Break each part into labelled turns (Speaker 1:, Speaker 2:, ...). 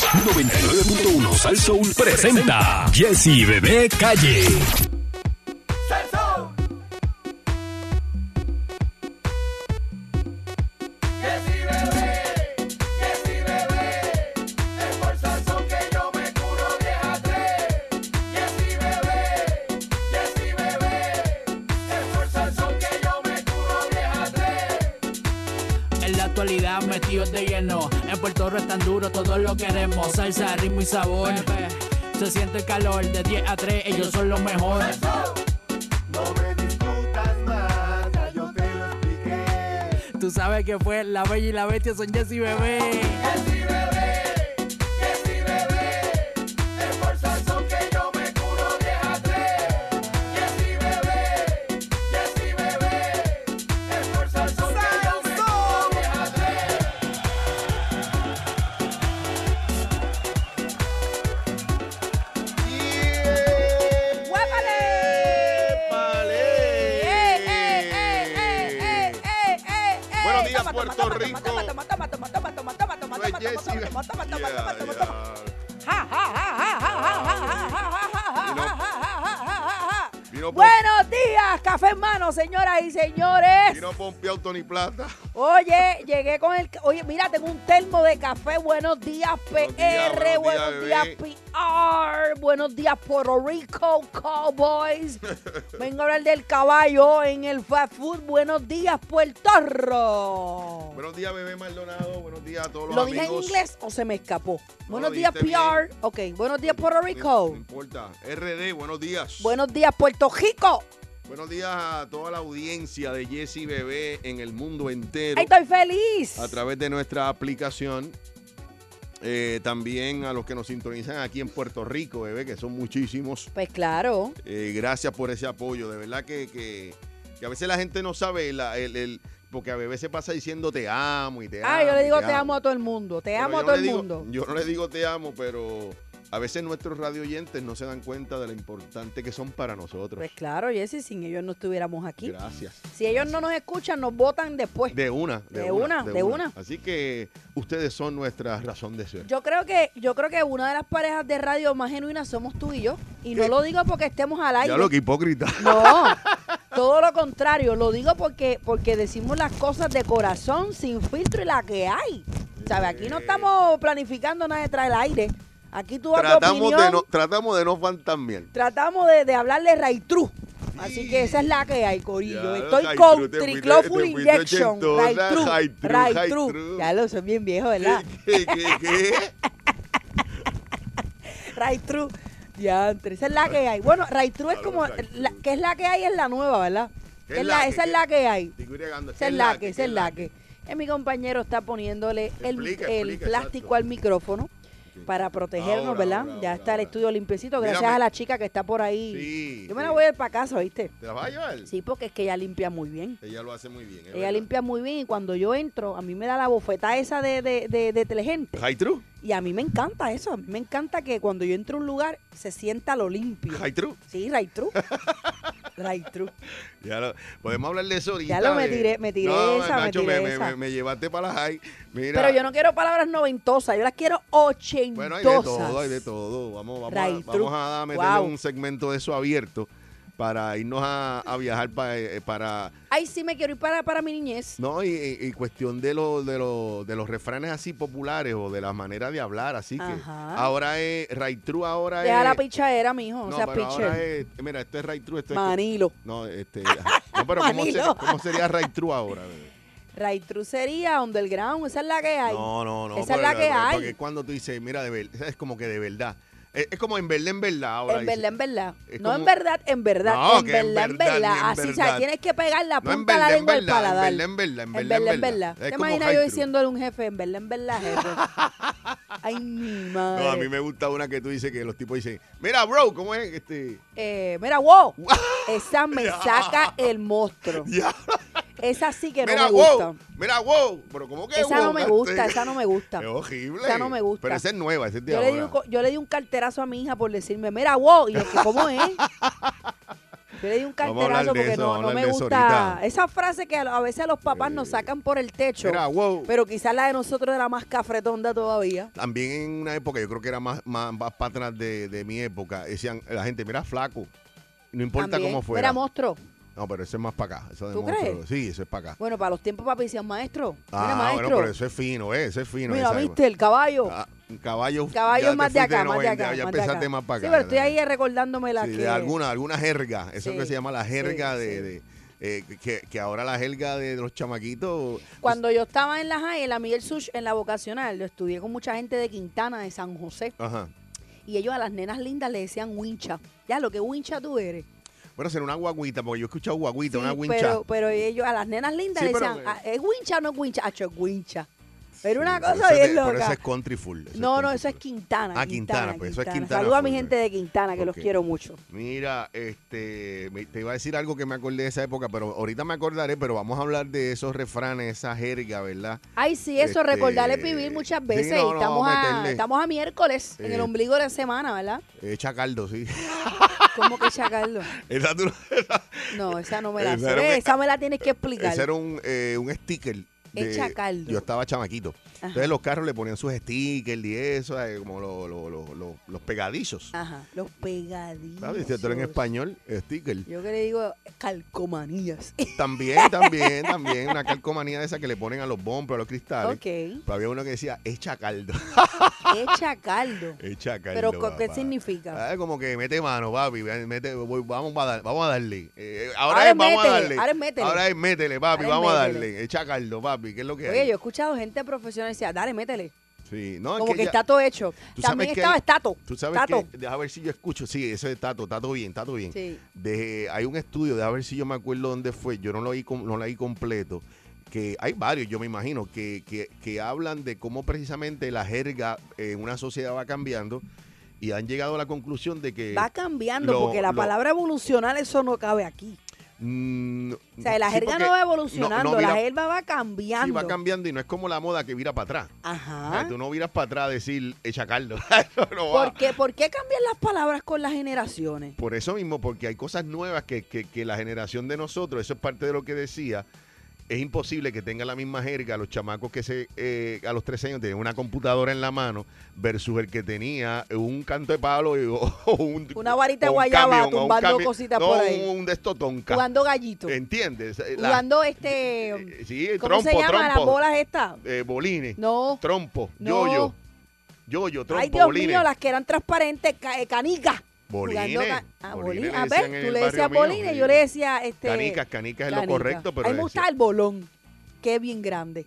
Speaker 1: 99.1 Sal Soul presenta Jesse Bebé Calle.
Speaker 2: En la actualidad metidos de lleno. En Puerto Rico es tan duro, todos lo queremos. Salsa, ritmo y sabor. Se siente el calor de 10 a 3, ellos son los mejores.
Speaker 3: No me discutas más, ya yo te lo expliqué.
Speaker 2: Tú sabes que fue la bella y la bestia son Jessy Bebé.
Speaker 4: Eh,
Speaker 3: Buenos días, Puerto Rico.
Speaker 4: Toma, toma, toma, toma, toma, toma, toma, toma,
Speaker 3: Soy
Speaker 4: toma,
Speaker 3: Jesse.
Speaker 4: toma, toma, toma, toma,
Speaker 3: Ya,
Speaker 4: toma, toma,
Speaker 3: ya.
Speaker 4: toma. Ah, Ja, ja, ja, ja, ja, ja, ja, ja, ja,
Speaker 3: Vino-
Speaker 4: ja, ja, ja, ja, ja.
Speaker 3: Vino, pom-
Speaker 4: ah, Buenos días, café en mano, señoras y señores.
Speaker 3: vino pompeado Tony Plata.
Speaker 4: Oye, llegué con el. Oye, mira, tengo un termo de café. Buenos días,
Speaker 3: Buenos días,
Speaker 4: PR.
Speaker 3: buenos
Speaker 4: Buenos
Speaker 3: días,
Speaker 4: días, PR. Buenos días, Puerto Rico, Cowboys. Vengo a hablar del caballo en el fast food. Buenos días, Puerto Rico.
Speaker 3: Buenos días, bebé Maldonado. Buenos días a todos los
Speaker 4: ¿Lo dije
Speaker 3: amigos.
Speaker 4: en inglés o se me escapó?
Speaker 3: No,
Speaker 4: buenos
Speaker 3: lo
Speaker 4: días, PR.
Speaker 3: dijiste bien.
Speaker 4: Ok, buenos días, Puerto
Speaker 3: No-
Speaker 4: Rico.
Speaker 3: No importa. RD, buenos días.
Speaker 4: Buenos días, Puerto Rico.
Speaker 3: Buenos días a toda la audiencia de Jesse Bebé en el mundo entero.
Speaker 4: Ahí estoy feliz.
Speaker 3: a través de nuestra aplicación. Eh, también a los que nos sintonizan aquí en Puerto Rico, bebé, que son muchísimos.
Speaker 4: Pues claro.
Speaker 3: Eh, gracias por ese apoyo. De verdad que, que- que a veces la gente no sabe, la- el, el- porque a bebé se pasa diciendo te amo y te amo.
Speaker 4: Ah, yo le
Speaker 3: y
Speaker 4: digo te amo a todo el mundo. Te
Speaker 3: Pero
Speaker 4: amo
Speaker 3: yo
Speaker 4: a
Speaker 3: no
Speaker 4: todo
Speaker 3: le
Speaker 4: el
Speaker 3: digo-
Speaker 4: mundo.
Speaker 3: Yo no le digo te amo, pero a veces nuestros radio oyentes no se dan cuenta de lo importante que son para nosotros.
Speaker 4: Pues claro, Jessy, sin ellos no estuviéramos aquí.
Speaker 3: Gracias.
Speaker 4: Si ellos no nos escuchan, nos votan después.
Speaker 3: De una, de,
Speaker 4: De
Speaker 3: una,
Speaker 4: una, de una.
Speaker 3: Así que ustedes son nuestra razón de ser.
Speaker 4: Yo creo que yo creo que una de las parejas de radio más genuinas somos tú y yo. Y no
Speaker 3: ¿Qué?
Speaker 4: lo digo porque estemos al aire.
Speaker 3: Eh, ya lo que hipócrita.
Speaker 4: No, todo lo contrario. Lo digo porque porque decimos las cosas de corazón, sin filtro y la que hay. ¿Sabes? Aquí no
Speaker 3: Eh.
Speaker 4: estamos planificando nada detrás del aire. Aquí tú das tu
Speaker 3: tratamos,
Speaker 4: opinión.
Speaker 3: de no, tratamos de no fantasmear.
Speaker 4: Tratamos de, de hablarle Ray True. Así que esa es la que hay,
Speaker 3: Ya,
Speaker 4: Corillo. Estoy
Speaker 3: Ray True,
Speaker 4: con
Speaker 3: te fuiste-
Speaker 4: Tricloful
Speaker 3: te fuiste
Speaker 4: Injection.
Speaker 3: ochentosa,
Speaker 4: Ray True.
Speaker 3: Ray True, Ray
Speaker 4: Ray
Speaker 3: True.
Speaker 4: True. Ya lo son bien viejo, ¿verdad?
Speaker 3: ¿Qué, qué, qué?
Speaker 4: Ray True. Diantre, esa es la que hay. Bueno, Ray True es
Speaker 3: Claro,
Speaker 4: como.
Speaker 3: Ray
Speaker 4: la-
Speaker 3: True.
Speaker 4: que es la que hay? Es la nueva, ¿verdad?
Speaker 3: ¿Qué
Speaker 4: Que es la- esa es la que hay.
Speaker 3: Estoy bregando,
Speaker 4: Esa es la que, esa es la que. Eh, Mi compañero está poniéndole el,
Speaker 3: Explica,
Speaker 4: el
Speaker 3: explica,
Speaker 4: plástico
Speaker 3: exacto.
Speaker 4: al micrófono
Speaker 3: Ok.
Speaker 4: para protegernos,
Speaker 3: Ahora,
Speaker 4: ¿verdad?
Speaker 3: ahora,
Speaker 4: ya
Speaker 3: ahora,
Speaker 4: está el
Speaker 3: ahora.
Speaker 4: estudio limpiecito, gracias
Speaker 3: Mírame.
Speaker 4: a la chica que está por ahí.
Speaker 3: Sí,
Speaker 4: Yo me
Speaker 3: sí.
Speaker 4: la voy a ir para casa, ¿viste?
Speaker 3: ¿Te la vas a llevar?
Speaker 4: Sí, porque es que ella limpia muy bien.
Speaker 3: Ella lo hace muy bien. es
Speaker 4: Ella
Speaker 3: verdad.
Speaker 4: limpia muy bien y cuando yo entro, a mí me da la bofeta esa de, de, de, de Telegente.
Speaker 3: High True.
Speaker 4: Y a mí me encanta eso. A mí me encanta que cuando yo entro a un lugar se sienta lo limpio.
Speaker 3: High True.
Speaker 4: Sí, Ray True. Ray True.
Speaker 3: Ya lo- podemos hablar de eso ahorita.
Speaker 4: Ya lo me
Speaker 3: de-
Speaker 4: tiré- me tiré
Speaker 3: No,
Speaker 4: esa, me
Speaker 3: Nacho,
Speaker 4: tiré
Speaker 3: me,
Speaker 4: esa.
Speaker 3: me- me llevaste para la high. Mira.
Speaker 4: Pero yo no quiero palabras noventosas, yo las quiero ochentosas.
Speaker 3: Bueno, hay de todo, hay de todo. Vamos, vamos,
Speaker 4: Right
Speaker 3: a, vamos
Speaker 4: through.
Speaker 3: a meterle
Speaker 4: Wow.
Speaker 3: un segmento de eso abierto para irnos a, a viajar pa- eh, para...
Speaker 4: Ay, sí, me quiero ir para, para mi niñez.
Speaker 3: No, y, y- y cuestión de, lo- de, lo- de los refranes así populares o de la manera de hablar, así que...
Speaker 4: Ajá.
Speaker 3: Ahora es... Right True ahora
Speaker 4: Deja
Speaker 3: es...
Speaker 4: la pichadera, mijo, no,
Speaker 3: eh, No,
Speaker 4: seas
Speaker 3: pero ahora
Speaker 4: pitcher.
Speaker 3: es... este, Mira, esto es Right True, esto es...
Speaker 4: Manilo.
Speaker 3: No, este... No, pero ¿cómo,
Speaker 4: Manilo.
Speaker 3: sería, ¿cómo sería Right True ahora? bebé?
Speaker 4: Ray True sería Underground, esa es la que hay.
Speaker 3: No, no, no.
Speaker 4: Esa es
Speaker 3: pero-
Speaker 4: la que
Speaker 3: pero-
Speaker 4: hay.
Speaker 3: Porque cuando tú dices, mira, de verdad, es como que de verdad. Es, es como en verdad, en verdad ahora.
Speaker 4: en
Speaker 3: dice.
Speaker 4: verdad, en verdad.
Speaker 3: Es
Speaker 4: No, en
Speaker 3: como-
Speaker 4: verdad, en verdad.
Speaker 3: No,
Speaker 4: en
Speaker 3: que en
Speaker 4: verdad, en
Speaker 3: verdad,
Speaker 4: verdad.
Speaker 3: ni en
Speaker 4: Así, o sea,
Speaker 3: verdad.
Speaker 4: tienes que pegar la
Speaker 3: No, en
Speaker 4: punta de la
Speaker 3: verdad, en
Speaker 4: lengua al
Speaker 3: verdad, en
Speaker 4: paladar.
Speaker 3: verdad, en verdad, en
Speaker 4: En
Speaker 3: verdad, en
Speaker 4: en
Speaker 3: verdad.
Speaker 4: verdad.
Speaker 3: Es
Speaker 4: ¿Te
Speaker 3: como
Speaker 4: imaginas
Speaker 3: high
Speaker 4: yo
Speaker 3: truth.
Speaker 4: diciéndole a un jefe, en verdad, en verdad, jefe? Ay, mi madre.
Speaker 3: No, a mí me gusta una que tú dices que los tipos dicen, mira, bro, ¿cómo es? Este,
Speaker 4: Eh, mira, wow. Esa me saca el monstruo.
Speaker 3: ya,
Speaker 4: Esa sí que no
Speaker 3: mira,
Speaker 4: me gusta.
Speaker 3: wow, mira, wow. Pero ¿cómo que
Speaker 4: Esa
Speaker 3: wow?
Speaker 4: no me gusta,
Speaker 3: Este,
Speaker 4: esa no me gusta.
Speaker 3: Es horrible.
Speaker 4: Esa no me gusta.
Speaker 3: Pero esa es nueva, esa es de
Speaker 4: Yo le, di
Speaker 3: ahora.
Speaker 4: un, co- yo le di un carterazo a mi hija por decirme, mira, wow, y yo, ¿qué- ¿cómo es? Yo le di un
Speaker 3: Vamos a hablar
Speaker 4: carterazo
Speaker 3: de
Speaker 4: porque
Speaker 3: eso,
Speaker 4: no,
Speaker 3: vamos a
Speaker 4: no
Speaker 3: hablar
Speaker 4: me
Speaker 3: de eso
Speaker 4: gusta.
Speaker 3: ahorita. Eh,
Speaker 4: Esa frase que a, a veces a los papás nos sacan por el techo.
Speaker 3: Mira, wow.
Speaker 4: Pero quizás la de nosotros era más cafretonda todavía.
Speaker 3: También en una época, yo creo que era más, más, más para atrás de, de mi época, decían la gente, mira, flaco. No importa
Speaker 4: También.
Speaker 3: cómo fuera.
Speaker 4: Era monstruo.
Speaker 3: No, pero eso es más para acá. Eso de
Speaker 4: ¿Tú
Speaker 3: monstruo.
Speaker 4: crees?
Speaker 3: Sí, eso es para acá.
Speaker 4: Bueno, para los tiempos papi decían maestro. mira,
Speaker 3: Ah,
Speaker 4: maestro.
Speaker 3: bueno, pero eso es fino, eh, eso es fino.
Speaker 4: mira,
Speaker 3: esa época.
Speaker 4: viste, el caballo.
Speaker 3: Ah, caballo.
Speaker 4: Caballo
Speaker 3: ya
Speaker 4: más
Speaker 3: te
Speaker 4: de
Speaker 3: fuiste
Speaker 4: acá, más de
Speaker 3: 90,
Speaker 4: acá.
Speaker 3: Ya
Speaker 4: más de
Speaker 3: empezaste
Speaker 4: acá.
Speaker 3: más para acá.
Speaker 4: Sí, pero estoy ahí recordándome la
Speaker 3: Sí,
Speaker 4: que.
Speaker 3: de alguna, alguna jerga. Eso que
Speaker 4: Sí,
Speaker 3: se llama la jerga
Speaker 4: sí,
Speaker 3: de.
Speaker 4: sí.
Speaker 3: de- eh, que, que ahora la jerga de los chamaquitos.
Speaker 4: Cuando yo estaba en la high, en la Miguel Sush, en la vocacional, lo estudié con mucha gente de Quintana, de San José.
Speaker 3: pues, Ajá.
Speaker 4: Y ellos a las nenas lindas le decían wincha. Ya, lo que wincha tú eres.
Speaker 3: Bueno, será una guaguita, porque yo he escuchado guaguita, una
Speaker 4: Sí,
Speaker 3: wincha.
Speaker 4: Pero, pero ellos a las nenas lindas
Speaker 3: Sí,
Speaker 4: le
Speaker 3: pero-
Speaker 4: decían, "Ah, ¿es wincha o no es wincha? Acho, es wincha. Era una
Speaker 3: Sí, pero
Speaker 4: cosa
Speaker 3: eso es
Speaker 4: bien
Speaker 3: de- Pero
Speaker 4: loca.
Speaker 3: eso es country full. eso
Speaker 4: no, no,
Speaker 3: country
Speaker 4: eso es
Speaker 3: full.
Speaker 4: Quintana.
Speaker 3: Ah, Quintana, pues, eso es Quintana
Speaker 4: Saluda a mi
Speaker 3: full,
Speaker 4: gente de Quintana, que los
Speaker 3: Ok.
Speaker 4: quiero mucho.
Speaker 3: Mira, este, me- te iba a decir algo que me acordé de esa época, pero ahorita me acordaré, pero vamos a hablar de esos refranes, esa jerga, ¿verdad?
Speaker 4: Ay, sí, eso,
Speaker 3: Este,
Speaker 4: recordarle vivir muchas
Speaker 3: sí,
Speaker 4: veces.
Speaker 3: no,
Speaker 4: y
Speaker 3: no,
Speaker 4: estamos,
Speaker 3: vamos a
Speaker 4: a,
Speaker 3: meterle.
Speaker 4: estamos a miércoles, en el
Speaker 3: Eh.
Speaker 4: ombligo de la semana, ¿verdad?
Speaker 3: Echa caldo, sí.
Speaker 4: ¿Cómo que chacarlo?
Speaker 3: Esa tú- esa-
Speaker 4: No, esa no me la
Speaker 3: Esa
Speaker 4: sé.
Speaker 3: era una-
Speaker 4: Esa me la tienes que explicar.
Speaker 3: Ese era un, eh, un sticker. de-
Speaker 4: Echa caldo.
Speaker 3: Yo estaba chamaquito.
Speaker 4: Ajá.
Speaker 3: Entonces los carros le ponían sus stickers y eso, eh, como lo- lo- lo- lo- los pegadizos.
Speaker 4: Ajá, los pegadillos.
Speaker 3: ¿Sabes? Si esto era en español, sticker.
Speaker 4: Yo que le digo calcomanías.
Speaker 3: También, también, también. Una calcomanía de esa que le ponen a los bombos, a los cristales.
Speaker 4: ok.
Speaker 3: Pero había uno que decía, echa caldo.
Speaker 4: Echa caldo.
Speaker 3: echa caldo.
Speaker 4: Pero, ¿co- ¿qué
Speaker 3: papá.
Speaker 4: significa?
Speaker 3: Ah, como que mete mano, papi. mete- voy- vamos, a dar- vamos a darle. Eh, ahora,
Speaker 4: Ahora
Speaker 3: es, vamos
Speaker 4: métele,
Speaker 3: a darle.
Speaker 4: ahora es métele.
Speaker 3: Ahora es métele, papi.
Speaker 4: Ahora es
Speaker 3: vamos
Speaker 4: métele.
Speaker 3: a darle. Echa caldo, papi. ¿Qué es lo que
Speaker 4: Oye,
Speaker 3: hay?
Speaker 4: yo he escuchado gente profesional decir, dale, métele.
Speaker 3: Sí, no, es
Speaker 4: Como que,
Speaker 3: ya-
Speaker 4: está todo hecho.
Speaker 3: tú sabes
Speaker 4: También
Speaker 3: que
Speaker 4: estaba
Speaker 3: hay-
Speaker 4: Estato.
Speaker 3: Tú sabes
Speaker 4: Tato.
Speaker 3: que, deja ver si yo escucho, sí, eso es Tato, Tato bien, Tato bien.
Speaker 4: Sí.
Speaker 3: De, hay un estudio, deja ver si yo me acuerdo dónde fue, yo no lo oí, com- no lo oí completo, que hay varios, yo me imagino, que, que, que hablan de cómo precisamente la jerga en una sociedad va cambiando y han llegado a la conclusión de que...
Speaker 4: Va cambiando,
Speaker 3: eh, lo-
Speaker 4: porque la
Speaker 3: lo-
Speaker 4: palabra evolucionar, eso no cabe aquí.
Speaker 3: mm,
Speaker 4: O sea, la
Speaker 3: sí,
Speaker 4: jerga
Speaker 3: porque
Speaker 4: no va evolucionando,
Speaker 3: no, no
Speaker 4: la
Speaker 3: vira-
Speaker 4: jerga va cambiando.
Speaker 3: sí, va cambiando y no es como la moda que vira para atrás. O sea,
Speaker 4: Ajá.
Speaker 3: Tú no viras para atrás a decir, echa caldo. no va.
Speaker 4: ¿Por qué, ¿Por qué cambian las palabras con las generaciones?
Speaker 3: Por eso mismo, porque hay cosas nuevas que, que- que la generación de nosotros, eso es parte de lo que decía, es imposible que tenga la misma jerga los chamacos que se eh, a los 13 años tenían una computadora en la mano versus el que tenía un canto de palo y- o, un...
Speaker 4: Una varita
Speaker 3: o un
Speaker 4: guayaba
Speaker 3: camión, o un
Speaker 4: tumbando
Speaker 3: camión.
Speaker 4: cositas
Speaker 3: No,
Speaker 4: por ahí.
Speaker 3: un, un de estos tonca.
Speaker 4: Jugando gallito.
Speaker 3: ¿Entiendes? La-
Speaker 4: Jugando este...
Speaker 3: eh, sí,
Speaker 4: ¿Cómo
Speaker 3: trompo,
Speaker 4: se llama? Las
Speaker 3: trompo,
Speaker 4: bolas estas.
Speaker 3: eh, bolines,
Speaker 4: No.
Speaker 3: trompo,
Speaker 4: No.
Speaker 3: yoyo, yoyo, trompo,
Speaker 4: Ay, Dios
Speaker 3: bolines.
Speaker 4: mío, las que eran transparentes, ca- eh, canicas.
Speaker 3: Bolines.
Speaker 4: Jugando ca- ah, bolines.
Speaker 3: Bolines le
Speaker 4: A
Speaker 3: decían
Speaker 4: ver,
Speaker 3: en
Speaker 4: tú
Speaker 3: el
Speaker 4: le
Speaker 3: barrio
Speaker 4: decías
Speaker 3: mío,
Speaker 4: bolines,
Speaker 3: sí.
Speaker 4: yo le decía este.
Speaker 3: Canicas, canicas es
Speaker 4: canica.
Speaker 3: lo correcto, pero
Speaker 4: A mí me
Speaker 3: decía-
Speaker 4: gustaba el bolón, que es bien grande.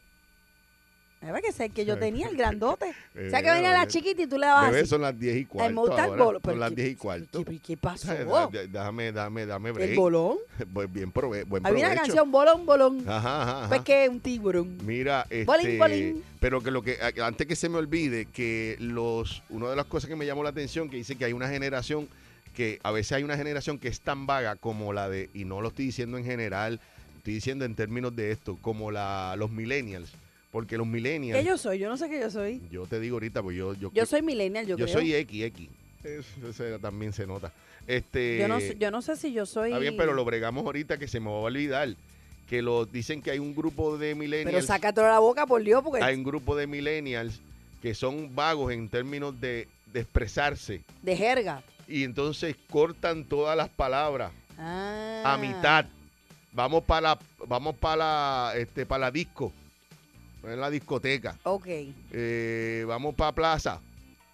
Speaker 4: La verdad que sé que yo
Speaker 3: Sí.
Speaker 4: tenía el grandote. o sea que
Speaker 3: Bebé,
Speaker 4: venía la
Speaker 3: bebé.
Speaker 4: chiquita y tú le dabas.
Speaker 3: Eh, Bebé,
Speaker 4: así.
Speaker 3: son las 10 y
Speaker 4: Ay, me
Speaker 3: cuarto.
Speaker 4: gusta el
Speaker 3: ahora.
Speaker 4: bolo, pero
Speaker 3: Son las
Speaker 4: ¿qué-
Speaker 3: 10 y
Speaker 4: ¿Qué-
Speaker 3: cuarto.
Speaker 4: ¿Qué, qué pasó?
Speaker 3: Ay, da- da- Dame, dame, dame
Speaker 4: el
Speaker 3: break.
Speaker 4: bolón.
Speaker 3: Pues bien, prove, buen
Speaker 4: Había
Speaker 3: provecho.
Speaker 4: una canción, bolón, bolón.
Speaker 3: Ajá, ajá, ajá.
Speaker 4: Pues que un tiburón.
Speaker 3: Mira, este,
Speaker 4: Bolín, bolín.
Speaker 3: pero que lo que a- antes que se me olvide que los una de las cosas que me llamó la atención que dice que hay una generación que a veces hay una generación que es tan vaga como la de y no lo estoy diciendo en general, estoy diciendo en términos de esto como la los millennials, porque los millennials
Speaker 4: ¿Qué yo soy? Yo no sé qué yo soy.
Speaker 3: yo te digo ahorita, pues yo yo,
Speaker 4: Yo soy millennial, yo,
Speaker 3: yo
Speaker 4: creo.
Speaker 3: soy XX. Eso, eso también se nota. Este
Speaker 4: yo, no, sé- yo no sé si yo soy.
Speaker 3: Está bien, pero lo bregamos ahorita que se me va a olvidar. Que lo, dicen que hay un grupo de
Speaker 4: Pero
Speaker 3: millennials.
Speaker 4: sácate la boca, por Dios, porque
Speaker 3: hay un grupo de millennials que son vagos en términos de, de expresarse.
Speaker 4: de jerga.
Speaker 3: Y entonces cortan todas las palabras
Speaker 4: Ah.
Speaker 3: a mitad. Vamos para la, vamos para la, este, para la disco. Para la discoteca.
Speaker 4: Ok.
Speaker 3: Eh, vamos para Plaza.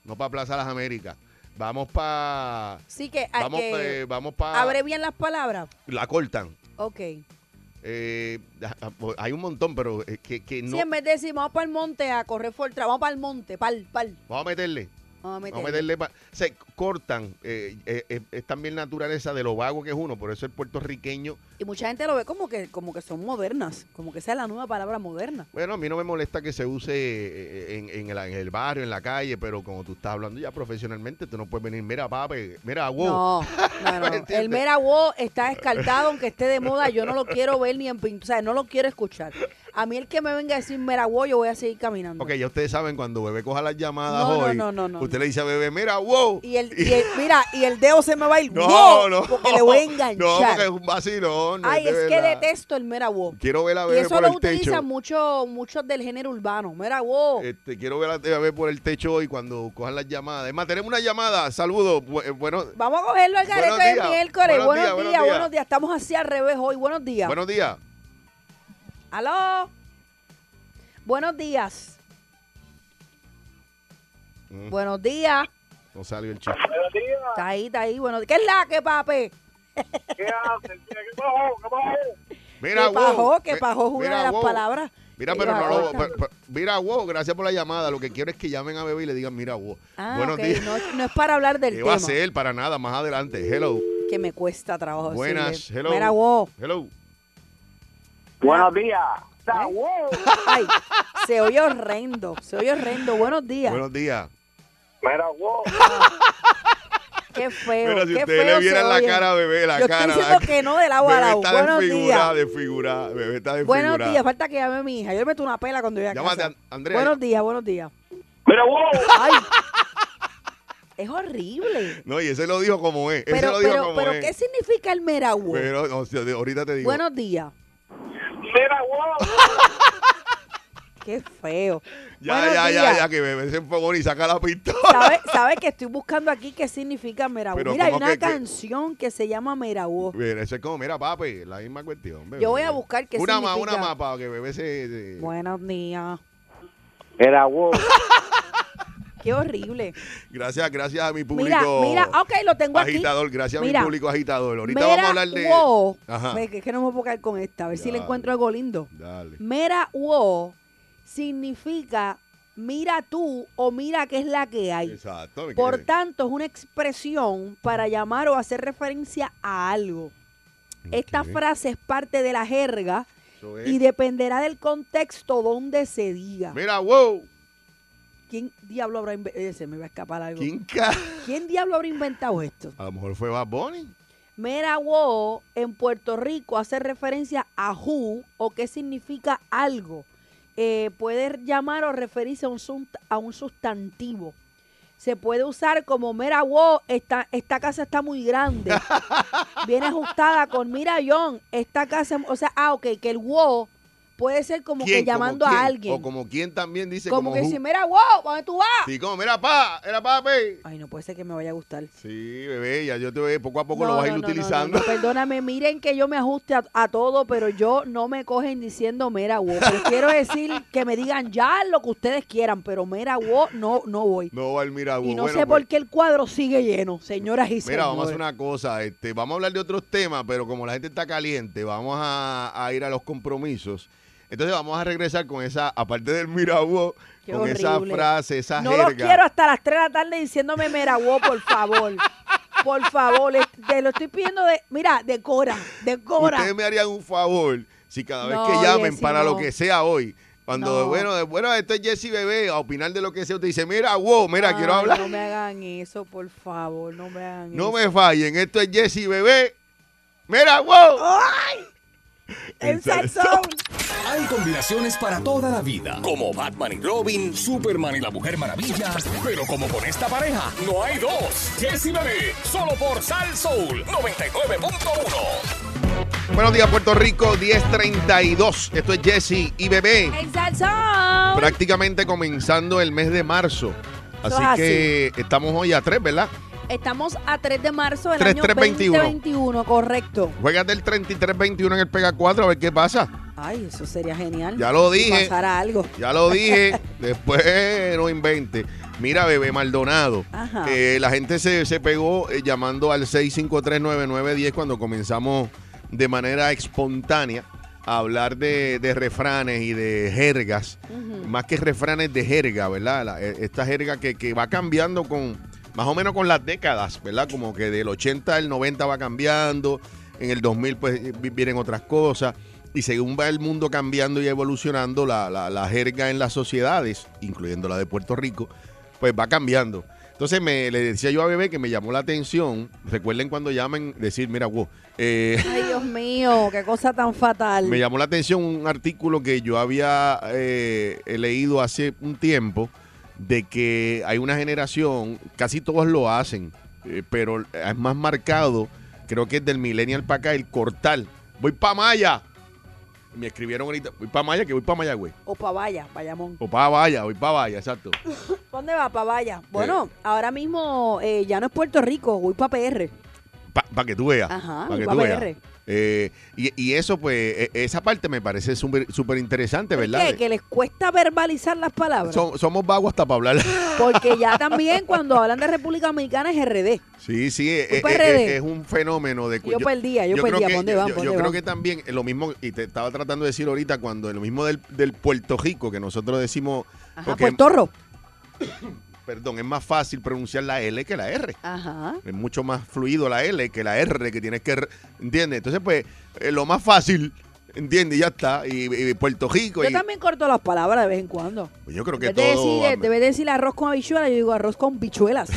Speaker 3: No para Plaza Las Américas. Vamos para.
Speaker 4: Sí que, a-
Speaker 3: Vamos,
Speaker 4: Ah, que
Speaker 3: eh, vamos para.
Speaker 4: abrevian las palabras.
Speaker 3: La cortan.
Speaker 4: Ok.
Speaker 3: Eh, ah, ah, hay un montón, pero eh, que, que no.
Speaker 4: Si en vez de decir, vamos para el monte a correr Fortra, vamos para el monte, pal, pal.
Speaker 3: Vamos a meterle.
Speaker 4: Vamos a
Speaker 3: Vamos a
Speaker 4: meterle.
Speaker 3: meterle. pa- se cortan. eh, eh, eh, es también naturaleza de lo vago que es uno. Por eso el puertorriqueño
Speaker 4: Y mucha gente lo ve como que, como que son modernas, como que esa es la nueva palabra moderna.
Speaker 3: Bueno, a mí no me molesta que se use eh, en, en el, en el barrio, en la calle, pero como tú estás hablando ya profesionalmente, tú no puedes venir, mira, papi, mira, wow.
Speaker 4: No, no, no.
Speaker 3: ¿Entiendes?
Speaker 4: El mera wow está descartado, aunque esté de moda, yo no lo quiero ver ni en pintura, o sea, no lo quiero escuchar. A mí el que me venga a decir mera wow, yo voy a seguir caminando.
Speaker 3: Ok, ya ustedes saben, cuando Bebé coja las llamadas
Speaker 4: No, no,
Speaker 3: hoy,
Speaker 4: no, no, no,
Speaker 3: usted
Speaker 4: no.
Speaker 3: le dice a Bebé, mira, wow.
Speaker 4: Y el, y el- mira, y el dedo se me va a ir,
Speaker 3: No,
Speaker 4: wow,
Speaker 3: no.
Speaker 4: porque le voy a
Speaker 3: No,
Speaker 4: enganchar.
Speaker 3: porque es un vacilón. no
Speaker 4: Ay,
Speaker 3: de
Speaker 4: es que
Speaker 3: verdad.
Speaker 4: detesto el mera wow.
Speaker 3: Quiero ver a
Speaker 4: Y
Speaker 3: Bebé
Speaker 4: eso
Speaker 3: por
Speaker 4: lo
Speaker 3: el techo.
Speaker 4: utilizan muchos muchos del género urbano. Mira, wow.
Speaker 3: Este, quiero ver a Bebé por el techo hoy cuando cojan las llamadas. Es más, tenemos una llamada. Saludos. Bu- eh, Bueno,
Speaker 4: Vamos a cogerlo al
Speaker 3: buenos
Speaker 4: garete
Speaker 3: días,
Speaker 4: de miércoles.
Speaker 3: buenos
Speaker 4: Buenos
Speaker 3: días,
Speaker 4: días,
Speaker 3: buenos
Speaker 4: buenos días.
Speaker 3: días.
Speaker 4: Estamos así al revés hoy. Buenos días.
Speaker 3: buenos días.
Speaker 4: Aló. Buenos días.
Speaker 3: Mm,
Speaker 4: Buenos días.
Speaker 3: No salió el chiste.
Speaker 5: Buenos días,
Speaker 4: Está ahí, está ahí. Bueno, ¿Qué es la que, papi?
Speaker 5: ¿qué haces? Mira,
Speaker 4: que
Speaker 3: Mira,
Speaker 5: ¿Qué pasó? ¿Qué pasó?
Speaker 3: wow.
Speaker 4: pajó, que
Speaker 3: Mi-
Speaker 4: pajó es una
Speaker 3: mira,
Speaker 4: de las
Speaker 3: wow.
Speaker 4: palabras.
Speaker 3: Mira,
Speaker 4: que
Speaker 3: pero
Speaker 4: ellos
Speaker 3: no lo-
Speaker 4: adoptan.
Speaker 3: pero- pero- mira, wow, gracias por la llamada. Lo que quiero es que llamen a Bebé y le digan, mira, wow.
Speaker 4: Ah,
Speaker 3: buenos
Speaker 4: ok,
Speaker 3: días.
Speaker 4: No, no es para hablar del
Speaker 3: ¿Qué
Speaker 4: tema.
Speaker 3: va a ser? Para nada, más adelante. Hello.
Speaker 4: Que me cuesta trabajo.
Speaker 3: Buenas,
Speaker 4: decirle.
Speaker 3: hello.
Speaker 4: Mira, wow.
Speaker 3: Hello.
Speaker 5: Buenos días. Está
Speaker 4: ¿Eh?
Speaker 5: wow.
Speaker 4: Ay, se oye horrendo. Se oye horrendo. Buenos días.
Speaker 3: Buenos días.
Speaker 5: Mira, wow.
Speaker 4: Qué feo.
Speaker 3: Mira, si
Speaker 4: qué
Speaker 3: ustedes
Speaker 4: feo
Speaker 3: le
Speaker 4: se
Speaker 3: vieran la
Speaker 4: oye.
Speaker 3: cara a Bebé, la
Speaker 4: Yo estoy
Speaker 3: cara. la
Speaker 4: diciendo
Speaker 3: cara.
Speaker 4: que no de lado a
Speaker 3: Bebé
Speaker 4: lado.
Speaker 3: está
Speaker 4: Buenos
Speaker 3: desfigurada,
Speaker 4: días.
Speaker 3: desfigurada. Bebé está desfigurada.
Speaker 4: Buenos días. Falta que llame mi hija. Yo le meto una pela cuando vea
Speaker 3: Llámate,
Speaker 4: casa.
Speaker 3: a- Andrea.
Speaker 4: Buenos días, buenos días.
Speaker 5: Mira, wow.
Speaker 4: Ay, es horrible.
Speaker 3: No, y ese lo dijo como es. Ese
Speaker 4: Pero,
Speaker 3: lo dijo
Speaker 4: pero,
Speaker 3: como
Speaker 4: pero,
Speaker 3: es.
Speaker 4: ¿qué significa el meraguo?
Speaker 3: Pero no, si- ahorita te digo.
Speaker 4: Buenos días.
Speaker 5: Mira, wow.
Speaker 4: Qué feo.
Speaker 3: ya,
Speaker 4: buenos
Speaker 3: ya, ya,
Speaker 4: días.
Speaker 3: ya, que bebé se enfogó y saca la pistola.
Speaker 4: ¿Sabes sabe que estoy buscando aquí qué significa meraguo?
Speaker 3: Pero
Speaker 4: Mira, hay
Speaker 3: ¿cómo
Speaker 4: una
Speaker 3: que- que-
Speaker 4: canción que se llama meraguo.
Speaker 3: Mira, eso es como, mira, papi, la misma cuestión. bebé.
Speaker 4: Yo voy a buscar qué
Speaker 3: Una más,
Speaker 4: significa.
Speaker 3: una más, para que bebé se. se-
Speaker 4: Buenos días.
Speaker 5: Mira, wow.
Speaker 4: Qué horrible.
Speaker 3: Gracias, gracias a mi
Speaker 4: Mira,
Speaker 3: público.
Speaker 4: mira, ok, lo tengo aquí.
Speaker 3: agitador, gracias
Speaker 4: Mira.
Speaker 3: a mi público agitador. Ahorita
Speaker 4: Mera
Speaker 3: vamos a hablar de.
Speaker 4: Wo.
Speaker 3: Ajá.
Speaker 4: Ve que- Es que no me puedo quedar con esta, a ver si le
Speaker 3: Dale.
Speaker 4: encuentro algo lindo.
Speaker 3: Dale.
Speaker 4: Mera wo significa mira tú o mira qué es la que hay.
Speaker 3: Exacto. mi
Speaker 4: Por
Speaker 3: querida.
Speaker 4: tanto, es una expresión para llamar o hacer referencia a algo. Esta
Speaker 3: Ok.
Speaker 4: frase es parte de la jerga
Speaker 3: Eso es.
Speaker 4: y dependerá del contexto donde se diga.
Speaker 3: Mira, wow.
Speaker 4: ¿Quién diablo habrá inventado? Se me va a escapar algo.
Speaker 3: ¿Quién ca-
Speaker 4: ¿Quién diablo habrá inventado esto?
Speaker 3: A lo mejor fue Bad Bunny.
Speaker 4: Mera wo en Puerto Rico hace referencia a who o qué significa algo. Eh, puede llamar o referirse a un, sun- a un sustantivo. Se puede usar como mera wo, esta, esta casa está muy grande. Viene ajustada con mira John, esta casa, o sea, ah, ok, que el wo puede ser como que
Speaker 3: ¿Quién?
Speaker 4: llamando
Speaker 3: ¿Como
Speaker 4: a
Speaker 3: quién?
Speaker 4: alguien.
Speaker 3: O
Speaker 4: como
Speaker 3: como quien también dice como.
Speaker 4: que
Speaker 3: who.
Speaker 4: dice, mira wo, ¿dónde tú vas?
Speaker 3: Sí, como, mira, pa, era papi.
Speaker 4: Ay, no puede ser que me vaya a gustar.
Speaker 3: Sí, bebé, ya yo te veo, poco a poco
Speaker 4: No,
Speaker 3: lo vas a ir
Speaker 4: no, no, no,
Speaker 3: utilizando.
Speaker 4: no, no, perdóname, miren que yo me ajuste a, a todo, pero yo no me cogen diciendo mera wo. Prefiero decir que me digan ya lo que ustedes quieran, pero mera wo no, no voy.
Speaker 3: No, va mira,
Speaker 4: y no
Speaker 3: bueno,
Speaker 4: sé
Speaker 3: pues,
Speaker 4: por qué el cuadro sigue lleno, señoras y señores.
Speaker 3: Mira, vamos a hacer una cosa, este, vamos a hablar de otros temas, pero como la gente está caliente, vamos a, a ir a los compromisos. Entonces vamos a regresar con esa, aparte del mirabó,
Speaker 4: Qué
Speaker 3: con esa
Speaker 4: horrible.
Speaker 3: frase, esa
Speaker 4: No los
Speaker 3: jerga.
Speaker 4: quiero hasta las 3 de la tarde diciéndome mera wo, por favor. Por favor, le- te lo estoy pidiendo de, mira, de Cora, de Cora.
Speaker 3: Ustedes me harían un favor si cada vez
Speaker 4: No,
Speaker 3: que llamen
Speaker 4: Jessy,
Speaker 3: para lo
Speaker 4: no.
Speaker 3: que sea hoy, cuando,
Speaker 4: No.
Speaker 3: bueno, de- bueno, este es Jesse Bebé, a opinar de lo que sea, usted dice, mira, wow, mira, quiero
Speaker 4: Ay,
Speaker 3: hablar.
Speaker 4: No me hagan eso, por favor, no me hagan
Speaker 3: No
Speaker 4: eso.
Speaker 3: me fallen, esto es Jesse Bebé. Mira, wow.
Speaker 4: ¡Ay! El saxón.
Speaker 1: Hay combinaciones para toda la vida. Como Batman y Robin, Superman y la Mujer Maravilla. Pero como con esta pareja, no hay dos. Jesse y Bebé, solo por Sal Soul 99.1.
Speaker 3: Buenos días, Puerto Rico, 1032. Esto es Jesse y Bebé.
Speaker 4: El saxón.
Speaker 3: prácticamente comenzando el mes de marzo.
Speaker 4: Eso es
Speaker 3: Así
Speaker 4: así.
Speaker 3: que estamos hoy a tres, ¿verdad?
Speaker 4: Estamos a 3 de marzo del
Speaker 3: 3,
Speaker 4: año
Speaker 3: 3, 21.
Speaker 4: 2021, correcto.
Speaker 3: Juegate el 33-21 en el Pega 4 a ver qué pasa.
Speaker 4: Ay, eso sería genial.
Speaker 3: Ya lo dije.
Speaker 4: Si pasara algo.
Speaker 3: Ya lo dije, después no invente. Mira, bebé Maldonado.
Speaker 4: Ajá.
Speaker 3: eh, la gente se, se pegó eh, llamando al 6539910 cuando comenzamos de manera espontánea a hablar de, de refranes y de jergas. Más que refranes de jerga, ¿verdad? La- eh, esta jerga que, que va cambiando con más o menos con las décadas, ¿verdad? Como que del 80 al 90 va cambiando. en el 2000 pues vi- vienen otras cosas. Y según va el mundo cambiando y evolucionando, la, la- la jerga en las sociedades, incluyendo la de Puerto Rico, pues va cambiando. Entonces me, le decía yo a Bebé que me llamó la atención. Recuerden cuando llamen, decir, mira, wow, eh,
Speaker 4: Ay, Dios mío, qué cosa tan fatal.
Speaker 3: me llamó la atención un artículo que yo había eh, he leído hace un tiempo de que hay una generación, casi todos lo hacen, eh, pero es más marcado, creo que es del millennial para acá, el cortar. Voy pa' Maya. Me escribieron ahorita, voy pa' Maya, que voy pa' Maya, güey.
Speaker 4: O Pavaya, Payamón.
Speaker 3: O pa' Vaya, voy pa' Vaya, exacto.
Speaker 4: ¿Dónde va Pavaya?
Speaker 3: Eh.
Speaker 4: Bueno, ahora mismo eh, ya no es Puerto Rico, voy para PR.
Speaker 3: Para que tú veas.
Speaker 4: Ajá,
Speaker 3: pa' que
Speaker 4: pa'
Speaker 3: tú veas.
Speaker 4: PR.
Speaker 3: Eh, y, y eso, pues, e- esa parte me parece súper súper interesante, ¿verdad?
Speaker 4: ¿Qué? Que les cuesta verbalizar las palabras.
Speaker 3: Som- somos vagos hasta para hablar.
Speaker 4: Porque ya también cuando hablan de República Dominicana es RD.
Speaker 3: Sí, sí, eh, eh, eh, es,
Speaker 4: PRD.
Speaker 3: un fenómeno de cu-
Speaker 4: Yo perdía, yo
Speaker 3: creo
Speaker 4: perdía.
Speaker 3: que-
Speaker 4: ¿Pa' dónde
Speaker 3: yo-
Speaker 4: van?
Speaker 3: yo-
Speaker 4: ¿Pa'
Speaker 3: yo
Speaker 4: dónde
Speaker 3: creo
Speaker 4: van?
Speaker 3: que también eh, lo mismo, y te estaba tratando de decir ahorita, cuando lo mismo del, del Puerto Rico, que nosotros decimos,
Speaker 4: Ajá,
Speaker 3: porque,
Speaker 4: Puerto Rico.
Speaker 3: perdón, es más fácil pronunciar la L que la R.
Speaker 4: Ajá.
Speaker 3: Es mucho más fluido la L que la R que tienes que, re- ¿entiendes? Entonces, pues, eh, lo más fácil, ¿entiendes? Y ya está. Y, y Puerto Rico.
Speaker 4: Yo
Speaker 3: y-
Speaker 4: también corto las palabras de vez en cuando.
Speaker 3: pues yo creo que
Speaker 4: En vez de
Speaker 3: todo...
Speaker 4: decir, eh, en vez de decir arroz con habichuelas, yo digo arroz con bichuelas.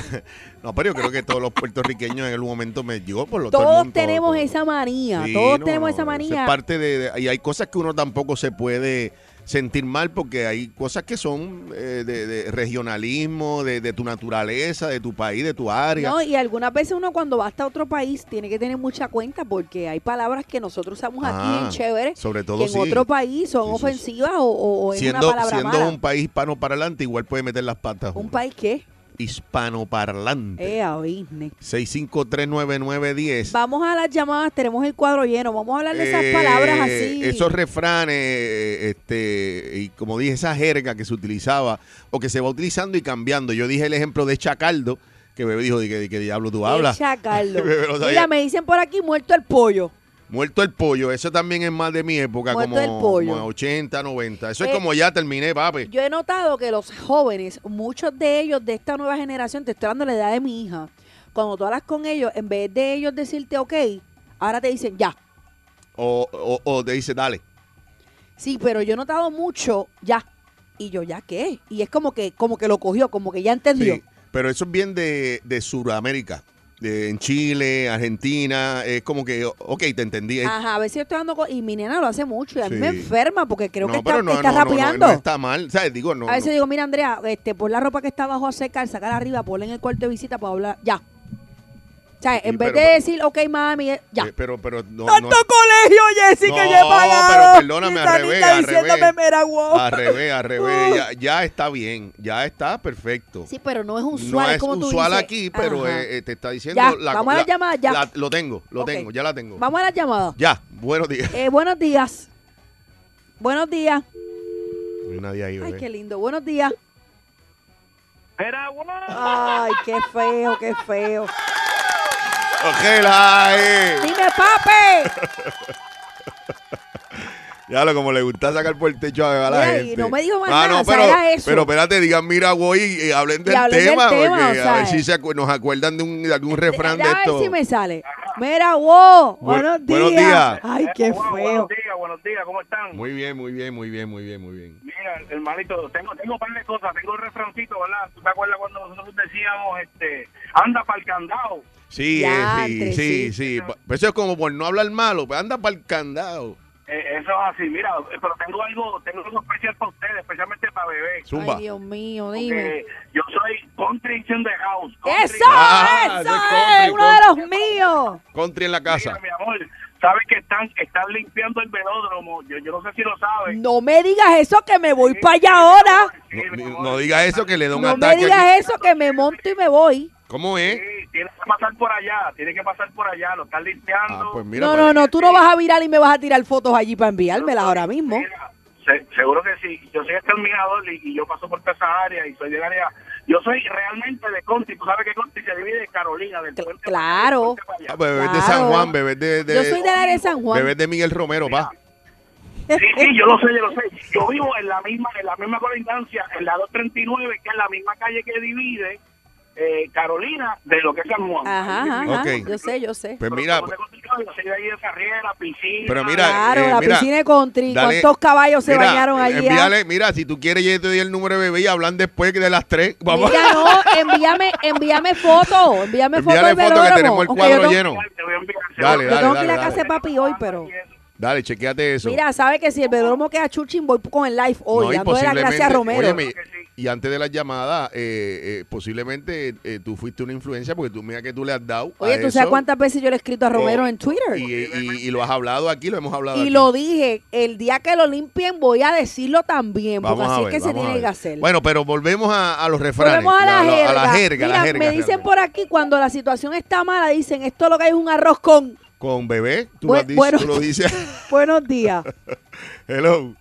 Speaker 3: No, pero yo creo que todos los puertorriqueños en algún momento me llegó por lo todo el
Speaker 4: todos
Speaker 3: mundo,
Speaker 4: tenemos
Speaker 3: todo.
Speaker 4: esa manía.
Speaker 3: Sí,
Speaker 4: todos
Speaker 3: no,
Speaker 4: tenemos
Speaker 3: no,
Speaker 4: esa
Speaker 3: eso es
Speaker 4: manía.
Speaker 3: parte de, de- y hay cosas que uno tampoco se puede sentir mal porque hay cosas que son eh, de, de regionalismo, de, de tu naturaleza, de tu país, de tu área.
Speaker 4: No, y algunas veces uno cuando va hasta otro país tiene que tener mucha cuenta porque hay palabras que nosotros usamos aquí
Speaker 3: Ah,
Speaker 4: en chévere
Speaker 3: sobre todo
Speaker 4: que en
Speaker 3: sí.
Speaker 4: otro país son
Speaker 3: Sí, sí, sí.
Speaker 4: ofensivas o- O, o es
Speaker 3: siendo
Speaker 4: una palabra
Speaker 3: siendo
Speaker 4: mala.
Speaker 3: un país hispano parlante, igual puede meter las patas.
Speaker 4: ¿Un
Speaker 3: uno.
Speaker 4: país qué?
Speaker 3: hispanoparlante.
Speaker 4: Eh, a business.
Speaker 3: 6539910.
Speaker 4: Vamos a las llamadas, tenemos el cuadro lleno. Vamos a hablar de esas
Speaker 3: Eh,
Speaker 4: palabras así.
Speaker 3: Esos refranes, eh, este, y como dije, esa jerga que se utilizaba o que se va utilizando y cambiando. Yo dije el ejemplo de Chacaldo, que bebé dijo, ¿de qué, de qué diablo tú hablas?
Speaker 4: Echa, Carlos.
Speaker 3: Bebé no sabía.
Speaker 4: Mira, me dicen por aquí muerto el pollo.
Speaker 3: Muerto el pollo, eso también es más de mi época,
Speaker 4: Muerto
Speaker 3: como,
Speaker 4: el pollo.
Speaker 3: como 80, 90. Eso
Speaker 4: Eh,
Speaker 3: es como ya terminé, papi.
Speaker 4: Yo he notado que los jóvenes, muchos de ellos de esta nueva generación, te estoy hablando de la edad de mi hija, cuando tú hablas con ellos, en vez de ellos decirte ok, ahora te dicen ya.
Speaker 3: O, o- o te dice, dale.
Speaker 4: Sí, pero yo he notado mucho ya. Y yo, ¿ya qué? Y es como que, como que lo cogió, como que ya entendió.
Speaker 3: Sí, pero eso es bien de, de Sudamérica. De- en Chile, Argentina, es como que, ok, te entendí. es-
Speaker 4: Ajá, a veces yo estoy hablando con... Y mi nena lo hace mucho y a mí
Speaker 3: Sí.
Speaker 4: me enferma porque creo que está,
Speaker 3: pero no,
Speaker 4: está
Speaker 3: no, no, no,
Speaker 4: rapeando.
Speaker 3: no está mal. ¿Sabes? Digo, no.
Speaker 4: a veces
Speaker 3: no.
Speaker 4: digo, mira Andrea, este, pon la ropa que está abajo a secar, sacar arriba, ponla en el cuarto de visita para hablar. Ya. O sea, en
Speaker 3: Sí,
Speaker 4: vez
Speaker 3: pero-
Speaker 4: de decir, ok, mami, eh, ya.
Speaker 3: Eh, pero, pero no,
Speaker 4: ¡Tanto
Speaker 3: no-
Speaker 4: colegio, Jessy,
Speaker 3: No,
Speaker 4: que yo he pagado!
Speaker 3: pero perdóname,
Speaker 4: Y
Speaker 3: al
Speaker 4: Sanita
Speaker 3: revés, al
Speaker 4: diciéndome,
Speaker 3: revés. Ah,
Speaker 4: mira, wow.
Speaker 3: al revés, al revés. Ya, ya está bien, ya está perfecto.
Speaker 4: Sí, pero no es usual,
Speaker 3: no es
Speaker 4: como tú
Speaker 3: usual
Speaker 4: dices.
Speaker 3: aquí, pero
Speaker 4: Ajá.
Speaker 3: eh, eh, te está diciendo
Speaker 4: Ya, vamos a la llamada, ya.
Speaker 3: la- lo tengo, lo
Speaker 4: Ok.
Speaker 3: tengo, ya la tengo.
Speaker 4: Vamos a la llamada.
Speaker 3: Ya, buenos días.
Speaker 4: Eh, buenos días. Buenos días.
Speaker 3: No hay nadie ahí,
Speaker 4: Ay,
Speaker 3: bebé.
Speaker 4: qué lindo. Buenos días.
Speaker 5: Mira, wow.
Speaker 4: Ay, qué feo, qué feo.
Speaker 3: Ojela, eh.
Speaker 4: Dime, papi.
Speaker 3: Ya lo como le gusta sacar por el techo a, a la
Speaker 4: Mira, y
Speaker 3: gente.
Speaker 4: no me dijo más
Speaker 3: Ah,
Speaker 4: nada,
Speaker 3: no,
Speaker 4: o sea,
Speaker 3: pero,
Speaker 4: era eso.
Speaker 3: pero espérate, digan mira güey y hablen del
Speaker 4: hablen del
Speaker 3: tema,
Speaker 4: tema,
Speaker 3: porque
Speaker 4: o
Speaker 3: a
Speaker 4: sea,
Speaker 3: ver si se acu- nos acuerdan de, un- de algún refrán de
Speaker 4: Ya a ver
Speaker 3: esto.
Speaker 4: si me sale. Mira, wow.
Speaker 3: Bu-
Speaker 4: buenos días.
Speaker 3: buenos días.
Speaker 4: Ay, qué
Speaker 5: Buenos
Speaker 4: feo.
Speaker 5: días, buenos días, ¿cómo están?
Speaker 3: Muy bien, muy bien, muy bien, muy bien, muy bien.
Speaker 5: Mira, hermanito, tengo, tengo un par de cosas. Tengo un refrancito, ¿verdad? ¿Tú te acuerdas cuando nosotros decíamos, este, anda para el candado?
Speaker 3: Sí, eh, sí,
Speaker 4: Diantre, sí.
Speaker 3: sí, sí. Pa- pero Eso es como por no hablar malo, pues anda para el candado.
Speaker 5: Eh, eso es así, mira, eh, pero tengo algo, tengo algo especial para ustedes, especialmente para bebé.
Speaker 3: Zumba.
Speaker 4: Ay, Dios mío, dime.
Speaker 5: Porque yo soy country in the house.
Speaker 4: ¡Eso!
Speaker 5: country-
Speaker 3: Ah,
Speaker 4: ¡Eso
Speaker 3: eso es
Speaker 4: es!
Speaker 3: country,
Speaker 4: ¡Uno de los míos!
Speaker 3: Country en la
Speaker 5: Mira,
Speaker 3: casa.
Speaker 5: mi amor, sabes que están, están limpiando el velódromo. Yo, yo no sé si lo sabes.
Speaker 4: No me digas eso que me voy para allá ahora.
Speaker 5: Sí,
Speaker 3: No,
Speaker 5: mi
Speaker 3: ni-
Speaker 5: amor.
Speaker 3: no diga eso que le da un
Speaker 4: No me
Speaker 3: ataque.
Speaker 4: digas
Speaker 3: aquí.
Speaker 4: eso que me monto y me voy.
Speaker 3: ¿Cómo es?
Speaker 5: Sí, tienes que pasar por allá, tienes que pasar por allá, lo están limpiando.
Speaker 3: Ah, pues mira.
Speaker 4: No,
Speaker 3: para-
Speaker 4: no, no, tú no vas a virar y me vas a tirar fotos allí para enviármelas ahora mismo.
Speaker 5: Mira, se- seguro que sí. Yo soy exterminador y, y yo paso por toda esa área y soy del área. Yo soy realmente de Conti. Tú sabes que Conti se divide de Carolina, del
Speaker 4: Cl-
Speaker 5: puente.
Speaker 4: claro.
Speaker 5: del puente para allá.
Speaker 3: Ah, bebé de
Speaker 4: Claro.
Speaker 3: San Juan, bebé de, de-
Speaker 4: Yo soy del área de San Juan.
Speaker 3: bebé de Miguel Romero, va.
Speaker 5: Sí, sí, yo lo sé, yo lo sé. Yo vivo en la misma, en la misma colindancia, en la 239, que es la misma calle que divide eh, Carolina de lo que es San Juan.
Speaker 4: Ajá, ajá, ajá.
Speaker 3: Ok.
Speaker 4: Yo sé, yo sé.
Speaker 3: Pues
Speaker 5: Pero
Speaker 3: mira,
Speaker 5: como te he yo soy de ahí de Carrera, piscina.
Speaker 3: Pero mira,
Speaker 4: Claro,
Speaker 3: eh,
Speaker 4: la
Speaker 3: mira,
Speaker 4: piscina de country.
Speaker 3: dale,
Speaker 4: ¿Cuántos caballos se
Speaker 3: mira, eh,
Speaker 4: bañaron allí? ah?
Speaker 3: envíale, mira, si tú quieres, yo te doy el número de bebé y hablan después de las 3. Vamos.
Speaker 4: Mira, no, envíame, envíame foto. Envíame foto
Speaker 3: Envíale
Speaker 4: del
Speaker 3: foto que
Speaker 4: velódromo,
Speaker 3: tenemos el
Speaker 4: aunque
Speaker 3: cuadro
Speaker 4: yo tengo-
Speaker 3: lleno.
Speaker 5: Te voy a enviar-
Speaker 3: eh, Dale,
Speaker 4: Yo
Speaker 3: dale,
Speaker 4: tengo que
Speaker 3: dale.
Speaker 4: ir a
Speaker 3: dale.
Speaker 4: casa de papi hoy, pero.
Speaker 3: Dale, chequeate eso.
Speaker 4: Mira, sabe que si el velódromo queda chuchín, voy con el live hoy.
Speaker 3: No, y
Speaker 4: dándole las gracias a
Speaker 3: posiblemente-
Speaker 4: Romero.
Speaker 3: óyeme, y antes de la llamada, eh, eh, posiblemente eh, tú fuiste una influencia porque tú mira que tú le has dado. a
Speaker 4: Oye, ¿tú
Speaker 3: eso
Speaker 4: sabes cuántas veces yo le he escrito a Romero
Speaker 3: Oh,
Speaker 4: en Twitter?
Speaker 3: Y,
Speaker 4: Y,
Speaker 3: y- y lo has hablado aquí, lo hemos hablado. aquí.
Speaker 4: lo dije, el día que lo limpien voy a decirlo también, porque
Speaker 3: Vamos a
Speaker 4: así
Speaker 3: ver,
Speaker 4: es que se
Speaker 3: vamos a
Speaker 4: tiene
Speaker 3: ver.
Speaker 4: que hacer.
Speaker 3: Bueno, pero volvemos a, a los refranes.
Speaker 4: Volvemos a la, jerga.
Speaker 3: A la jerga,
Speaker 4: Mira,
Speaker 3: la jerga
Speaker 4: me dicen
Speaker 3: realmente.
Speaker 4: por aquí, cuando la situación está mala, dicen, esto lo que hay es un arroz con...
Speaker 3: Con bebé, tú,
Speaker 4: Bu-
Speaker 3: lo, has dicho,
Speaker 4: bueno.
Speaker 3: tú lo dices.
Speaker 4: Buenos días.
Speaker 3: Hello.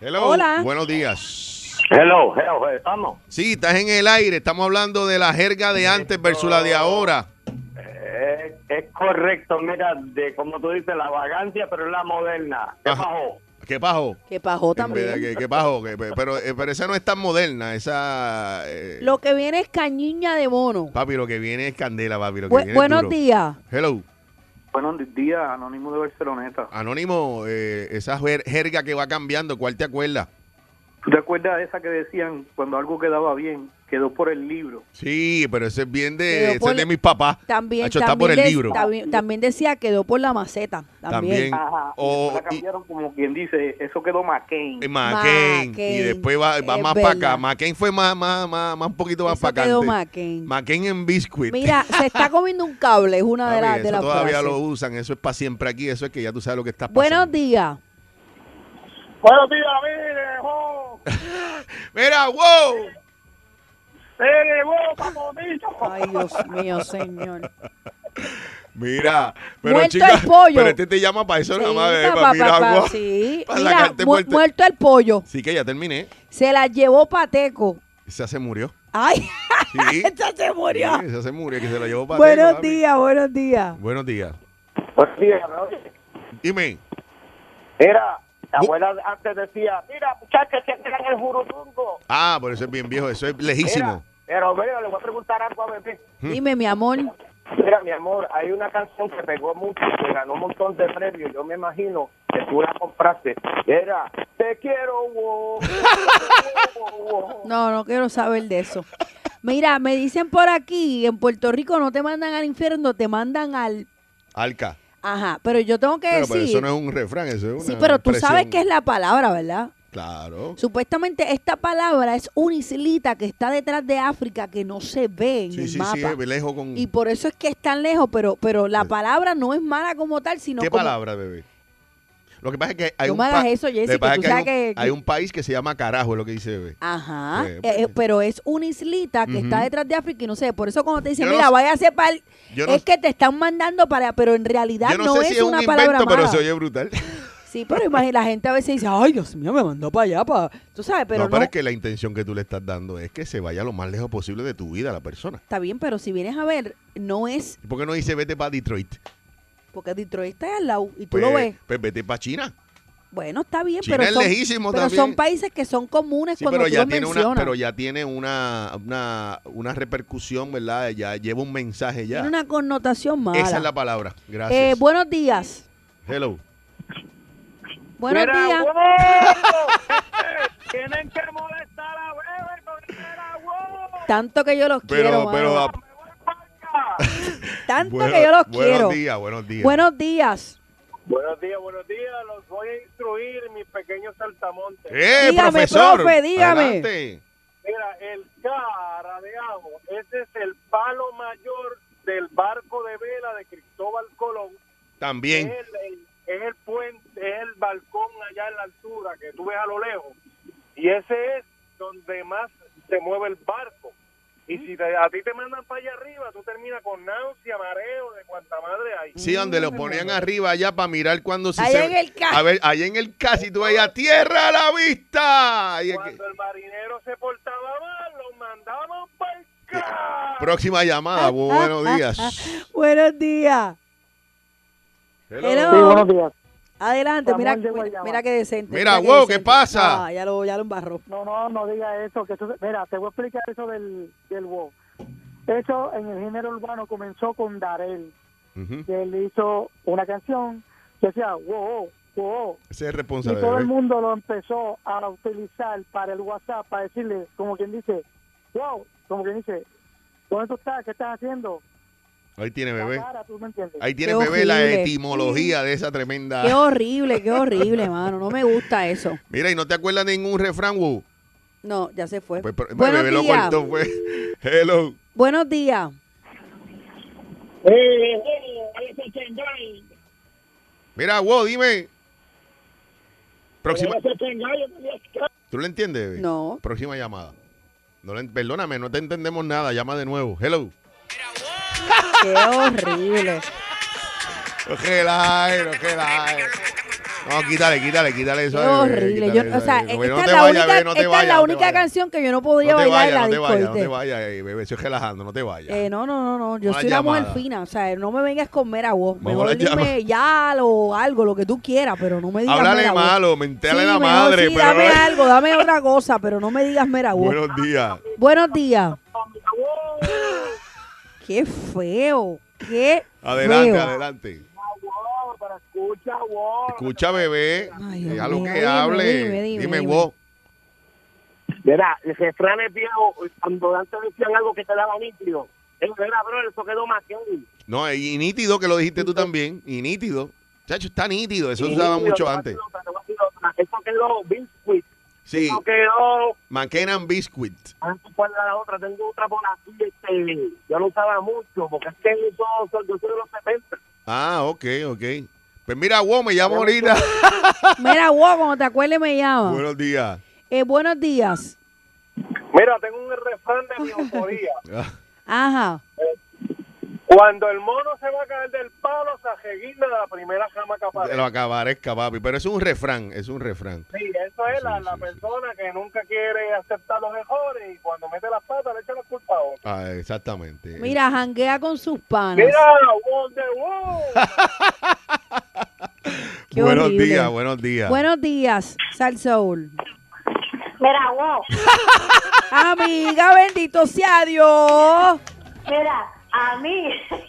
Speaker 3: Hello.
Speaker 4: Hola.
Speaker 3: Buenos días.
Speaker 5: Hello, hello, estamos.
Speaker 3: Sí, estás en el aire. Estamos hablando de la jerga de antes versus la de ahora.
Speaker 5: Eh, Es, correcto, mira, de como tú dices, la vagancia, pero es la moderna.
Speaker 3: ¿Qué Ajá. pasó? ¿Qué pajo?
Speaker 4: Que pajó
Speaker 3: En verdad,
Speaker 4: también.
Speaker 3: que, que pajo, que- pe- pero, eh, pero esa no es tan moderna, esa... eh,
Speaker 4: Lo que viene es cañiña de mono.
Speaker 3: Papi, lo que viene es candela, papi, lo que
Speaker 4: Bu-
Speaker 3: viene es
Speaker 4: buenos
Speaker 3: duro.
Speaker 4: días.
Speaker 3: Hello.
Speaker 5: Buenos días, Anónimo de Barceloneta.
Speaker 3: Anónimo, eh, esa jer- jerga que va cambiando, ¿cuál te acuerdas?
Speaker 5: ¿Tú te acuerdas de esa que decían cuando algo quedaba bien, quedó por el libro?
Speaker 3: Sí, pero ese es bien
Speaker 4: Quedó
Speaker 3: de, ese
Speaker 4: por
Speaker 3: es de
Speaker 4: la-
Speaker 3: mis papás.
Speaker 4: También,
Speaker 3: Hacho, está
Speaker 4: también
Speaker 3: por el
Speaker 4: de-
Speaker 3: libro. Eh,
Speaker 4: También, también decía quedó por la maceta. También.
Speaker 3: También.
Speaker 5: Ajá.
Speaker 3: O-
Speaker 5: después la
Speaker 3: y-
Speaker 5: cambiaron como quien dice, eso quedó McCain.
Speaker 3: Eh, McCain, Y
Speaker 4: McCain,
Speaker 3: después va, va
Speaker 4: es
Speaker 3: más para acá.
Speaker 4: verdad.
Speaker 3: McCain fue más, más, más, más un poquito más
Speaker 4: Eso
Speaker 3: para acá.
Speaker 4: quedó
Speaker 3: antes.
Speaker 4: McCain.
Speaker 3: McCain en Biscuit.
Speaker 4: Mira, se está comiendo un cable, es una de
Speaker 3: Papi,
Speaker 4: las de
Speaker 3: eso
Speaker 4: las
Speaker 3: todavía
Speaker 4: frases.
Speaker 3: lo usan, eso es para siempre aquí, eso es que ya tú sabes lo que está
Speaker 4: Buenos
Speaker 3: pasando.
Speaker 4: días.
Speaker 5: Buenos días, mire, jo.
Speaker 3: Mira, wow.
Speaker 5: Mire, vos, papotito.
Speaker 4: Ay, Dios mío, señor.
Speaker 3: Mira, pero
Speaker 4: Muerto
Speaker 3: chica,
Speaker 4: el pollo.
Speaker 3: pero este te llama para eso nada más,
Speaker 4: Sí,
Speaker 3: eh, para
Speaker 4: papá,
Speaker 3: mirar
Speaker 4: papá,
Speaker 3: agua.
Speaker 4: sí.
Speaker 3: para
Speaker 4: Mira,
Speaker 3: sacarte
Speaker 4: mu-
Speaker 3: muerte.
Speaker 4: muerto el pollo.
Speaker 3: Sí que ya terminé.
Speaker 4: Se la llevó Pateco.
Speaker 3: Esa se murió.
Speaker 4: Ay,
Speaker 3: Sí.
Speaker 4: esta se murió.
Speaker 3: Sí, esa se murió, que se la llevó para
Speaker 4: buenos días, buenos días.
Speaker 3: Buenos días.
Speaker 5: Buenos días, oye.
Speaker 3: Dime.
Speaker 5: Mira, la
Speaker 3: Bu-
Speaker 5: abuela antes decía, mira, muchachos, se quedan el jurutungo.
Speaker 3: Ah, pero eso es bien viejo, eso es
Speaker 5: Mira,
Speaker 3: lejísimo.
Speaker 5: pero mira, le voy a preguntar algo a Bebé.
Speaker 4: Dime, mi amor.
Speaker 5: Mira, mi amor, hay una canción que pegó mucho, que ganó un montón de premios. Yo me imagino que tú la compraste. Era, te quiero, wow, wow, wow".
Speaker 4: No, no quiero saber de eso. Mira, me dicen por aquí, en Puerto Rico no te mandan al infierno, te mandan al...
Speaker 3: Alca.
Speaker 4: Ajá, pero yo tengo que
Speaker 3: Pero,
Speaker 4: decir...
Speaker 3: pero eso no es un refrán, eso es una
Speaker 4: Eh, sí, pero tú sabes
Speaker 3: expresión.
Speaker 4: qué es la palabra, ¿verdad?
Speaker 3: Claro.
Speaker 4: Supuestamente esta palabra es una islita que está detrás de África que no se ve en
Speaker 3: Sí,
Speaker 4: el
Speaker 3: sí,
Speaker 4: mapa.
Speaker 3: sí, es lejos con...
Speaker 4: y por eso es que es tan lejos, pero, pero la
Speaker 3: Sí.
Speaker 4: palabra no es mala como tal, sino
Speaker 3: ¿Qué
Speaker 4: como...
Speaker 3: palabra, bebé? Lo que pasa es que hay
Speaker 4: No
Speaker 3: un
Speaker 4: me hagas
Speaker 3: pa-
Speaker 4: eso,
Speaker 3: lo que
Speaker 4: Jessy,
Speaker 3: pasa
Speaker 4: que
Speaker 3: es
Speaker 4: tú
Speaker 3: hay
Speaker 4: sabes que-
Speaker 3: un- hay un país que se llama carajo, es lo que dice bebé.
Speaker 4: Ajá,
Speaker 3: Eh,
Speaker 4: eh, eh,
Speaker 3: pues.
Speaker 4: pero es una islita que está detrás de África y no sé, por eso cuando te dicen,
Speaker 3: Yo no
Speaker 4: mira,
Speaker 3: sé-
Speaker 4: vaya a separar,
Speaker 3: yo no
Speaker 4: es
Speaker 3: sé-
Speaker 4: que te están mandando para, pero en realidad
Speaker 3: Yo
Speaker 4: no,
Speaker 3: no, sé
Speaker 4: es,
Speaker 3: si es
Speaker 4: una
Speaker 3: un
Speaker 4: palabra
Speaker 3: invento, pero
Speaker 4: mala.
Speaker 3: se oye brutal.
Speaker 4: Sí, pero imagina, la gente a veces dice, ay, Dios mío, me mandó para allá, para... tú sabes, pero
Speaker 3: no,
Speaker 4: no,
Speaker 3: pero es que la intención que tú le estás dando es que se vaya lo más lejos posible de tu vida la persona.
Speaker 4: está bien, pero si vienes a ver, no es,
Speaker 3: ¿Y ¿Por qué no dice vete para Detroit?
Speaker 4: porque Detroit está al lado y tú
Speaker 3: Pues,
Speaker 4: lo ves.
Speaker 3: pues vete para China.
Speaker 4: Bueno, está bien,
Speaker 3: China
Speaker 4: pero,
Speaker 3: es
Speaker 4: son,
Speaker 3: lejísimo
Speaker 4: pero
Speaker 3: también.
Speaker 4: son países que son comunes
Speaker 3: Sí,
Speaker 4: cuando
Speaker 3: pero
Speaker 4: tú
Speaker 3: ya,
Speaker 4: los
Speaker 3: tiene una,
Speaker 4: mencionas.
Speaker 3: pero ya tiene una, una, una repercusión, ¿verdad? Ya lleva un mensaje ya.
Speaker 4: Tiene una connotación mala.
Speaker 3: Esa es la palabra. Gracias.
Speaker 4: Eh, buenos días.
Speaker 3: Hello.
Speaker 4: Buenos
Speaker 5: Mira,
Speaker 4: días.
Speaker 5: wow. Tienen que molestar a Bebé con era, wow.
Speaker 4: Tanto que yo los quiero.
Speaker 3: Pero,
Speaker 4: mano.
Speaker 3: pero, ah,
Speaker 5: Me voy para acá.
Speaker 4: Tanto
Speaker 3: bueno,
Speaker 4: que yo los quiero.
Speaker 3: buenos días, buenos días. Eh,
Speaker 4: Buenos días.
Speaker 5: Buenos días, buenos días. Los voy a instruir, mis pequeños saltamontes.
Speaker 3: ¡Eh,
Speaker 4: Dígame,
Speaker 3: profesor!
Speaker 4: profe, dígame.
Speaker 3: Adelante.
Speaker 5: Mira, el cara de ajo, ese es el palo mayor del barco de vela de Cristóbal Colón.
Speaker 3: También.
Speaker 5: Es, el, es el puente, es el balcón allá en la altura que tú ves a lo lejos. Y ese es donde más se mueve el barco. Y si te- a ti te mandan para allá arriba, tú terminas con náusea, mareo, de cuanta madre hay.
Speaker 3: Sí, donde lo ponían arriba allá para mirar cuando se...
Speaker 4: Allá
Speaker 3: se-
Speaker 4: en el ca-
Speaker 3: A ver, allá en el casi tú veías tierra a la vista. Y es que-
Speaker 5: Cuando el marinero se portaba mal, lo mandaban para el cara.
Speaker 3: Próxima
Speaker 4: Ah,
Speaker 3: llamada, buenos días.
Speaker 4: Buenos días.
Speaker 3: Hello.
Speaker 4: Hello.
Speaker 5: días.
Speaker 4: Adelante, mira,
Speaker 5: Samuel de
Speaker 4: mira,
Speaker 5: Guayama.
Speaker 4: mira qué decente.
Speaker 3: Mira, wow, ¿qué
Speaker 4: decente.
Speaker 3: pasa?
Speaker 4: Ah, ya lo, ya lo embarró.
Speaker 5: No, no, no diga eso. Que eso- mira, te voy a explicar eso del, del WoW. Eso en el género urbano comenzó con Darel.
Speaker 3: Ujú.
Speaker 6: que él hizo una canción que decía wow, wow.
Speaker 3: Ese es
Speaker 6: Y
Speaker 3: responsable.
Speaker 6: todo el
Speaker 3: ¿ves?
Speaker 6: mundo lo empezó a utilizar para el WhatsApp, para decirle, como quien dice, wow, como quien dice, ¿dónde tú estás? ¿Qué estás haciendo?
Speaker 3: Ahí tiene
Speaker 6: La
Speaker 3: bebé.
Speaker 6: cara, ¿tú me entiendes?
Speaker 3: Ahí tiene
Speaker 4: Qué
Speaker 3: bebé la
Speaker 4: horrible.
Speaker 3: etimología de esa tremenda.
Speaker 4: Qué horrible, qué horrible, mano. No me gusta eso.
Speaker 3: Mira, y no te acuerdas de ningún refrán, wow.
Speaker 4: No, ya se fue.
Speaker 3: Pues, pero-
Speaker 4: Buenos
Speaker 3: bebé lo
Speaker 4: días.
Speaker 3: cortó, fue. Hello.
Speaker 4: Buenos días.
Speaker 3: Mira, wow, dime. Próxima. ¿Tú lo entiendes, bebé?
Speaker 4: No.
Speaker 3: Próxima llamada. No le- perdóname, no te entendemos nada. Llama de nuevo. Hello.
Speaker 4: Qué horrible.
Speaker 3: Relaje, no relaje. No, quítale, quítale, quítale
Speaker 4: Qué
Speaker 3: eso. a bebé,
Speaker 4: horele.
Speaker 3: quítale
Speaker 4: Yo- o
Speaker 3: eso
Speaker 4: sea,
Speaker 3: a
Speaker 4: esta
Speaker 3: bebé.
Speaker 4: es
Speaker 3: Bebé, no te
Speaker 4: la
Speaker 3: vayas,
Speaker 4: única,
Speaker 3: bebé, no
Speaker 4: esta
Speaker 3: te
Speaker 4: es
Speaker 3: vayas,
Speaker 4: la
Speaker 3: no te
Speaker 4: única
Speaker 3: vayas.
Speaker 4: canción que yo no podría
Speaker 3: No te
Speaker 4: bailar en la
Speaker 3: vayas, no te
Speaker 4: disco.
Speaker 3: vayas, no te
Speaker 4: ¿oíste?
Speaker 3: vayas, eh, bebé. Eso es relajando, no te vayas.
Speaker 4: Eh, no, no, no, no, yo
Speaker 3: Una
Speaker 4: soy una mujer
Speaker 3: llamada.
Speaker 4: fina, o sea, no me vengas con mera voz,
Speaker 3: Vamos a
Speaker 4: mejor
Speaker 3: la llamada.
Speaker 4: dime ya o algo, lo que tú quieras, pero no me digas
Speaker 3: Háblale
Speaker 4: mera voz.
Speaker 3: malo, mentale
Speaker 4: Sí,
Speaker 3: la
Speaker 4: mejor
Speaker 3: madre.
Speaker 4: sí,
Speaker 3: pero
Speaker 4: dame
Speaker 3: no-
Speaker 4: algo, dame otra cosa, pero no me digas mera voz.
Speaker 3: Buenos días.
Speaker 4: Buenos días. Qué feo, qué
Speaker 3: Adelante,
Speaker 4: feo.
Speaker 3: adelante.
Speaker 5: Escucha, wow.
Speaker 3: Escucha, bebé.
Speaker 4: Ay, Dios
Speaker 3: Déjalo
Speaker 4: mío,
Speaker 3: que
Speaker 4: dime,
Speaker 3: hable.
Speaker 4: dime, dime, dime.
Speaker 3: vos.
Speaker 5: Mira, el refrán es viejo. Cuando antes decían algo que te daba nítido. Eh, Mira, bro, eso quedó más que un-
Speaker 3: No, y nítido que lo dijiste tú también. Y nítido. Chacho, está nítido. Eso se
Speaker 5: un
Speaker 3: usaba
Speaker 5: nítido,
Speaker 3: mucho
Speaker 5: te voy a
Speaker 3: antes.
Speaker 5: decir otra, te voy a decir otra. Eso quedó biscuit.
Speaker 3: Sí,
Speaker 5: Eso quedó...
Speaker 3: McKenna Biscuit.
Speaker 5: Antes, ¿cuál era la otra? Tengo otra por aquí. Este, yo lo usaba mucho porque es que eso, yo soy de los 70.
Speaker 3: Ah, ok, ok. Pues mira, wow, me llamo ahorita.
Speaker 4: Mera voz, cuando te acuerdes me llama.
Speaker 3: Buenos días.
Speaker 4: Eh, buenos días.
Speaker 5: Mira, tengo un refrán de mi autoría.
Speaker 3: Ah,
Speaker 4: Ajá.
Speaker 5: Cuando el mono se va a caer del palo, se ajeguina de la primera cama capaz.
Speaker 3: Te lo acabarezca, papi. Pero es un refrán, es un refrán.
Speaker 5: Sí, eso es la,
Speaker 3: Sí,
Speaker 5: la
Speaker 3: sí, sí.
Speaker 5: persona que nunca quiere aceptar los errores y cuando mete las patas le echa la culpa a otro.
Speaker 3: Ah, exactamente.
Speaker 4: Mira, janguea con sus panas.
Speaker 5: Mira, Wonder Woman.
Speaker 4: qué
Speaker 3: buenos
Speaker 4: horrible.
Speaker 3: días, buenos días.
Speaker 4: Buenos días, Sal Soul.
Speaker 7: Mira, wow,
Speaker 4: Amiga, bendito sea Dios.
Speaker 7: mira, a mí,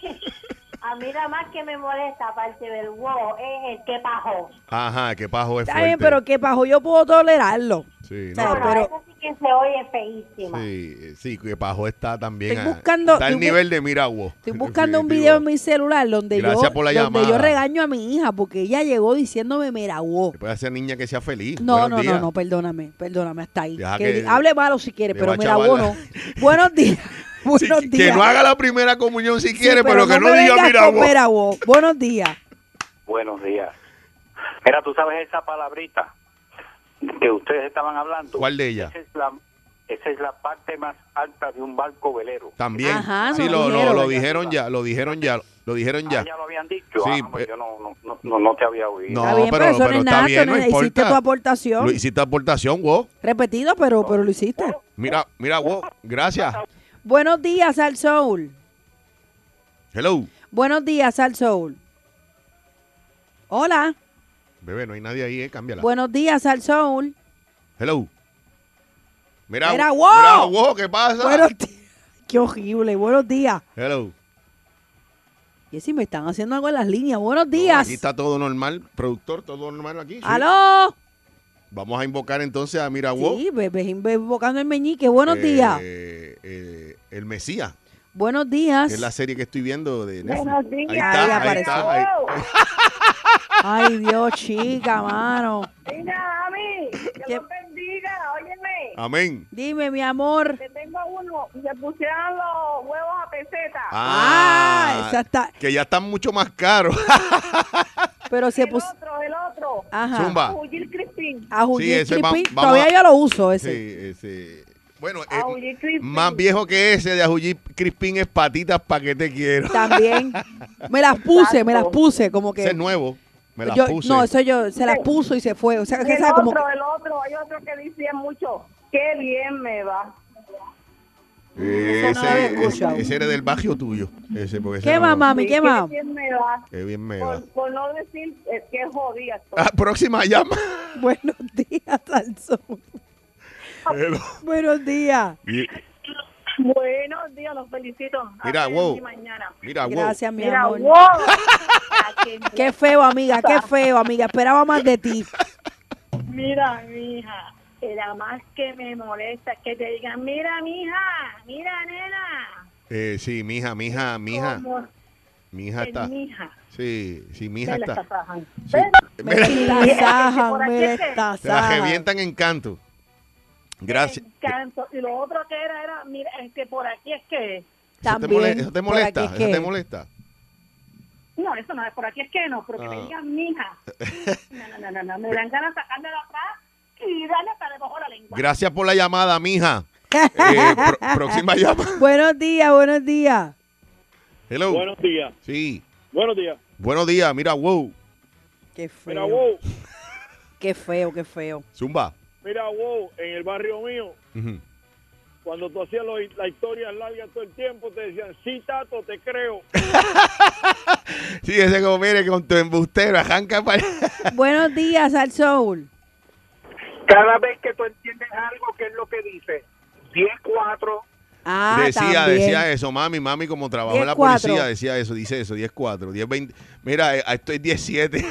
Speaker 7: a mí nada más que me molesta, aparte del wow, es el que pajó.
Speaker 3: Ajá, que pajo es
Speaker 4: Está
Speaker 3: fuerte.
Speaker 4: bien, pero que bajo yo puedo tolerarlo.
Speaker 3: Sí,
Speaker 4: O sea,
Speaker 3: no,
Speaker 7: Bueno,
Speaker 4: Ah, pero-
Speaker 7: eso sí que se oye feísima.
Speaker 3: Sí, eh, sí, que Pajo está también.
Speaker 4: Estoy
Speaker 3: a-
Speaker 4: buscando-
Speaker 3: Está al
Speaker 4: estoy bu-
Speaker 3: nivel de Miraguo.
Speaker 4: Estoy buscando un video en mi celular donde yo
Speaker 3: Gracias por la
Speaker 4: donde yo
Speaker 3: llamada.
Speaker 4: regaño a mi hija porque ella llegó diciéndome meragó.
Speaker 3: Puede hacer niña que sea feliz.
Speaker 4: No,
Speaker 3: Buenos
Speaker 4: no, no,
Speaker 3: días.
Speaker 4: no, perdóname, perdóname, hasta ahí.
Speaker 3: Deja
Speaker 4: Que
Speaker 3: que-
Speaker 4: di- hable malo si quiere,
Speaker 3: deja
Speaker 4: pero meragó
Speaker 3: chavala.
Speaker 4: no. Buenos días.
Speaker 3: Sí,
Speaker 4: Buenos
Speaker 3: que-
Speaker 4: días.
Speaker 3: Que no haga la primera comunión si
Speaker 4: Sí,
Speaker 3: quiere, pero, que no,
Speaker 4: me
Speaker 3: diga
Speaker 4: vengas con
Speaker 3: Miraguo.
Speaker 4: meragó. Buenos días.
Speaker 8: Buenos días. Mira, tú sabes esa palabrita que ustedes estaban hablando.
Speaker 3: ¿Cuál de ellas?
Speaker 8: Esa es la, esa es la parte más alta de un barco velero.
Speaker 3: También.
Speaker 4: Ajá,
Speaker 3: sí,
Speaker 4: nos
Speaker 3: lo, lo-
Speaker 4: dijeron.
Speaker 3: lo dijeron ya, lo dijeron ya, lo dijeron
Speaker 8: Ah,
Speaker 3: ya.
Speaker 8: ya lo habían dicho.
Speaker 3: Sí,
Speaker 8: ah, pues
Speaker 3: eh,
Speaker 8: yo no, no, no, no- no te había oído.
Speaker 3: No,
Speaker 4: está bien,
Speaker 3: pero-
Speaker 4: pero, eso
Speaker 3: pero
Speaker 4: no es
Speaker 3: está
Speaker 4: nada,
Speaker 3: bien,
Speaker 4: eso no
Speaker 3: no
Speaker 4: es- hiciste
Speaker 3: importa.
Speaker 4: tu aportación.
Speaker 3: Lo hiciste aportación, wow.
Speaker 4: Repetido, pero, pero lo hiciste.
Speaker 3: Mira, mira, wow. Gracias.
Speaker 4: Buenos días, Sal Soul.
Speaker 3: Hello.
Speaker 4: Buenos días, Sal Soul. Hola.
Speaker 3: Bebé, no hay nadie ahí, eh. Cámbiala.
Speaker 4: Buenos días, Sal Soul.
Speaker 3: Hello. Mira,
Speaker 4: Mira,
Speaker 3: mira,
Speaker 4: wow.
Speaker 3: wow, ¿qué pasa?
Speaker 4: Buenos días. Qué horrible. Buenos días.
Speaker 3: Hello.
Speaker 4: Y si me están haciendo algo en las líneas. Buenos
Speaker 3: No,
Speaker 4: días.
Speaker 3: Aquí está todo normal, productor, todo normal aquí. sí.
Speaker 4: ¡Aló!
Speaker 3: Vamos a invocar entonces a Miraguó.
Speaker 4: Sí, bebé, bebé invocando el meñique. Buenos
Speaker 3: Eh,
Speaker 4: días.
Speaker 3: eh, el Mesías,
Speaker 4: Buenos días.
Speaker 3: que es la serie que estoy viendo de Netflix.
Speaker 7: Buenos días.
Speaker 3: Ahí
Speaker 4: Ahí
Speaker 3: está, ahí
Speaker 4: apareció.
Speaker 3: está. ahí-
Speaker 4: Ay, Dios, chica, mano.
Speaker 7: Mira, Ami, que
Speaker 4: ¿Qué?
Speaker 7: los bendiga, óyeme.
Speaker 3: Ah. Amén.
Speaker 4: Dime, mi amor.
Speaker 7: Te tengo uno, le pusieron los huevos a peseta.
Speaker 4: Ah, esa está-
Speaker 3: Que ya están mucho más caros.
Speaker 4: Pero se Ah.
Speaker 7: el
Speaker 4: puso.
Speaker 7: otro, el otro.
Speaker 4: Ajá.
Speaker 3: Zumba.
Speaker 7: Aullir Crispín.
Speaker 4: A Julián
Speaker 3: ese va-
Speaker 4: Crispín.
Speaker 3: vamos
Speaker 4: Todavía yo
Speaker 3: a-
Speaker 4: lo uso ese.
Speaker 3: Sí, ese- Bueno, eh,
Speaker 7: Aullir Crispín.
Speaker 3: más viejo que ese de Ajullí Crispín es patitas pa' que te quiero.
Speaker 4: También. Me las puse, me las
Speaker 7: Exacto.
Speaker 4: puse. Como que.
Speaker 3: Ese es nuevo. Me las
Speaker 4: Yo-
Speaker 3: puse.
Speaker 4: No, eso yo se las puso y se fue. O sea, que
Speaker 7: El
Speaker 4: esa como.
Speaker 7: otro, el otro. Hay otro que decía mucho, qué bien me va.
Speaker 3: Eh, ese,
Speaker 4: eso no lo había escuchado.
Speaker 3: ese- ese era del barrio tuyo. Ese, porque ese
Speaker 4: ¿Qué
Speaker 3: no-
Speaker 4: más, mami?
Speaker 7: Sí,
Speaker 4: ¿Qué más?
Speaker 7: bien me va.
Speaker 3: Qué bien me va.
Speaker 7: Por, por no decir eh, que jodía. estoy.
Speaker 3: Ah, próxima llama.
Speaker 4: Buenos días, Salsón.
Speaker 3: Hello.
Speaker 4: Buenos días.
Speaker 3: Y-
Speaker 7: Buenos
Speaker 9: los días, los felicito. A
Speaker 3: Mira,
Speaker 9: ver,
Speaker 3: wow.
Speaker 9: mi mañana.
Speaker 3: Mira, wow.
Speaker 4: Gracias, mi
Speaker 9: Mira,
Speaker 4: amor.
Speaker 9: wow. A que no.
Speaker 4: Qué feo, amiga, qué feo, amiga. Esperaba más de ti.
Speaker 9: Mira, mija, que la más que me molesta es que te digan, mira, mija, mira, nena.
Speaker 3: Eh, sí, mija, mija, mija.
Speaker 9: Como
Speaker 3: Mija
Speaker 9: que
Speaker 3: está.
Speaker 9: mija.
Speaker 3: Sí, sí, mija
Speaker 9: Me la
Speaker 3: está.
Speaker 9: tasajan.
Speaker 3: Sí.
Speaker 4: Me
Speaker 3: Mira,
Speaker 4: destazajan, me
Speaker 3: te la
Speaker 4: destazajan.
Speaker 3: revientan en canto. Gracias.
Speaker 9: Me encanto. Y lo otro que era, era, mira, este, por aquí es que es.
Speaker 3: ¿Eso te,
Speaker 4: También,
Speaker 3: mole- eso te
Speaker 4: por aquí
Speaker 3: molesta?
Speaker 4: es
Speaker 3: ¿Eso
Speaker 4: que-
Speaker 3: te molesta?
Speaker 9: No, eso no es, por aquí es que no, pero que
Speaker 3: Ah.
Speaker 9: me digan mija. No, no, no, no, no, me dan ganas de sacarle la atrás y darle hasta debajo de la lengua.
Speaker 3: Gracias por la llamada, mija. Eh, pro- próxima llamada.
Speaker 4: Buenos días, buenos días.
Speaker 3: Hello.
Speaker 5: Buenos días,
Speaker 3: Sí.
Speaker 5: buenos días.
Speaker 3: Buenos días. Mira, wow.
Speaker 4: Qué
Speaker 5: Mira,
Speaker 4: feo,
Speaker 5: wow,
Speaker 4: qué feo, qué feo.
Speaker 3: Zumba.
Speaker 5: mira, wow, en el barrio mío,
Speaker 3: Ujú.
Speaker 5: cuando tú hacías los- las historias largas todo el tiempo, te decían, sí, Tato, te creo.
Speaker 3: Sí, ese como, mire, con tu embustero, arranca para
Speaker 4: Buenos días al Soul.
Speaker 5: Cada vez que tú entiendes algo, ¿qué es lo que dice? 10-4.
Speaker 4: Ah,
Speaker 3: decía,
Speaker 4: también.
Speaker 3: decía eso, mami, mami, como trabajo en la
Speaker 4: 10-4.
Speaker 3: policía, decía eso, dice eso, 10-4, 10-20. Mira, eh, esto es 17.
Speaker 5: Sí,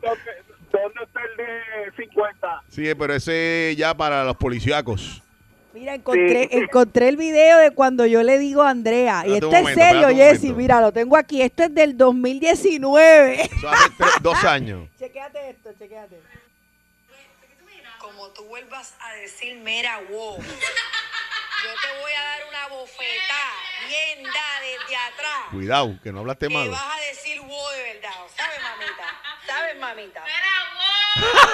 Speaker 5: ¿dónde, ¿Dónde está el de 50?
Speaker 3: sí, pero ese es ya para los policíacos.
Speaker 4: Mira, encontré, encontré el video de cuando yo le digo a Andrea. Y esto
Speaker 3: Espérate un
Speaker 4: es
Speaker 3: momento, espérate
Speaker 4: serio,
Speaker 3: un
Speaker 4: Jessy.
Speaker 3: momento.
Speaker 4: Mira, lo tengo aquí. Este es del 2019.
Speaker 3: Eso hace tres- dos años.
Speaker 4: Chequéate esto, chequéate.
Speaker 10: Como tú vuelvas a decir, mira, wow, yo te voy a dar una bofetada bien da desde atrás.
Speaker 3: Cuidado, que no hablaste
Speaker 10: Que
Speaker 3: malo.
Speaker 10: vas a decir wow de verdad, ¿sabes, mamita? ¿Sabes, mamita?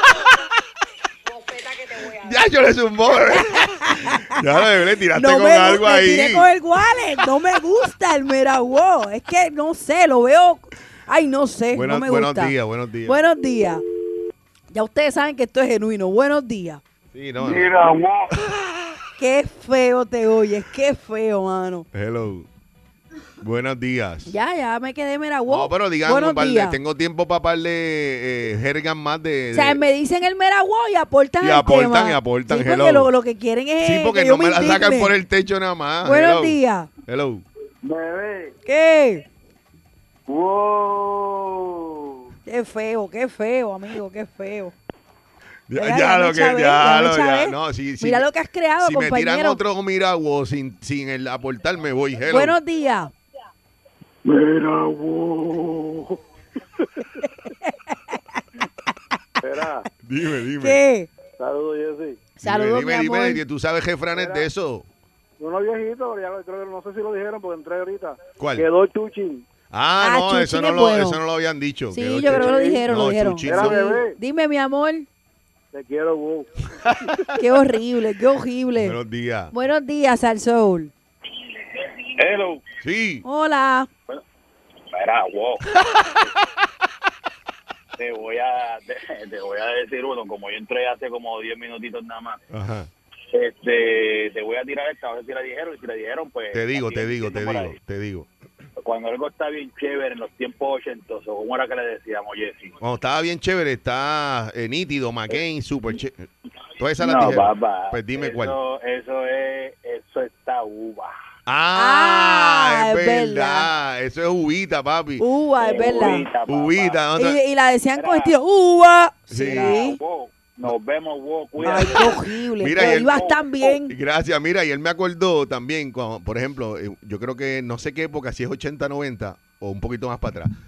Speaker 10: Bofeta que te voy a dar.
Speaker 3: Ya, yo le zumbó, bebé. ya, bebé, le tiraste
Speaker 4: No
Speaker 3: con
Speaker 4: me,
Speaker 3: algo
Speaker 4: gusta, me tiré
Speaker 3: ahí.
Speaker 4: con el wallet. No me gusta el mira, wow. Es que no sé, lo veo. Ay, no sé.
Speaker 3: Buenos-
Speaker 4: no me
Speaker 3: buenos
Speaker 4: gusta.
Speaker 3: días, buenos días.
Speaker 4: Buenos días. Ya ustedes saben que esto es genuino. Buenos días.
Speaker 3: Sí, no, no.
Speaker 5: Mira, wow.
Speaker 4: Qué feo te oyes, qué feo, mano.
Speaker 3: Hello. Buenos días.
Speaker 4: Ya, ya me quedé, mira, wow.
Speaker 3: No, pero digan,
Speaker 4: Buenos
Speaker 3: un par de-
Speaker 4: días.
Speaker 3: tengo tiempo para par de eh, jergas más de...
Speaker 4: O sea,
Speaker 3: de-
Speaker 4: me dicen el mera wow y aportan
Speaker 3: Y
Speaker 4: al
Speaker 3: aportan,
Speaker 4: tema.
Speaker 3: y aportan,
Speaker 4: Sí,
Speaker 3: hello.
Speaker 4: porque lo, lo que quieren es
Speaker 3: sí, porque
Speaker 4: que
Speaker 3: no
Speaker 4: yo
Speaker 3: me la sacan
Speaker 4: indigne.
Speaker 3: por el techo nada más.
Speaker 4: Buenos
Speaker 3: Hello.
Speaker 4: días.
Speaker 3: Hello.
Speaker 5: Bebé,
Speaker 4: ¿Qué?
Speaker 5: wow.
Speaker 4: Qué feo, qué feo, amigo, qué feo.
Speaker 3: Ya,
Speaker 4: Mira, me
Speaker 3: ya lo que, ya,
Speaker 4: chavé, ya me
Speaker 3: lo, ya.
Speaker 4: chavé.
Speaker 3: No, sí, sí.
Speaker 4: Mira lo que has creado,
Speaker 3: Si me
Speaker 4: compañero.
Speaker 3: tiran otro miraguo sin, sin el aportarme, voy. Hello.
Speaker 4: Buenos días.
Speaker 5: Mira, wow. Espera,
Speaker 3: Dime, dime.
Speaker 4: ¿Qué?
Speaker 5: saludos, Jessy.
Speaker 3: Dime,
Speaker 4: Saludos,
Speaker 3: dime,
Speaker 4: mi
Speaker 3: dime,
Speaker 4: amor.
Speaker 3: que tú sabes refranes de eso.
Speaker 5: Uno viejito, pero ya creo que no sé si lo dijeron porque entré ahorita.
Speaker 3: ¿Cuál?
Speaker 5: Quedó Chuchin.
Speaker 3: Ah,
Speaker 4: Ah,
Speaker 3: no, eso
Speaker 4: chuchín
Speaker 3: no,
Speaker 4: es
Speaker 3: lo,
Speaker 4: bueno.
Speaker 3: eso no lo habían dicho.
Speaker 4: Sí,
Speaker 3: Quedó
Speaker 4: yo creo que lo
Speaker 3: chuchín.
Speaker 4: dijeron, lo
Speaker 3: No,
Speaker 4: dijeron.
Speaker 3: chuchín
Speaker 5: Era
Speaker 3: son-
Speaker 4: Sí.
Speaker 5: bebé.
Speaker 4: Dime, mi amor.
Speaker 5: Te quiero, wow.
Speaker 4: Qué horrible, qué horrible.
Speaker 3: Buenos días.
Speaker 4: Buenos días, al Soul.
Speaker 8: Hello.
Speaker 3: Sí.
Speaker 4: Hola.
Speaker 8: Mira, wow. te, voy a, te, te voy a decir uno, como yo entré hace como 10 minutitos nada más.
Speaker 3: Ajá.
Speaker 8: Este, te voy a tirar esta, a ver si la dijeron, y si la dijeron, pues...
Speaker 3: Te digo,
Speaker 8: la
Speaker 3: te
Speaker 8: siguen
Speaker 3: digo, te
Speaker 8: diciendo por
Speaker 3: digo, te digo.
Speaker 8: ahí. Cuando algo está bien chévere en los tiempos ochentosos, ¿cómo era que le decíamos, Jessy?
Speaker 3: Cuando estaba bien chévere, está eh, nítido, McCain, super chévere. Todas esas las
Speaker 8: No,
Speaker 3: dijeron.
Speaker 8: papá.
Speaker 3: Pues dime
Speaker 8: eso,
Speaker 3: cuál.
Speaker 8: Eso es, eso está uva.
Speaker 4: Ah,
Speaker 3: Ah, es
Speaker 4: es verdad.
Speaker 3: verdad. Eso es uvita, papi.
Speaker 4: Uva, es verdad.
Speaker 8: Uvita, papá.
Speaker 3: Uvita.
Speaker 4: Y,
Speaker 3: ¿no?
Speaker 4: y la decían con
Speaker 8: Era-
Speaker 4: estilo, uva.
Speaker 3: Sí.
Speaker 8: Mira, wow, nos vemos, wow,
Speaker 4: Ay,
Speaker 8: cuídate.
Speaker 4: qué horrible.
Speaker 3: Mira, y
Speaker 4: Pero
Speaker 3: el-
Speaker 4: ibas tan bien.
Speaker 3: Gracias, mira, y él me acordó también, cuando, por ejemplo, eh, yo creo que no sé qué época, si es 80, 90 o un poquito más para atrás.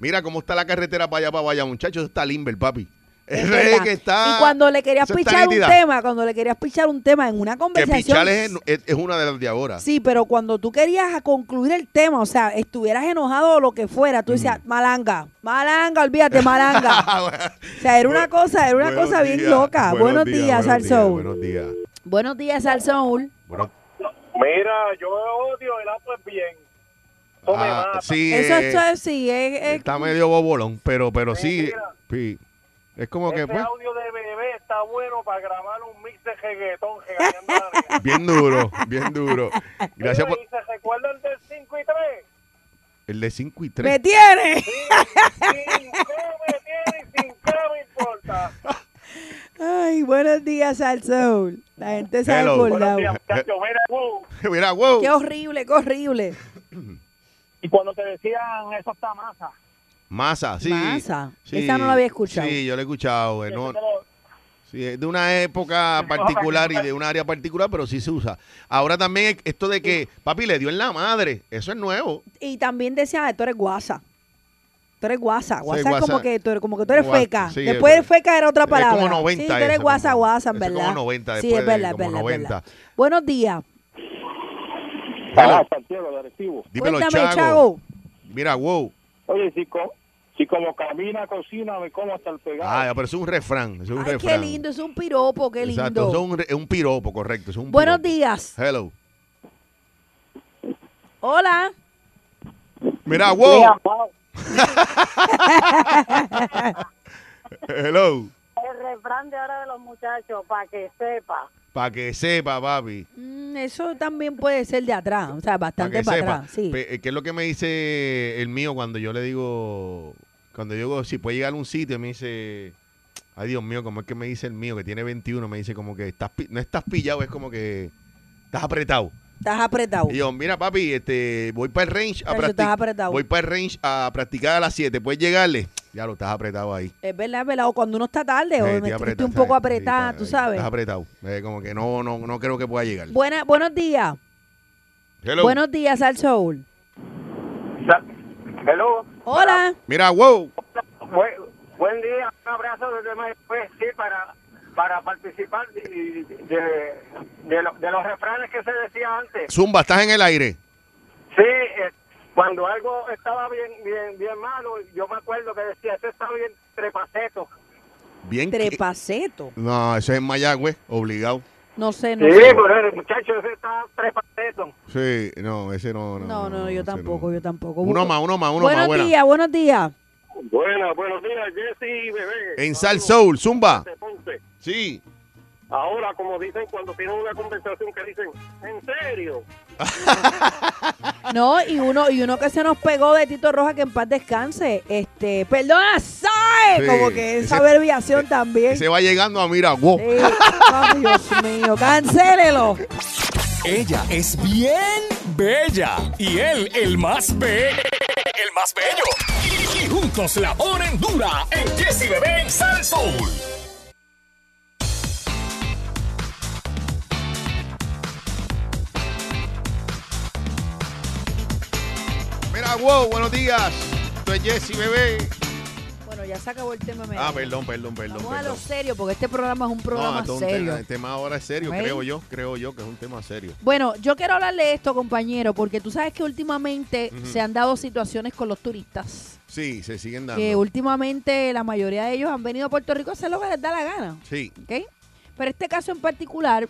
Speaker 3: Mira cómo está la carretera para allá, para allá, muchachos, eso está limber, papi.
Speaker 4: Es
Speaker 3: Es
Speaker 4: verdad.
Speaker 3: que está.
Speaker 4: y cuando le querías
Speaker 3: eso está
Speaker 4: pichar un
Speaker 3: nítida.
Speaker 4: tema, cuando le querías pichar un tema en una
Speaker 3: Que
Speaker 4: conversación.
Speaker 3: pichar es, es- es una de las de ahora.
Speaker 4: Sí, pero cuando tú querías a concluir el tema, o sea, estuvieras enojado o lo que fuera, tú decías,
Speaker 3: Mm.
Speaker 4: malanga, malanga, olvídate, malanga. o sea, era una cosa, era una
Speaker 3: Buenos
Speaker 4: cosa bien
Speaker 3: días,
Speaker 4: loca. Buenos, días,
Speaker 3: buenos
Speaker 4: al
Speaker 3: días,
Speaker 4: Soul.
Speaker 3: Buenos días.
Speaker 4: Buenos días, al Soul.
Speaker 3: Bueno,
Speaker 5: Mira, yo odio el Apple bien. Eso Oh, me
Speaker 3: ah,
Speaker 5: mata.
Speaker 3: sí,
Speaker 4: Eso,
Speaker 3: eh,
Speaker 4: eso es- sí, es, es-
Speaker 3: está medio bobolón, pero, pero sí,
Speaker 5: Mira.
Speaker 3: sí. Es como que
Speaker 5: Ese
Speaker 3: pues,
Speaker 5: audio de bebé está bueno para grabar un mix de reggaetón regañando a la vida.
Speaker 3: bien duro, bien duro. Gracias por
Speaker 5: Y ¿Se recuerdan del 5 y 3?
Speaker 3: el de 5 y 3.
Speaker 4: ¡Me tiene!
Speaker 5: Sin qué me tiene y sin qué me importa.
Speaker 4: Ay, buenos días al sol. La gente se ha
Speaker 3: Hello.
Speaker 4: acordado.
Speaker 5: mira, wow.
Speaker 3: Mira, wow.
Speaker 4: Qué horrible, qué horrible.
Speaker 5: Y cuando te decían eso está masa,
Speaker 3: Masa, sí.
Speaker 4: Masa.
Speaker 3: Sí.
Speaker 4: Esa no la había escuchado.
Speaker 3: Sí, yo la he escuchado. eh, no-
Speaker 5: eso te lo-
Speaker 3: sí, es de una época particular y de un área particular, pero sí se usa. Ahora también esto de que, papi, le dio en la madre. Eso es nuevo.
Speaker 4: Y también decían, "Ay, tú eres guasa. Tú eres guasa. Guasa es
Speaker 3: guasa.
Speaker 4: como que tú eres, como que tú eres
Speaker 3: Guasa,
Speaker 4: feca.
Speaker 3: sí,
Speaker 4: después
Speaker 3: es
Speaker 4: de feca era otra
Speaker 3: Es como
Speaker 4: palabra.
Speaker 3: 90
Speaker 4: sí, tú eres
Speaker 3: eso,
Speaker 4: guasa,
Speaker 3: como-
Speaker 4: guasa, en
Speaker 3: eso es
Speaker 4: verdad.
Speaker 3: como 90
Speaker 4: sí,
Speaker 3: después
Speaker 4: es
Speaker 3: de-
Speaker 4: verdad, es
Speaker 3: como
Speaker 4: verdad, es
Speaker 3: 90.
Speaker 4: verdad. Buenos días.
Speaker 3: Hello.
Speaker 5: Ah, Santiago, de Arecibo.
Speaker 3: Dímelo,
Speaker 4: Cuéntame,
Speaker 3: Chago.
Speaker 4: Chago.
Speaker 3: Mira, wow.
Speaker 5: Oye, si, co- si como camina, cocina, me como hasta el pegado.
Speaker 3: Ah, pero eso es un refrán. Eso es un
Speaker 4: Ay,
Speaker 3: refrán.
Speaker 4: qué lindo, es un piropo, qué lindo.
Speaker 3: Exacto, eso es un, re- un piropo, correcto. eso es un
Speaker 4: Buenos
Speaker 3: piropo.
Speaker 4: días.
Speaker 3: Hello.
Speaker 4: Hola.
Speaker 3: Mira, wow.
Speaker 9: Mira, wow,
Speaker 3: Hello.
Speaker 9: el refrán de ahora de los muchachos, para que sepa.
Speaker 3: Para que sepa, papi.
Speaker 4: Mm, eso también puede ser de atrás, o sea,
Speaker 3: Para
Speaker 4: bastante
Speaker 3: que
Speaker 4: para,
Speaker 3: sepa.
Speaker 4: atrás. Sí.
Speaker 3: Pe- eh, ¿Qué es lo que me dice el mío cuando yo le digo, cuando yo digo, si puede llegar a un sitio, me dice, ay Dios mío, ¿cómo es que me dice el mío que tiene 21? Me dice como que estás, pi- no estás pillado, es como que estás apretado.
Speaker 4: Estás apretado.
Speaker 3: Y yo, mira papi, este, voy para el range a
Speaker 4: Chacho, estás apretado.
Speaker 3: practicar. Voy para el range a practicar a las 7. ¿Puedes llegarle? Ya lo estás apretado ahí.
Speaker 4: Es verdad, es verdad. O cuando uno está tarde,
Speaker 3: Sí,
Speaker 4: o
Speaker 3: estoy
Speaker 4: me- Eh, estoy
Speaker 3: apretado,
Speaker 4: un poco
Speaker 3: ¿sabes? Sí,
Speaker 4: apretada,
Speaker 3: está-
Speaker 4: tú
Speaker 3: ahí,
Speaker 4: sabes.
Speaker 3: Estás apretado. Eh, como que no, no, no creo que pueda llegar.
Speaker 4: Buena, buenos días.
Speaker 3: Hello.
Speaker 4: Buenos días al sol.
Speaker 5: Hello.
Speaker 4: Hola.
Speaker 3: Mira, wow.
Speaker 5: Buen, buen día, un abrazo desde Mayagüez, sí, para, para participar de, de, de lo- de los refranes que se decía antes.
Speaker 3: Zumba, estás en el aire.
Speaker 5: Sí, eh, cuando algo estaba bien, bien, bien malo, yo me acuerdo que decía, eso está bien trepaceto.
Speaker 3: Bien. que-
Speaker 4: Trepaceto.
Speaker 3: No, eso es en Mayagüez, obligado.
Speaker 4: No sé, no.
Speaker 5: Sí,
Speaker 4: sé.
Speaker 5: pero el muchacho ese está trepaceto.
Speaker 3: Sí, no, ese no. No,
Speaker 4: No, no, yo
Speaker 3: ese no.
Speaker 4: tampoco, yo tampoco.
Speaker 3: Uno más, uno más, uno
Speaker 4: buenos
Speaker 3: más. buena.
Speaker 4: días, buenos días.
Speaker 5: Bueno, buenos días, Jesse y Bebé.
Speaker 3: En Sal Soul, Zumba.
Speaker 5: Ponte.
Speaker 3: Sí.
Speaker 5: Ahora, como dicen cuando tienen una conversación que dicen, ¿en serio?
Speaker 4: No, y uno, y uno que se nos pegó de Tito Roja, que en paz descanse. Este, perdona, ¿sabes?
Speaker 3: Sí,
Speaker 4: Como que
Speaker 3: ese- e-
Speaker 4: esa abreviación también.
Speaker 3: Ese va llegando a mira, wow.
Speaker 4: Sí. Ay, Dios mío, cancélelo.
Speaker 1: Ella es bien bella y él el más be el más bello. Y juntos la ponen dura en Jessy Bebé en Sal Soul.
Speaker 3: Mira, wow, buenos días. Esto es Jesse, bebé.
Speaker 4: Bueno, ya se acabó el tema. me-
Speaker 3: Ah, perdón, perdón, perdón.
Speaker 4: Vamos a
Speaker 3: perdón.
Speaker 4: lo serio, porque este programa es un
Speaker 3: No,
Speaker 4: programa
Speaker 3: esto es un
Speaker 4: serio.
Speaker 3: tema- eh. el tema ahora es serio,
Speaker 4: Amén.
Speaker 3: creo yo, creo yo que es un tema serio.
Speaker 4: Bueno, yo quiero hablarle de esto, compañero, porque tú sabes que últimamente
Speaker 3: Ujú.
Speaker 4: se han dado situaciones con los turistas.
Speaker 3: Sí, se siguen dando.
Speaker 4: Que últimamente la mayoría de ellos han venido a Puerto Rico a hacer lo que les da la gana.
Speaker 3: Sí,
Speaker 4: ¿ok? Pero este caso en particular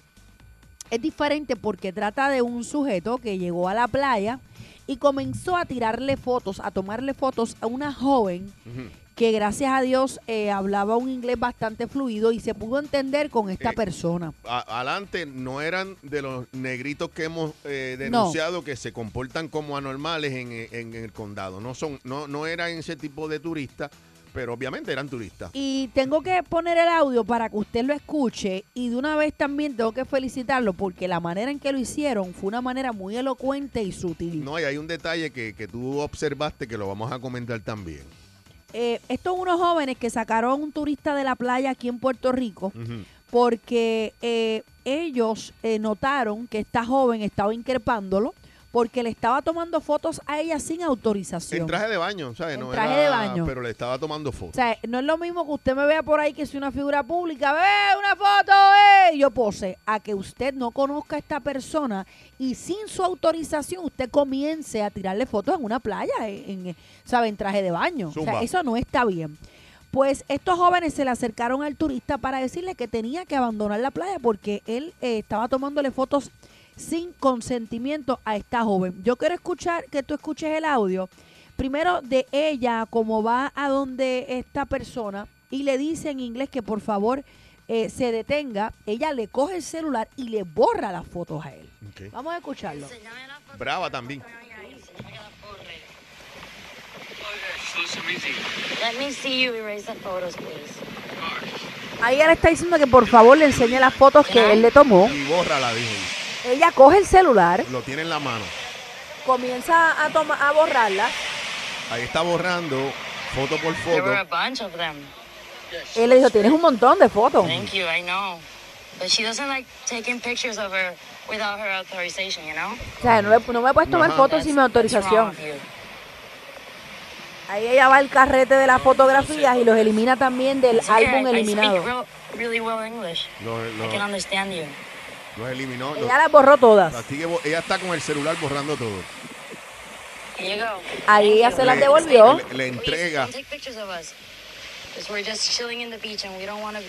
Speaker 4: es diferente porque trata de un sujeto que llegó a la playa y comenzó a tirarle fotos, a tomarle fotos a una joven
Speaker 3: Ujú.
Speaker 4: que gracias a Dios eh, hablaba un inglés bastante fluido y se pudo entender con esta
Speaker 3: Eh,
Speaker 4: persona.
Speaker 3: A- adelante no eran de los negritos que hemos eh, denunciado que se comportan como anormales en, en- en el condado. No son, no, no eran ese tipo de turistas, pero obviamente eran turistas.
Speaker 4: Y tengo que poner el audio para que usted lo escuche y de una vez también tengo que felicitarlo porque la manera en que lo hicieron fue una manera muy elocuente y sutil.
Speaker 3: No, y hay un detalle que, que tú observaste que lo vamos a comentar también.
Speaker 4: Eh, estos unos jóvenes que sacaron a un turista de la playa aquí en Puerto Rico
Speaker 3: Ujú.
Speaker 4: porque eh, ellos eh, notaron que esta joven estaba increpándolo porque le estaba tomando fotos a ella sin autorización.
Speaker 3: En traje de baño, ¿sabes?
Speaker 4: En
Speaker 3: No
Speaker 4: traje
Speaker 3: era-
Speaker 4: de baño.
Speaker 3: Pero le estaba tomando
Speaker 4: O
Speaker 3: fotos.
Speaker 4: sea, no es lo mismo que usted me vea por ahí que soy una figura pública, ve una foto, ve, y yo pose, a que usted no conozca a esta persona y sin su autorización usted comience a tirarle fotos en una playa, en, en- sabe, en traje de baño. O sea,
Speaker 3: Zumba.
Speaker 4: eso no está bien. Pues estos jóvenes se le acercaron al turista para decirle que tenía que abandonar la playa porque él eh, estaba tomándole fotos sin consentimiento a esta joven. Yo quiero escuchar que tú escuches el audio primero de ella, como va a donde esta persona y le dice en inglés que por favor eh, se detenga, ella le coge el celular y le borra las fotos a él.
Speaker 3: Ok.
Speaker 4: Vamos a escucharlo.
Speaker 3: Brava también.
Speaker 11: Let me see you erase the photos, please.
Speaker 4: Ahí él está diciendo que por favor le enseñe las fotos que él le tomó.
Speaker 3: Y bórrala, dijo.
Speaker 4: Ella coge el celular,
Speaker 3: Lo tiene en la mano.
Speaker 4: comienza a, toma- a borrarla.
Speaker 3: Ahí está borrando foto por foto.
Speaker 11: bunch of them.
Speaker 4: Él le dijo, tienes un montón de fotos.
Speaker 11: Thank you, I know. But she doesn't like taking pictures of her without her authorization, you know?
Speaker 4: O sea, no, le- no me puedes tomar
Speaker 11: Ajá.
Speaker 4: fotos sin mi autorización. Ahí ella va al carrete de las fotografías y los elimina también del
Speaker 11: It's okay,
Speaker 4: álbum
Speaker 11: I- I
Speaker 4: eliminado.
Speaker 11: speak real, really well English.
Speaker 3: Los,
Speaker 11: I
Speaker 3: los-
Speaker 11: can understand you.
Speaker 3: los eliminó.
Speaker 4: Ella
Speaker 3: los-
Speaker 4: las borró todas.
Speaker 3: las sigue bo- ella está con el celular borrando todo.
Speaker 11: Here you go.
Speaker 4: Ahí ella se las devolvió.
Speaker 3: Le, le entrega.
Speaker 11: Don't take pictures of us. Because we're just chilling in the beach and we don't want to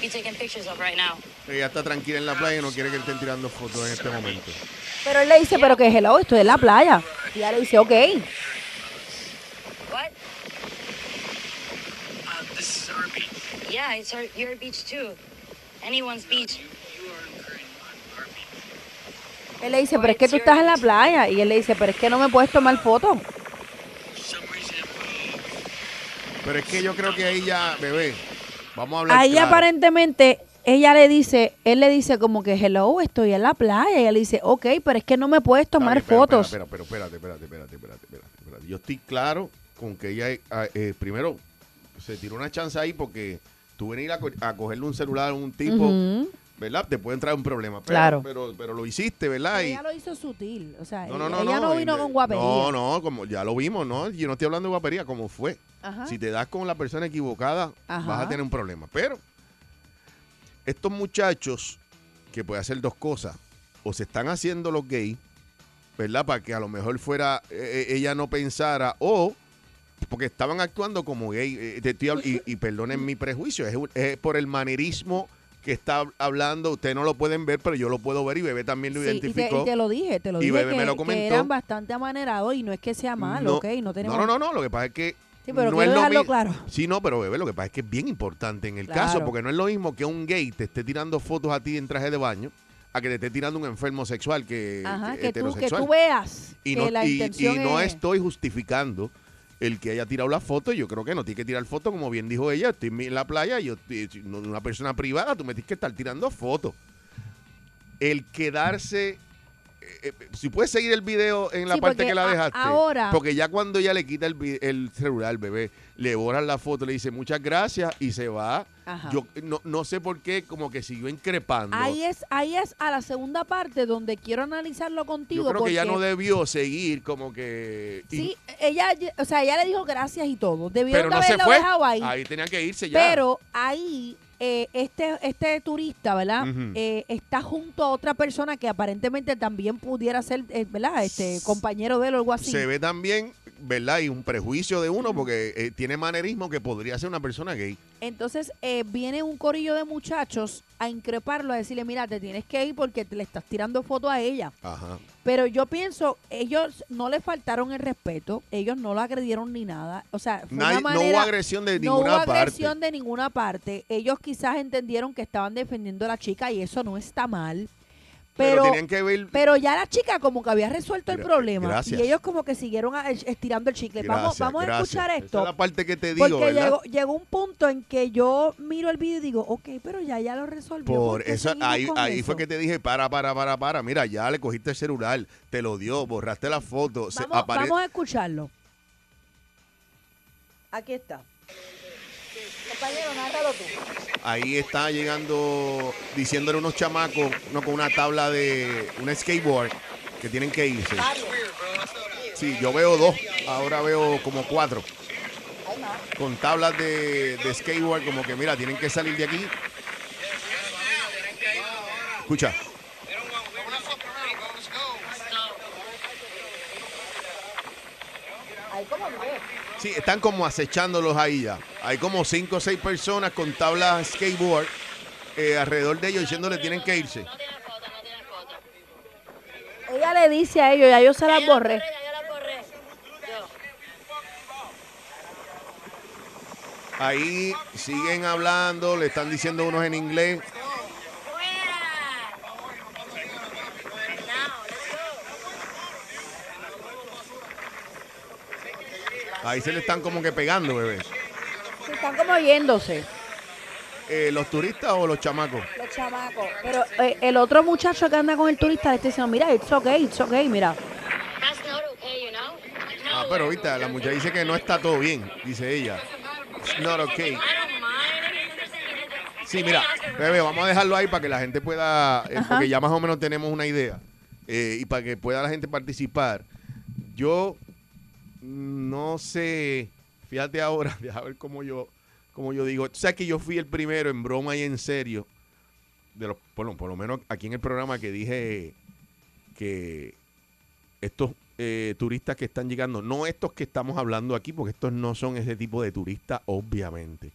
Speaker 11: be taking pictures of right now.
Speaker 3: Ella está tranquila en la playa y no quiere que le estén tirando fotos en este momento.
Speaker 4: Pero él le dice, pero que hello, estoy en la playa. Y ella le dice, ok.
Speaker 11: What? Uh, this is our beach. Yeah, it's our, your beach too. Anyone's beach.
Speaker 4: Él le dice, pero es que tú estás en la playa. Y él le dice, pero es que no me puedes tomar fotos.
Speaker 3: Pero es que yo creo que ahí ya, bebé, vamos a hablar.
Speaker 4: Ahí
Speaker 3: claro.
Speaker 4: aparentemente ella le dice, él le dice como que hello, estoy en la playa. Y ella le dice, ok, pero es que no me puedes tomar fotos.
Speaker 3: Espera, pero espérate, espérate, espérate, espérate, espérate, espérate. Yo estoy claro con que ella, eh, eh, primero, se tiró una chance ahí porque tú venir a, co- a cogerle un celular a un tipo,
Speaker 4: Ujú.
Speaker 3: ¿verdad? Te puede entrar un problema. Pero,
Speaker 4: Claro.
Speaker 3: Pero, pero lo hiciste, ¿verdad? Y-
Speaker 4: Ella lo hizo sutil. O sea,
Speaker 3: no, no, no.
Speaker 4: ella no, vino
Speaker 3: y-
Speaker 4: con guapería.
Speaker 3: No, no, como ya lo vimos, ¿no? Yo no estoy hablando de guapería, como fue.
Speaker 4: Ajá.
Speaker 3: Si te das con la persona equivocada,
Speaker 4: Ajá.
Speaker 3: vas a tener un problema. Pero estos muchachos que pueden hacer dos cosas, o se están haciendo los gays, ¿verdad? Para que a lo mejor fuera eh, eh, ella no pensara, o porque estaban actuando como gay. eh, te estoy habl- y, y perdonen mi prejuicio, es, un- es por el manerismo que está hablando. Ustedes no lo pueden ver, pero yo lo puedo ver y Bebé también lo
Speaker 4: Sí, y te-
Speaker 3: identificó.
Speaker 4: Y te, lo dije, te lo
Speaker 3: Y
Speaker 4: dije.
Speaker 3: Bebé
Speaker 4: que,
Speaker 3: me lo
Speaker 4: que
Speaker 3: comentó.
Speaker 4: eran bastante amanerados y no es que sea malo, ¿ok? No tenemos.
Speaker 3: No, no, no, lo que pasa es que.
Speaker 4: Sí, pero
Speaker 3: no
Speaker 4: quiero
Speaker 3: es lo
Speaker 4: dejarlo
Speaker 3: mi-
Speaker 4: claro.
Speaker 3: Sí, no, pero bebé, lo que pasa es que es bien importante en el
Speaker 4: Claro.
Speaker 3: caso, porque no es lo mismo que un gay te esté tirando fotos a ti en traje de baño, a que te esté tirando un enfermo sexual que, eh,
Speaker 4: Ajá,
Speaker 3: que
Speaker 4: que, tú, que
Speaker 3: heterosexual.
Speaker 4: tú veas
Speaker 3: y
Speaker 4: que
Speaker 3: no,
Speaker 4: la
Speaker 3: y-
Speaker 4: intención
Speaker 3: y no
Speaker 4: es...
Speaker 3: estoy justificando el que haya tirado la foto, yo creo que no tiene que tirar foto, como bien dijo ella, estoy en la playa, yo estoy- soy una persona privada, tú me tienes que estar tirando fotos. El quedarse, eh, eh, si puedes seguir el video en la
Speaker 4: Sí,
Speaker 3: parte
Speaker 4: porque
Speaker 3: que la
Speaker 4: a-
Speaker 3: dejaste,
Speaker 4: ahora-
Speaker 3: porque ya cuando ella le quita el, vi- el celular al bebé, le borran la foto, le dice muchas gracias y se va.
Speaker 4: Ajá.
Speaker 3: Yo no, no sé por qué, como que siguió increpando.
Speaker 4: Ahí es, ahí es a la segunda parte donde quiero analizarlo
Speaker 3: yo
Speaker 4: contigo.
Speaker 3: creo que ya no
Speaker 4: porque
Speaker 3: debió seguir como que... y-
Speaker 4: Sí, ella, o sea, ella le dijo gracias y todo. Debieron
Speaker 3: pero
Speaker 4: de
Speaker 3: no se
Speaker 4: haberlo
Speaker 3: fue.
Speaker 4: dejado ahí.
Speaker 3: tenía que irse ya.
Speaker 4: Pero ahí, eh, este, este turista, ¿verdad?
Speaker 3: Ujú.
Speaker 4: Eh, está junto a otra persona que aparentemente también pudiera ser, eh, ¿verdad? Este compañero de él o algo así.
Speaker 3: se ve también, ¿verdad? Y un prejuicio de
Speaker 4: Mm.
Speaker 3: uno porque eh, tiene manerismo que podría ser una persona gay.
Speaker 4: Entonces eh, viene un corillo de muchachos a increparlo, a decirle, mira, te tienes que ir porque te le estás tirando foto a ella.
Speaker 3: Ajá.
Speaker 4: Pero yo pienso, ellos no le faltaron el respeto, ellos no lo agredieron ni nada. O sea, fue
Speaker 3: Nadie-
Speaker 4: una
Speaker 3: no
Speaker 4: manera-
Speaker 3: hubo agresión de
Speaker 4: no
Speaker 3: ninguna
Speaker 4: hubo
Speaker 3: parte.
Speaker 4: agresión de ninguna parte. Ellos quizás entendieron que estaban defendiendo a la chica y eso no está mal.
Speaker 3: Pero
Speaker 4: Pero,
Speaker 3: tenían que ver-
Speaker 4: pero ya la chica como que había resuelto el
Speaker 3: Gra-
Speaker 4: problema.
Speaker 3: gracias.
Speaker 4: Y ellos como que siguieron a- estirando el chicle. vamos
Speaker 3: Gracias,
Speaker 4: vamos a
Speaker 3: gracias.
Speaker 4: escuchar
Speaker 3: Esa es
Speaker 4: esto.
Speaker 3: la parte que te digo,
Speaker 4: Porque
Speaker 3: ¿verdad?
Speaker 4: llegó, llegó un punto en que yo miro el video y digo, ok, pero ya ya lo resolvió.
Speaker 3: Por
Speaker 4: qué
Speaker 3: eso,
Speaker 4: seguimos
Speaker 3: ahí,
Speaker 4: con
Speaker 3: ahí
Speaker 4: eso?
Speaker 3: fue que te dije, para, para, para, para. Mira, ya le cogiste el celular, te lo dio, borraste la foto. se
Speaker 4: Vamos-
Speaker 3: apare-
Speaker 4: vamos a escucharlo. Aquí está. Compañero, nárralo tú.
Speaker 3: Ahí está llegando, diciéndole a unos chamacos, no con una tabla de un skateboard, que tienen que irse. Sí, yo veo dos, ahora veo como cuatro. Con tablas de, de skateboard, como que mira, tienen que salir de aquí. Escucha.
Speaker 4: Ahí como nueve.
Speaker 3: Sí, están como acechándolos ahí ya. Hay como cinco o seis personas con tablas skateboard eh, alrededor de ellos diciéndole tienen que irse.
Speaker 4: Ella le dice a ellos, ya yo se las borré.
Speaker 3: Ahí siguen hablando, le están diciendo unos en inglés. Ahí se le están como que pegando, bebé.
Speaker 4: Se están como yéndose.
Speaker 3: eh, los turistas o los chamacos?
Speaker 4: Los chamacos. Pero eh, el otro muchacho que anda con el turista le está diciendo, mira, it's okay, it's okay, mira.
Speaker 3: Ah, pero ahorita la muchacha dice que no está todo bien, dice ella. It's not okay. Sí, mira, bebé, vamos a dejarlo ahí para que la gente pueda, eh,
Speaker 12: Ajá.
Speaker 3: porque ya más o menos tenemos una idea, eh, y para que pueda la gente participar. Yo no sé, fíjate ahora, deja ver cómo yo, cómo yo digo. Tú sabes que yo fui el primero en broma y en serio, de los, por, lo, por lo menos aquí en el programa que dije que estos eh, turistas que están llegando, no estos que estamos hablando aquí, porque estos no son ese tipo de turistas, obviamente.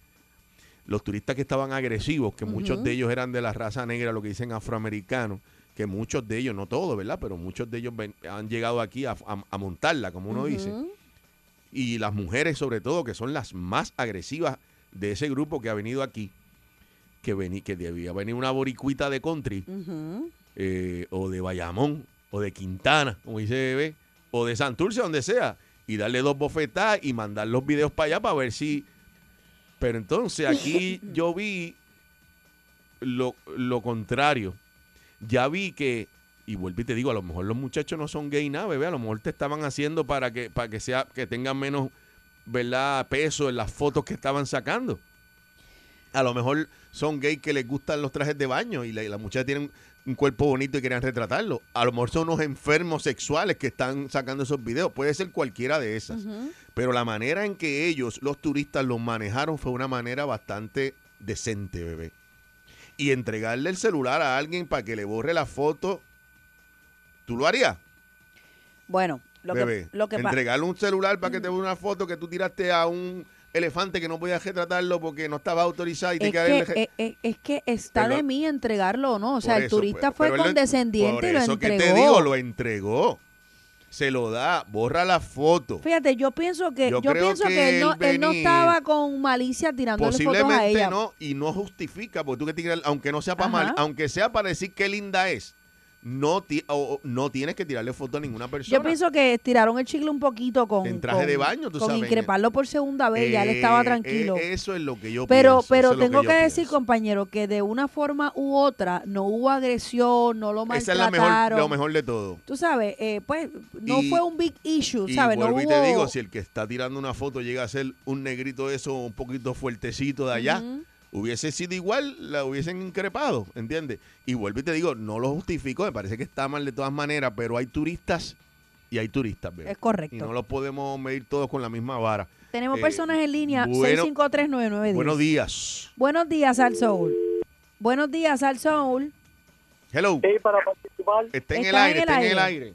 Speaker 3: Los turistas que estaban agresivos, que muchos
Speaker 12: Ujú.
Speaker 3: de ellos eran de la raza negra, lo que dicen afroamericanos, que muchos de ellos, no todos, ¿verdad? Pero muchos de ellos ven- han llegado aquí a, a- a montarla, como uno dice.
Speaker 4: Mm,
Speaker 3: Y las mujeres sobre todo, que son las más agresivas de ese grupo que ha venido aquí, que, vení, que debía venir una boricuita de country eh, o de Bayamón, o de Quintana, como dice Bebé, o de Santurce, donde sea, y darle dos bofetadas y mandar los videos para allá para ver si... Pero entonces aquí yo vi lo, lo contrario. Ya vi que, y vuelvo y te digo, a lo mejor los muchachos no son gay nada, bebé, a lo mejor te estaban haciendo para que, para que, sea, que tengan menos ¿verdad? peso en las fotos que estaban sacando. A lo mejor son gays que les gustan los trajes de baño y la, y la muchacha tiene un, un cuerpo bonito y querían retratarlo. A lo mejor son unos enfermos sexuales que están sacando esos videos. Puede ser cualquiera de esas. Pero la manera en que ellos, los turistas, los manejaron fue una manera bastante decente, bebé. Y entregarle el celular a alguien para que le borre la foto, ¿tú lo harías?
Speaker 4: Bueno, lo
Speaker 3: bebé,
Speaker 4: que, lo que pa-
Speaker 3: entregarle un celular para que te vea una foto que tú tiraste a un elefante que no podías retratarlo porque no estaba autorizado y te
Speaker 4: es
Speaker 3: quedaste
Speaker 4: que, eh, eh, es que está
Speaker 3: Pero-
Speaker 4: de mí entregarlo o no. O sea,
Speaker 3: Por
Speaker 4: el
Speaker 3: eso,
Speaker 4: turista
Speaker 3: pero-
Speaker 4: fue
Speaker 3: pero él lo-
Speaker 4: condescendiente
Speaker 3: por
Speaker 4: y lo
Speaker 3: eso
Speaker 4: entregó.
Speaker 3: que te digo, lo entregó. Se lo da, borra la foto.
Speaker 4: Fíjate, yo pienso que
Speaker 3: Yo
Speaker 4: yo,
Speaker 3: creo
Speaker 4: pienso
Speaker 3: que
Speaker 4: que, él, no,
Speaker 3: él
Speaker 4: él no
Speaker 3: venía-
Speaker 4: estaba con malicia tirándole fotos a
Speaker 3: Posiblemente
Speaker 4: ella.
Speaker 3: no, y no justifica, porque tú que tiras, aunque no sea para
Speaker 4: Ajá.
Speaker 3: mal, aunque sea para decir qué linda es, no, ti- o- o- no tienes que tirarle foto a ninguna persona.
Speaker 4: Yo pienso que estiraron el chicle un poquito con
Speaker 3: En traje
Speaker 4: con-
Speaker 3: de baño, tú
Speaker 4: con
Speaker 3: sabes.
Speaker 4: increparlo por segunda vez, ya él
Speaker 3: Eh,
Speaker 4: estaba
Speaker 3: eh,
Speaker 4: tranquilo.
Speaker 3: eso es lo que yo
Speaker 4: pero
Speaker 3: pienso,
Speaker 4: pero
Speaker 3: eso es lo
Speaker 4: tengo que,
Speaker 3: yo
Speaker 4: decir, compañero, que de una forma u otra no hubo agresión, no lo
Speaker 3: pienso. Esa
Speaker 4: maltrataron.
Speaker 3: es la mejor, lo mejor de todo.
Speaker 4: Tú sabes, eh, pues no
Speaker 3: Y-
Speaker 4: fue un big issue,
Speaker 3: Y
Speaker 4: ¿sabes? No
Speaker 3: vuelvo
Speaker 4: hubo...
Speaker 3: y te digo, si el que está tirando una foto llega a ser un negrito de eso, un poquito fuertecito de allá,
Speaker 4: Ujú.
Speaker 3: hubiese sido igual, la hubiesen increpado, ¿entiendes? Y vuelvo y te digo, no lo justifico, me parece que está mal de todas maneras, pero hay turistas y hay turistas, bebé.
Speaker 4: Es correcto.
Speaker 3: Y no los podemos medir todos con la misma vara.
Speaker 4: Tenemos
Speaker 3: Eh,
Speaker 4: personas en línea,
Speaker 3: bueno-
Speaker 4: 6539910.
Speaker 3: Buenos días.
Speaker 4: Buenos días, Al Soul. Buenos días, Al Soul.
Speaker 3: Ah, Hello.
Speaker 13: para participar.
Speaker 3: Está en
Speaker 4: Está
Speaker 3: el aire, está en el aire.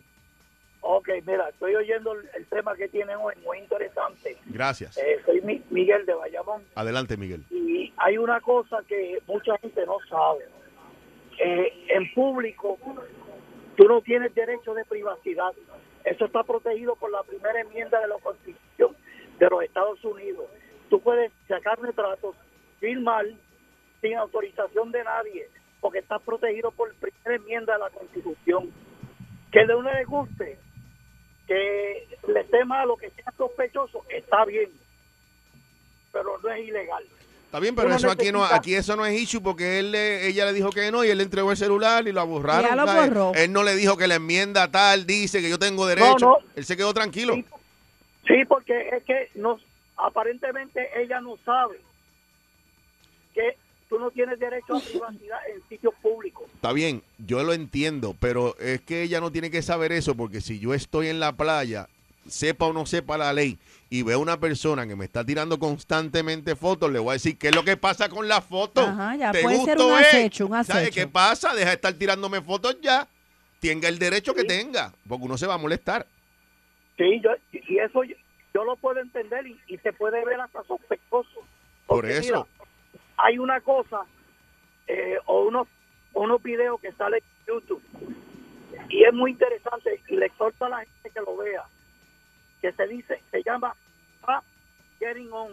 Speaker 13: Ok, mira, estoy oyendo el, el tema que tienen hoy, muy interesante.
Speaker 3: Gracias.
Speaker 13: Eh, soy Mi- Miguel de Bayamón
Speaker 3: Adelante, Miguel.
Speaker 13: y hay una cosa que mucha gente no sabe. Eh, en público, tú no tienes derecho de privacidad. Eso está protegido por la primera enmienda de la Constitución de los Estados Unidos. Tú puedes sacar retratos, firmar sin autorización de nadie, porque está protegido por la primera enmienda de la Constitución. Que de uno le guste, que le esté malo, que sea sospechoso, está bien, pero no es ilegal.
Speaker 3: Está bien, pero
Speaker 13: Uno
Speaker 3: eso aquí no,
Speaker 13: necesita-
Speaker 3: aquí eso no es issue porque él, le- ella le dijo que no y él le entregó el celular y lo borraron.
Speaker 13: Ya lo
Speaker 3: ¿sabes?
Speaker 13: borró.
Speaker 3: Él no le dijo que la enmienda tal dice que yo tengo derecho.
Speaker 13: No, no.
Speaker 3: Él se quedó tranquilo.
Speaker 13: Sí, porque es que no, aparentemente ella no sabe que tú no tienes derecho a privacidad en sitios públicos.
Speaker 3: Está bien, yo lo entiendo, pero es que ella no tiene que saber eso porque si yo estoy en la playa, sepa o no sepa la ley y veo una persona que me está tirando constantemente fotos, le voy a decir qué es lo que pasa con la foto.
Speaker 4: Ajá, ya,
Speaker 3: ¿Te
Speaker 4: puede ser
Speaker 3: gustó,
Speaker 4: un
Speaker 3: eh?
Speaker 4: acecho, un
Speaker 3: ¿Sabes
Speaker 4: acecho.
Speaker 3: qué pasa? Deja de estar tirándome fotos ya. Tenga el derecho que tenga, porque uno se va a molestar.
Speaker 13: Sí, yo, y eso yo, yo lo puedo entender y, y se puede ver hasta sospechoso.
Speaker 3: Por
Speaker 13: Porque,
Speaker 3: eso.
Speaker 13: hay una cosa eh, o unos unos videos que sale en YouTube y es muy interesante y le exhorto a la gente que lo vea que se dice se llama "Ah, getting on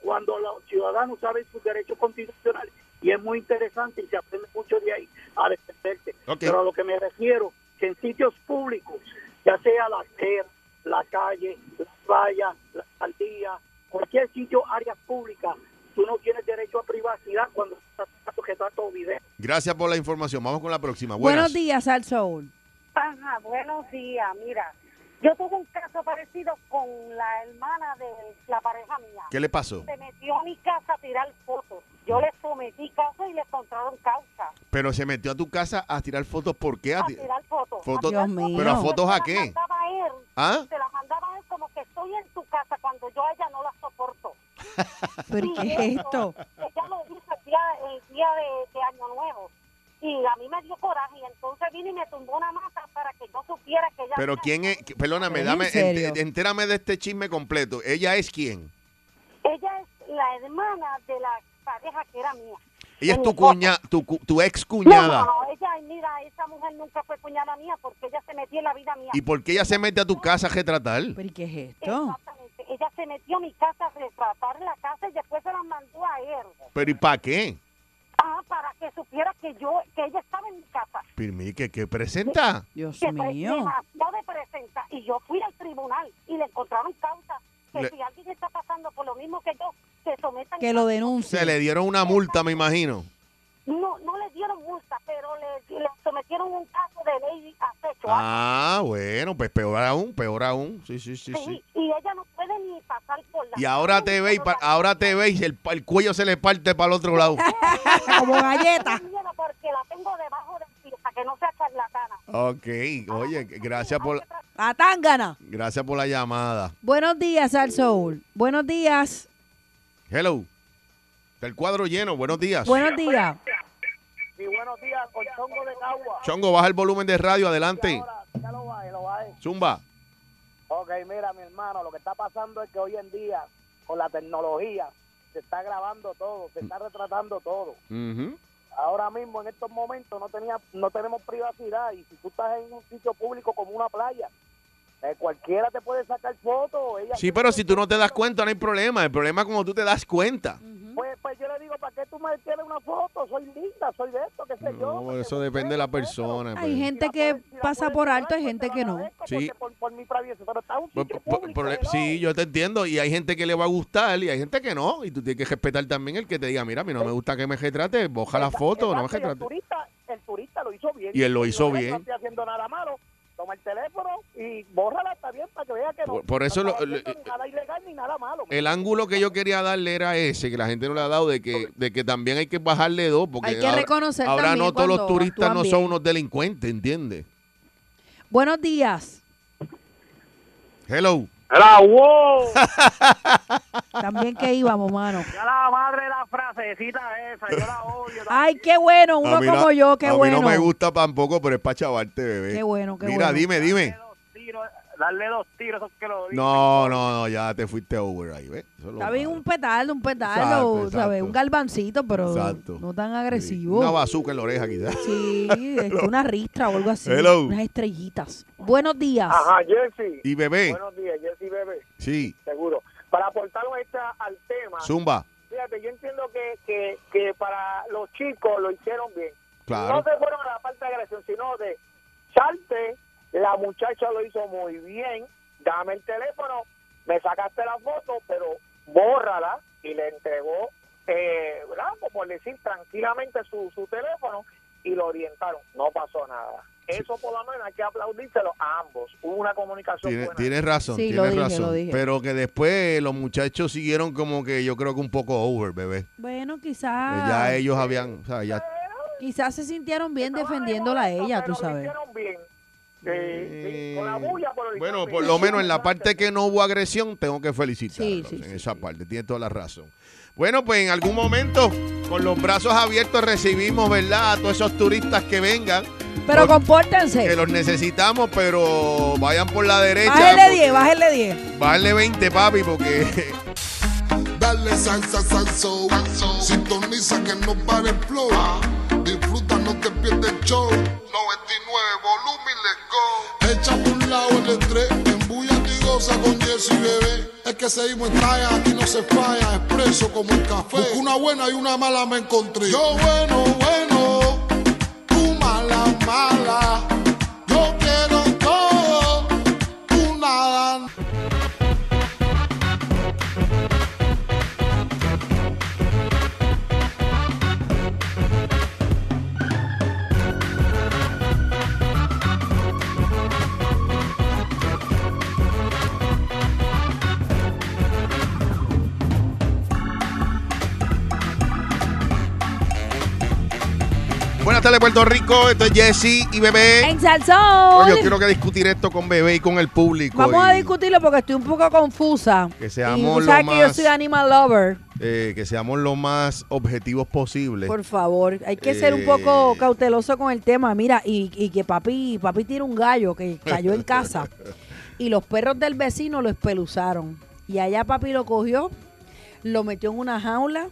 Speaker 13: cuando los ciudadanos saben sus derechos constitucionales y es muy interesante y se aprende mucho de ahí a defenderse
Speaker 3: Ok.
Speaker 13: pero a lo que me refiero que en sitios públicos ya sea la tierra la calle la playa la alcaldía cualquier sitio áreas públicas tú no tienes derecho a privacidad cuando estás sujetado a tu video.
Speaker 3: Gracias por la información. Vamos con la próxima.
Speaker 4: Buenos
Speaker 3: Buenas.
Speaker 4: días, Al Soul.
Speaker 12: Ajá, buenos días. Mira, yo tuve un caso parecido con la hermana de la pareja mía.
Speaker 3: ¿Qué le pasó?
Speaker 12: Se metió a mi casa a tirar fotos. Yo le sometí caso y le encontraron causa
Speaker 3: Pero se metió a tu casa a tirar fotos. ¿Por qué?
Speaker 12: a
Speaker 3: A ti-
Speaker 12: tirar fotos.
Speaker 3: Fotos- Dios mío. ¿Pero a fotos a qué?
Speaker 12: Se las mandaba a él.
Speaker 3: ¿Ah?
Speaker 12: Se las mandaba a él como que estoy en tu casa cuando yo a ella no la soporto.
Speaker 4: ¿Pero qué es esto?
Speaker 12: Ella lo hizo el día, el día de, de Año Nuevo. Y a mí me dio coraje. Y entonces vine y me tumbó una mata para que yo supiera que ella...
Speaker 3: Pero quién es, que- perdóname,
Speaker 12: ¿En
Speaker 3: dame,
Speaker 12: serio?
Speaker 3: ent- entérame de este chisme completo. ¿Ella es quién?
Speaker 12: Ella es la hermana de la pareja que era mía.
Speaker 3: Ella es tu cuña, tu, cu- tu ex
Speaker 12: No,
Speaker 3: cuñada.
Speaker 12: no, ella, mira, esa mujer nunca fue cuñada mía porque ella se metió en la vida mía.
Speaker 3: ¿Y por qué ella se mete a tu casa a retratar?
Speaker 4: ¿Pero qué es
Speaker 12: Exactamente. Ella se metió a mi casa a retratar la casa y después se la mandó a él.
Speaker 3: ¿Pero y para qué?
Speaker 12: Ah, para que supiera que yo, que ella estaba en mi casa.
Speaker 3: Pero mire, ¿qué, qué presenta?
Speaker 4: Dios
Speaker 12: que fue demasiado de presenta. Y yo fui al tribunal y le encontraron causa que
Speaker 3: Le-
Speaker 12: si alguien está pasando por lo mismo que yo, se sometan.
Speaker 3: Se le dieron una multa, me imagino.
Speaker 12: No, no le dieron multa, pero le, le sometieron un caso de ley acecho.
Speaker 3: Ah, bueno, pues peor aún, peor aún. Sí, sí, sí, sí.
Speaker 12: Sí, Y ella no puede ni pasar por la...
Speaker 3: Y ahora te ve y pa- ahora te ve y el, pa- el cuello se le parte para el otro lado.
Speaker 4: Como galleta.
Speaker 12: Porque la tengo debajo del pie para que no sea charlatana.
Speaker 3: Ok, oye, gracias por
Speaker 4: A Tangana.
Speaker 3: gracias por la llamada.
Speaker 4: Buenos días, Al Soul. Buenos días.
Speaker 3: Hello. Está el cuadro lleno. Buenos días.
Speaker 4: Buenos días.
Speaker 13: Y buenos días, con chongo de cagua.
Speaker 3: Chongo, baja el volumen de radio, adelante.
Speaker 13: Ya lo va, lo va. eh.
Speaker 3: Zumba.
Speaker 13: Ok, mira, mi hermano, lo que está pasando es que hoy en día, con la tecnología, se está grabando todo, se está retratando todo. Ahora mismo, en estos momentos, no tenía, no tenemos privacidad y si tú estás en un sitio público como una playa, eh, cualquiera te puede sacar fotos. Ella,
Speaker 3: Sí, pero si tú no te das cuenta, no hay problema. El problema es cuando tú te das cuenta.
Speaker 13: pues, pues yo le digo, ¿para qué tú me tienes una foto? Soy linda, soy de esto, qué sé yo.
Speaker 3: No, eso depende de la persona. pues.
Speaker 4: Hay gente que pasa por alto,
Speaker 13: pues,
Speaker 4: hay gente que no.
Speaker 3: Sí, Pues,
Speaker 13: Por, por mi privacidad, pero está un
Speaker 3: por- por- por- sí, yo te entiendo. Y hay gente que le va a gustar y hay gente que no. Y tú tienes que respetar también el que te diga, mira, a mí no me gusta que me retrate, boja la foto, no me
Speaker 13: Exacto, y el
Speaker 3: retrate.
Speaker 13: turista, el turista lo hizo bien.
Speaker 3: Y él lo hizo
Speaker 13: "Ey,
Speaker 3: bien".
Speaker 13: No estoy haciendo nada malo. Toma el teléfono y bórrala está bien para que vea que no.
Speaker 3: Por- por eso
Speaker 13: no
Speaker 3: lo- eh,
Speaker 13: estaba
Speaker 3: lo-
Speaker 13: haciendo ni nada ilegal ni nada malo.
Speaker 3: El ángulo que yo quería darle era ese, que la gente no le ha dado, de que, de que también hay que bajarle dos, porque
Speaker 4: Hay que
Speaker 3: ahora,
Speaker 4: reconocer
Speaker 3: ahora
Speaker 4: también
Speaker 3: no todos los
Speaker 4: cuando
Speaker 3: turistas
Speaker 4: actúan
Speaker 3: no son
Speaker 4: bien.
Speaker 3: unos delincuentes, ¿entiendes?
Speaker 4: Buenos días.
Speaker 3: Hello. eh.
Speaker 4: También que íbamos, mano.
Speaker 13: Ya la madre la frasecita esa, yo la odio.
Speaker 4: Ay, qué bueno, uno
Speaker 3: A mí no-
Speaker 4: como yo, qué
Speaker 3: a mí
Speaker 4: bueno.
Speaker 3: no me gusta tampoco, pero es para chavarte, bebé.
Speaker 4: Qué bueno, qué
Speaker 3: Mira,
Speaker 4: bueno.
Speaker 3: dime, dime.
Speaker 13: Darle dos tiros, esos que lo
Speaker 3: No, no, no, ya te fuiste over ahí, ¿ves? Eso es lo
Speaker 4: Está bien
Speaker 3: malo.
Speaker 4: un petardo, un petardo,
Speaker 3: Exacto, exacto.
Speaker 4: ¿sabes? Un galvancito, pero
Speaker 3: Exacto.
Speaker 4: no tan agresivo.
Speaker 3: Una bazuca en la oreja, quizás.
Speaker 4: Sí, este, una ristra o algo así.
Speaker 3: Hello.
Speaker 4: Unas estrellitas. Buenos días.
Speaker 13: Jessy.
Speaker 3: Y bebé.
Speaker 13: Buenos días, Jessy Bebé,
Speaker 3: Sí,
Speaker 13: seguro. Para aportarlo extra al tema,
Speaker 3: zumba,
Speaker 13: fíjate, yo entiendo que, que, que para los chicos lo hicieron bien.
Speaker 3: claro.
Speaker 13: No se fueron a la parte de agresión, sino de salte, la muchacha lo hizo muy bien, dame el teléfono, me sacaste la foto, pero bórrala y le entregó, eh, ¿verdad? Como decir, tranquilamente su, su teléfono y lo orientaron. No pasó nada. Eso por lo menos hay que aplaudírselo a ambos. Hubo una comunicación
Speaker 3: Tiene-
Speaker 13: buena.
Speaker 3: tienes razón,
Speaker 4: Sí, lo
Speaker 3: tienes
Speaker 4: dije,
Speaker 3: razón.
Speaker 4: lo dije.
Speaker 3: Pero que después los muchachos siguieron como que yo creo que un poco over, bebé.
Speaker 4: Bueno,
Speaker 3: Pues
Speaker 4: quizás.
Speaker 3: Ya ellos habían, o sea, ya...
Speaker 4: Quizás se sintieron bien defendiéndola a ella, tú sabes.
Speaker 13: Sí, Eh, con la bulla, pero
Speaker 3: Eh, Bueno, por lo menos en la parte que no hubo agresión, tengo que felicitarlos
Speaker 4: Sí, sí,
Speaker 3: en esa parte, tiene toda la razón. Bueno, pues en algún momento, con los brazos abiertos recibimos, ¿verdad? A todos esos turistas que vengan.
Speaker 4: Pero
Speaker 3: Los-
Speaker 4: compórtense.
Speaker 3: Que los necesitamos, pero vayan por la derecha.
Speaker 4: Bájale
Speaker 3: porque-
Speaker 4: 10, bájale 10.
Speaker 3: Bájale 20, papi, porque...
Speaker 14: Dale salsa, salso. Sintoniza que no para el flow. Disfruta, no te pierdes el show. 99 volumen, let's go. Echa por un lado el estrés. Embulla y goza con Jessy bebé. Es que seguimos en talla, aquí no se falla. Expreso como el café. Busco una buena y una mala me encontré. Yo bueno, bueno. Tú mala, mala. Yo quiero todo. Tú nada.
Speaker 3: tardes, Puerto Rico. Esto es Jesse y Bebé.
Speaker 4: En Salsón.
Speaker 3: Yo quiero Eh. que discutir esto con Bebé y con el público.
Speaker 4: Vamos
Speaker 3: y-
Speaker 4: a discutirlo porque estoy un poco confusa.
Speaker 3: Que
Speaker 4: Y
Speaker 3: seamos
Speaker 4: tú
Speaker 3: lo
Speaker 4: sabes que yo
Speaker 3: más-
Speaker 4: soy animal lover.
Speaker 3: eh, que seamos lo más objetivos posible.
Speaker 4: Por favor, hay que ser un
Speaker 3: Eh.
Speaker 4: poco cauteloso con el tema. Mira, y, y que papi, papi tiene un gallo que cayó en casa y los perros del vecino lo espeluzaron. Y allá papi lo cogió, lo metió en una jaula,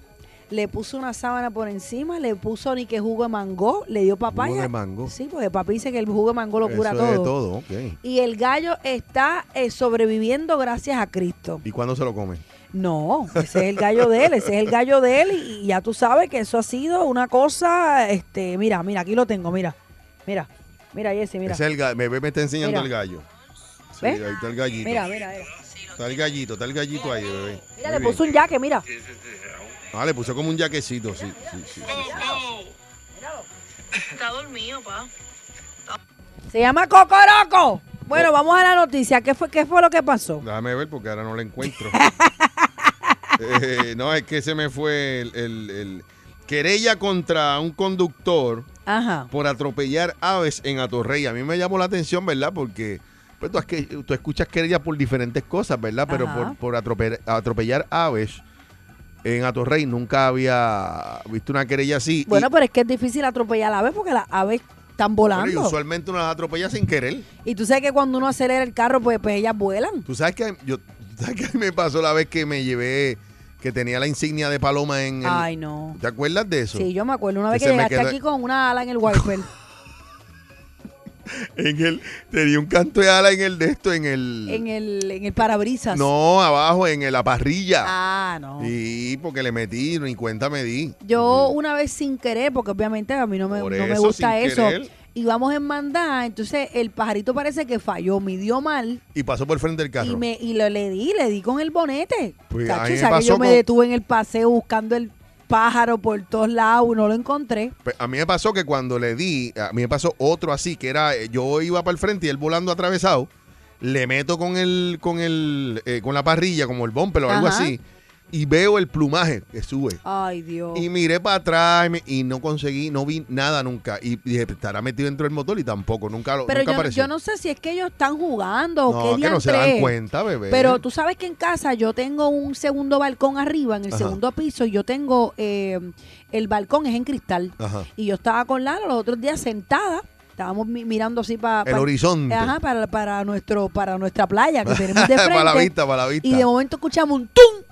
Speaker 4: le puso una sábana por encima, le puso ni que jugo de mango, le dio papaya.
Speaker 3: de mango.
Speaker 4: Sí, porque papi dice que el jugo de mango lo cura
Speaker 3: Eso es de todo, ok.
Speaker 4: Y el gallo está eh, sobreviviendo gracias a Cristo.
Speaker 3: ¿Y cuándo se lo comen?
Speaker 4: No, ese es el gallo de él, ese es el gallo de él y, y ya tú sabes que eso ha sido una cosa, este, mira, mira, aquí lo tengo, mira, mira, mira Jesse, mira.
Speaker 3: Ese es el ga- Bebé me está enseñando
Speaker 4: Mira.
Speaker 3: el gallo. Sí,
Speaker 4: ¿Ves?
Speaker 3: ahí está el gallito.
Speaker 4: Mira, mira, mira,
Speaker 3: Está el gallito, está el gallito ahí, bebé.
Speaker 4: Mira,
Speaker 3: Muy
Speaker 4: le puso
Speaker 3: bien.
Speaker 4: un jaque, mira.
Speaker 3: Ah, le puso como un jaquecito, sí. sí, sí, sí.
Speaker 10: Está dormido, pa.
Speaker 4: Se llama Cocoroco. Bueno, vamos a la noticia, ¿qué fue, qué fue lo que pasó?
Speaker 3: Déjame ver porque ahora no lo encuentro. Eh, no, es que se me fue el, el- el- Querella contra un conductor
Speaker 4: Ajá.
Speaker 3: por atropellar aves en Atorrey. A mí me llamó la atención, ¿verdad? Porque pues, tú, has que- tú escuchas querellas por diferentes cosas, ¿verdad? Pero
Speaker 1: Ajá.
Speaker 3: por, por atrope- atropellar aves en Atorrey nunca había visto una querella así. Y-
Speaker 4: Bueno, pues, pero es que es difícil atropellar a la ave porque las aves están
Speaker 3: Bueno, y
Speaker 4: volando.
Speaker 3: usualmente uno las atropella sin querer.
Speaker 4: Y tú sabes que cuando uno acelera el carro, pues, pues ellas vuelan.
Speaker 3: Tú sabes que yo tú sabes que a mí me pasó la vez que me llevé que tenía la insignia de paloma en el,
Speaker 4: Ay, no.
Speaker 3: ¿Te acuerdas de eso?
Speaker 4: Sí, yo me acuerdo una vez
Speaker 3: Que
Speaker 4: que,
Speaker 3: se me
Speaker 4: llegaste
Speaker 3: quedó-
Speaker 4: aquí con una ala en el wiper.
Speaker 3: En el tenía un canto de ala en el de esto en el
Speaker 4: en el, en el parabrisas.
Speaker 3: No, abajo en el- la parrilla.
Speaker 4: Ah, no.
Speaker 3: Y porque le metí, ni cuenta me di.
Speaker 4: Yo una vez sin querer, porque obviamente a mí no me,
Speaker 3: Por
Speaker 4: no me
Speaker 3: eso,
Speaker 4: gusta
Speaker 3: sin
Speaker 4: eso,
Speaker 3: querer.
Speaker 4: íbamos en mandada, entonces el pajarito parece que falló, midió mal
Speaker 3: Y pasó por el frente del
Speaker 4: y
Speaker 3: carro.
Speaker 4: me y lo, le di, le di con el bonete.
Speaker 3: Pues, a
Speaker 4: Chacho,
Speaker 3: mí me
Speaker 4: o sea, que
Speaker 3: pasó
Speaker 4: yo me
Speaker 3: con-
Speaker 4: detuve en el paseo buscando el pájaro por todos lados, no lo encontré.
Speaker 3: Pues a mí me pasó que cuando le di, a mí me pasó otro así, que era, eh, yo iba para el frente y él volando atravesado, le meto con el, con el, eh, con la parrilla, como el bumper o algo
Speaker 4: Ajá.
Speaker 3: así, y veo el plumaje que sube.
Speaker 4: Ay, Dios.
Speaker 3: Y miré para atrás y me- y no conseguí, no vi nada nunca. Y dije, "Pues, estará metido dentro del motor y tampoco, nunca, lo-
Speaker 4: Pero
Speaker 3: nunca
Speaker 4: yo, no-
Speaker 3: apareció.
Speaker 4: yo no sé si es que ellos están jugando o
Speaker 3: No,
Speaker 4: qué
Speaker 3: que no se dan
Speaker 4: diantre es.
Speaker 3: cuenta, ¿eh? bebé.
Speaker 4: Pero tú sabes que en casa yo tengo un segundo balcón arriba, en el
Speaker 3: Ajá.
Speaker 4: segundo piso, y yo tengo eh, el balcón es en cristal.
Speaker 3: Ajá.
Speaker 4: Y yo estaba con Lalo los otros días sentada. Estábamos mi- mirando así para
Speaker 3: El horizonte.
Speaker 4: Ajá, para, para nuestro para nuestra playa que tenemos de frente.
Speaker 3: Para la vista, para la vista.
Speaker 4: Y de momento escuchamos un tum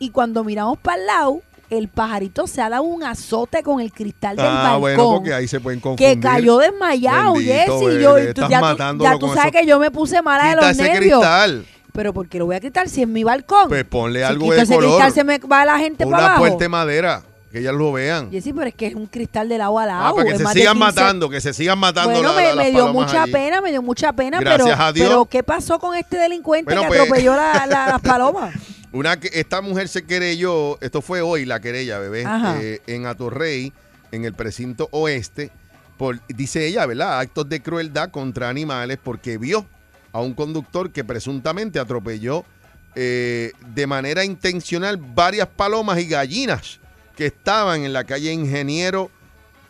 Speaker 4: y cuando miramos para el lado el pajarito se ha dado un azote con el cristal del
Speaker 3: Ah,
Speaker 4: balcón.
Speaker 3: bueno, porque ahí se pueden confundir.
Speaker 4: Que cayó desmayado,
Speaker 3: Bendito,
Speaker 4: Jessy.
Speaker 3: bebé,
Speaker 4: Yo, y tú-
Speaker 3: estás
Speaker 4: ya tú,
Speaker 3: matándolo
Speaker 4: ya tú
Speaker 3: con
Speaker 4: sabes
Speaker 3: eso.
Speaker 4: que yo me puse mala de
Speaker 3: Quita
Speaker 4: los
Speaker 3: ese
Speaker 4: nervios.
Speaker 3: cristal.
Speaker 4: Pero porque lo voy a quitar si es mi balcón.
Speaker 3: Pues ponle
Speaker 4: Si
Speaker 3: algo
Speaker 4: quito
Speaker 3: de
Speaker 4: ese
Speaker 3: color.
Speaker 4: cristal se me va la gente para
Speaker 3: Una
Speaker 4: abajo.
Speaker 3: puerta de madera, que ellas lo vean.
Speaker 4: Jessy, pero es que es un cristal de lado a lado.
Speaker 3: Ah, para que
Speaker 4: es
Speaker 3: se
Speaker 4: más de
Speaker 3: sigan
Speaker 4: 15.
Speaker 3: matando, que se sigan matando
Speaker 4: Bueno,
Speaker 3: la-
Speaker 4: me,
Speaker 3: la- las
Speaker 4: me dio
Speaker 3: palomas
Speaker 4: mucha
Speaker 3: allí.
Speaker 4: pena, me dio mucha pena,
Speaker 3: Gracias
Speaker 4: pero,
Speaker 3: a Dios.
Speaker 4: pero ¿qué pasó con este delincuente
Speaker 3: Bueno,
Speaker 4: que
Speaker 3: pues.
Speaker 4: atropelló la- la- las palomas? Ah,
Speaker 3: Una que esta mujer se querelló, esto fue hoy la querella, bebé,
Speaker 4: Ajá.
Speaker 3: eh, en Atorrey, en el precinto oeste, por, dice ella, ¿verdad? Actos de crueldad contra animales porque vio a un conductor que presuntamente atropelló eh, de manera intencional varias palomas y gallinas que estaban en la calle Ingeniero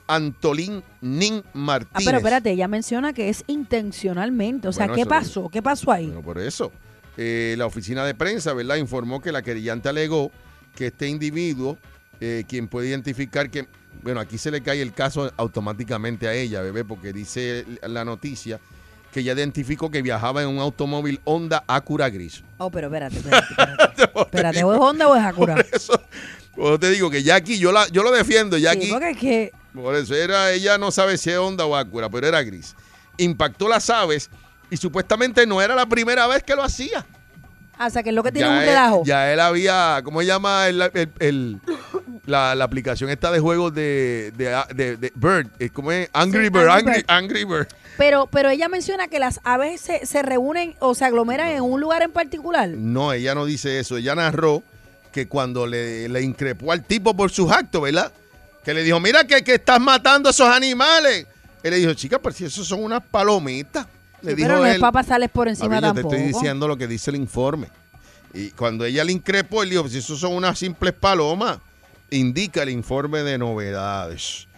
Speaker 3: Antolín Nin
Speaker 4: Ah,
Speaker 3: Martínez.
Speaker 4: pero espérate, ella menciona que es intencionalmente. O sea,
Speaker 3: Bueno,
Speaker 4: ¿qué
Speaker 3: eso-
Speaker 4: pasó? ¿Qué pasó ahí?
Speaker 3: Bueno, por eso, eh, la oficina de prensa, ¿verdad? Informó que la querellante alegó que este individuo, eh, quien puede identificar que, bueno, aquí se le cae el caso automáticamente a ella, bebé, porque dice la noticia que ella identificó que viajaba en un automóvil Honda Acura gris.
Speaker 4: Oh, pero espérate, espérate. Espérate, espérate ¿o es Honda o es Acura?
Speaker 3: Yo te digo que ya aquí, yo, la, yo lo defiendo, ya aquí.
Speaker 4: Sí, porque es que
Speaker 3: Por eso era, ella no sabe si es onda o Acura, pero era gris. Impactó las aves y supuestamente no era la primera vez que lo hacía.
Speaker 4: Ah, o sea, que es lo que tiene
Speaker 3: ya
Speaker 4: un
Speaker 3: él-
Speaker 4: relajo.
Speaker 3: ya él había, ¿cómo se llama? El, el- el- la, la aplicación esta de juegos de, de, de- de Bird. eh, ¿Cómo es? Angry
Speaker 4: Sí,
Speaker 3: Bird,
Speaker 4: Angry
Speaker 3: Angry, Angry Bird.
Speaker 4: Pero, pero ella menciona que las aves se, se reúnen o se aglomeran en un lugar en particular.
Speaker 3: No, ella no dice eso. Ella narró que cuando le, le increpó al tipo por sus actos, ¿verdad? Que le dijo, mira que, que estás matando a esos animales. Él le dijo, chica, pero si esos son unas palomitas. Le
Speaker 4: Sí,
Speaker 3: dijo
Speaker 4: pero no es
Speaker 3: él.
Speaker 4: para pasarles por encima
Speaker 3: Papi, yo
Speaker 4: tampoco.
Speaker 3: te estoy diciendo lo que dice el informe. Y cuando ella le increpó, él dijo, pues eso son unas simples palomas. Indica el informe de novedades.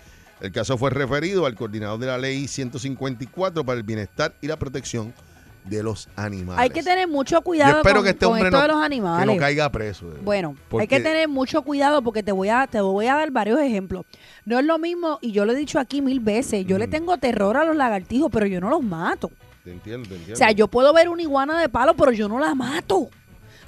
Speaker 3: El caso fue referido al coordinador de la ley 154 para el bienestar y la protección de los animales.
Speaker 4: Hay que tener mucho
Speaker 3: Yo
Speaker 4: cuidado
Speaker 3: espero
Speaker 4: con,
Speaker 3: que este
Speaker 4: con
Speaker 3: hombre
Speaker 4: esto
Speaker 3: no,
Speaker 4: de los
Speaker 3: que
Speaker 4: animales.
Speaker 3: no caiga preso. de verdad.
Speaker 4: Bueno, hay
Speaker 3: Porque-
Speaker 4: que tener mucho cuidado porque te voy a te voy a dar varios ejemplos. No es lo mismo y yo lo he dicho aquí mil veces. Yo le tengo terror a los lagartijos, pero yo no los mato.
Speaker 3: Te entiendo, te entiendo.
Speaker 4: O sea, yo puedo ver una iguana de palo, pero yo no la mato.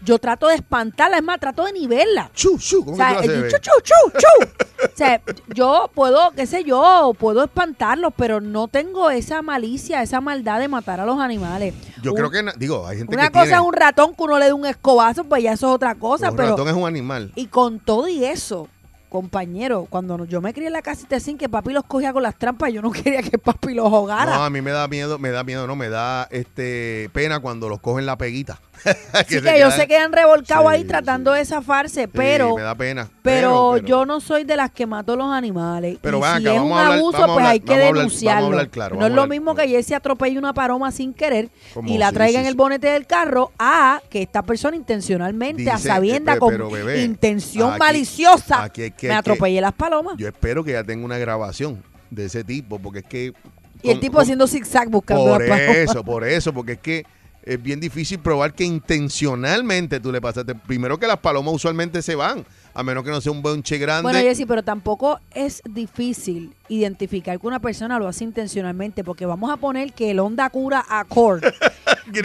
Speaker 4: Yo trato de espantarla, es más, trato de nivelarla.
Speaker 3: Chu, chu, ¿cómo
Speaker 4: o sea,
Speaker 3: que tú la haces,
Speaker 4: eh,
Speaker 3: bebé?
Speaker 4: chu, chu, chu, chu. O sea, yo puedo, qué sé yo, puedo espantarlos, pero no tengo esa malicia, esa maldad de matar a los animales.
Speaker 3: Yo
Speaker 4: Un-
Speaker 3: creo que, na- digo, hay gente
Speaker 4: Una
Speaker 3: que
Speaker 4: cosa
Speaker 3: tiene,
Speaker 4: es un ratón que uno le dé un escobazo, pues ya eso es otra cosa,
Speaker 3: un
Speaker 4: pero...
Speaker 3: ratón es un animal.
Speaker 4: Y con todo y eso, compañero, cuando yo me crié en la casita sin que papi los cogía con las trampas, yo no quería que papi los ahogara.
Speaker 3: No, a mí me da miedo, me da miedo, no, me da este pena cuando los cogen la peguita.
Speaker 4: Así que ellos se quedan revolcados ahí
Speaker 3: Sí,
Speaker 4: tratando de zafarse,
Speaker 3: Sí,
Speaker 4: pero,
Speaker 3: me da pena.
Speaker 4: pero, yo no soy de las que mato los animales.
Speaker 3: Pero
Speaker 4: y
Speaker 3: ven
Speaker 4: si
Speaker 3: acá,
Speaker 4: es
Speaker 3: vamos
Speaker 4: un
Speaker 3: a hablar-
Speaker 4: abuso,
Speaker 3: vamos a
Speaker 4: pues hay
Speaker 3: hablar-
Speaker 4: que
Speaker 3: vamos a hablar-
Speaker 4: denunciarlo.
Speaker 3: vamos a hablar claro,
Speaker 4: no
Speaker 3: vamos
Speaker 4: es
Speaker 3: a
Speaker 4: lo
Speaker 3: hablar-
Speaker 4: mismo que Jesse atropelle una paloma sin querer
Speaker 3: Como
Speaker 4: y la
Speaker 3: sí,
Speaker 4: traiga
Speaker 3: sí,
Speaker 4: en el
Speaker 3: sí.
Speaker 4: bonete del carro a que esta persona intencionalmente, a
Speaker 3: Dice,
Speaker 4: sabienda,
Speaker 3: eh,
Speaker 4: con
Speaker 3: pero, bebé,
Speaker 4: intención
Speaker 3: aquí-
Speaker 4: maliciosa,
Speaker 3: aquí es que-
Speaker 4: me
Speaker 3: que-
Speaker 4: atropellé las palomas.
Speaker 3: Yo espero que ya tenga una grabación de ese tipo, porque es que.
Speaker 4: y el
Speaker 3: con-
Speaker 4: tipo
Speaker 3: con-
Speaker 4: haciendo zigzag buscando
Speaker 3: Por
Speaker 4: las palomas.
Speaker 3: eso, por eso, porque es que es bien difícil probar que intencionalmente tú le pasaste. Primero que las palomas usualmente se van, a menos que no sea un bonche grande.
Speaker 4: Bueno, Jessy, pero tampoco es difícil identificar que una persona lo hace intencionalmente, porque vamos a poner que el Honda Cura Accord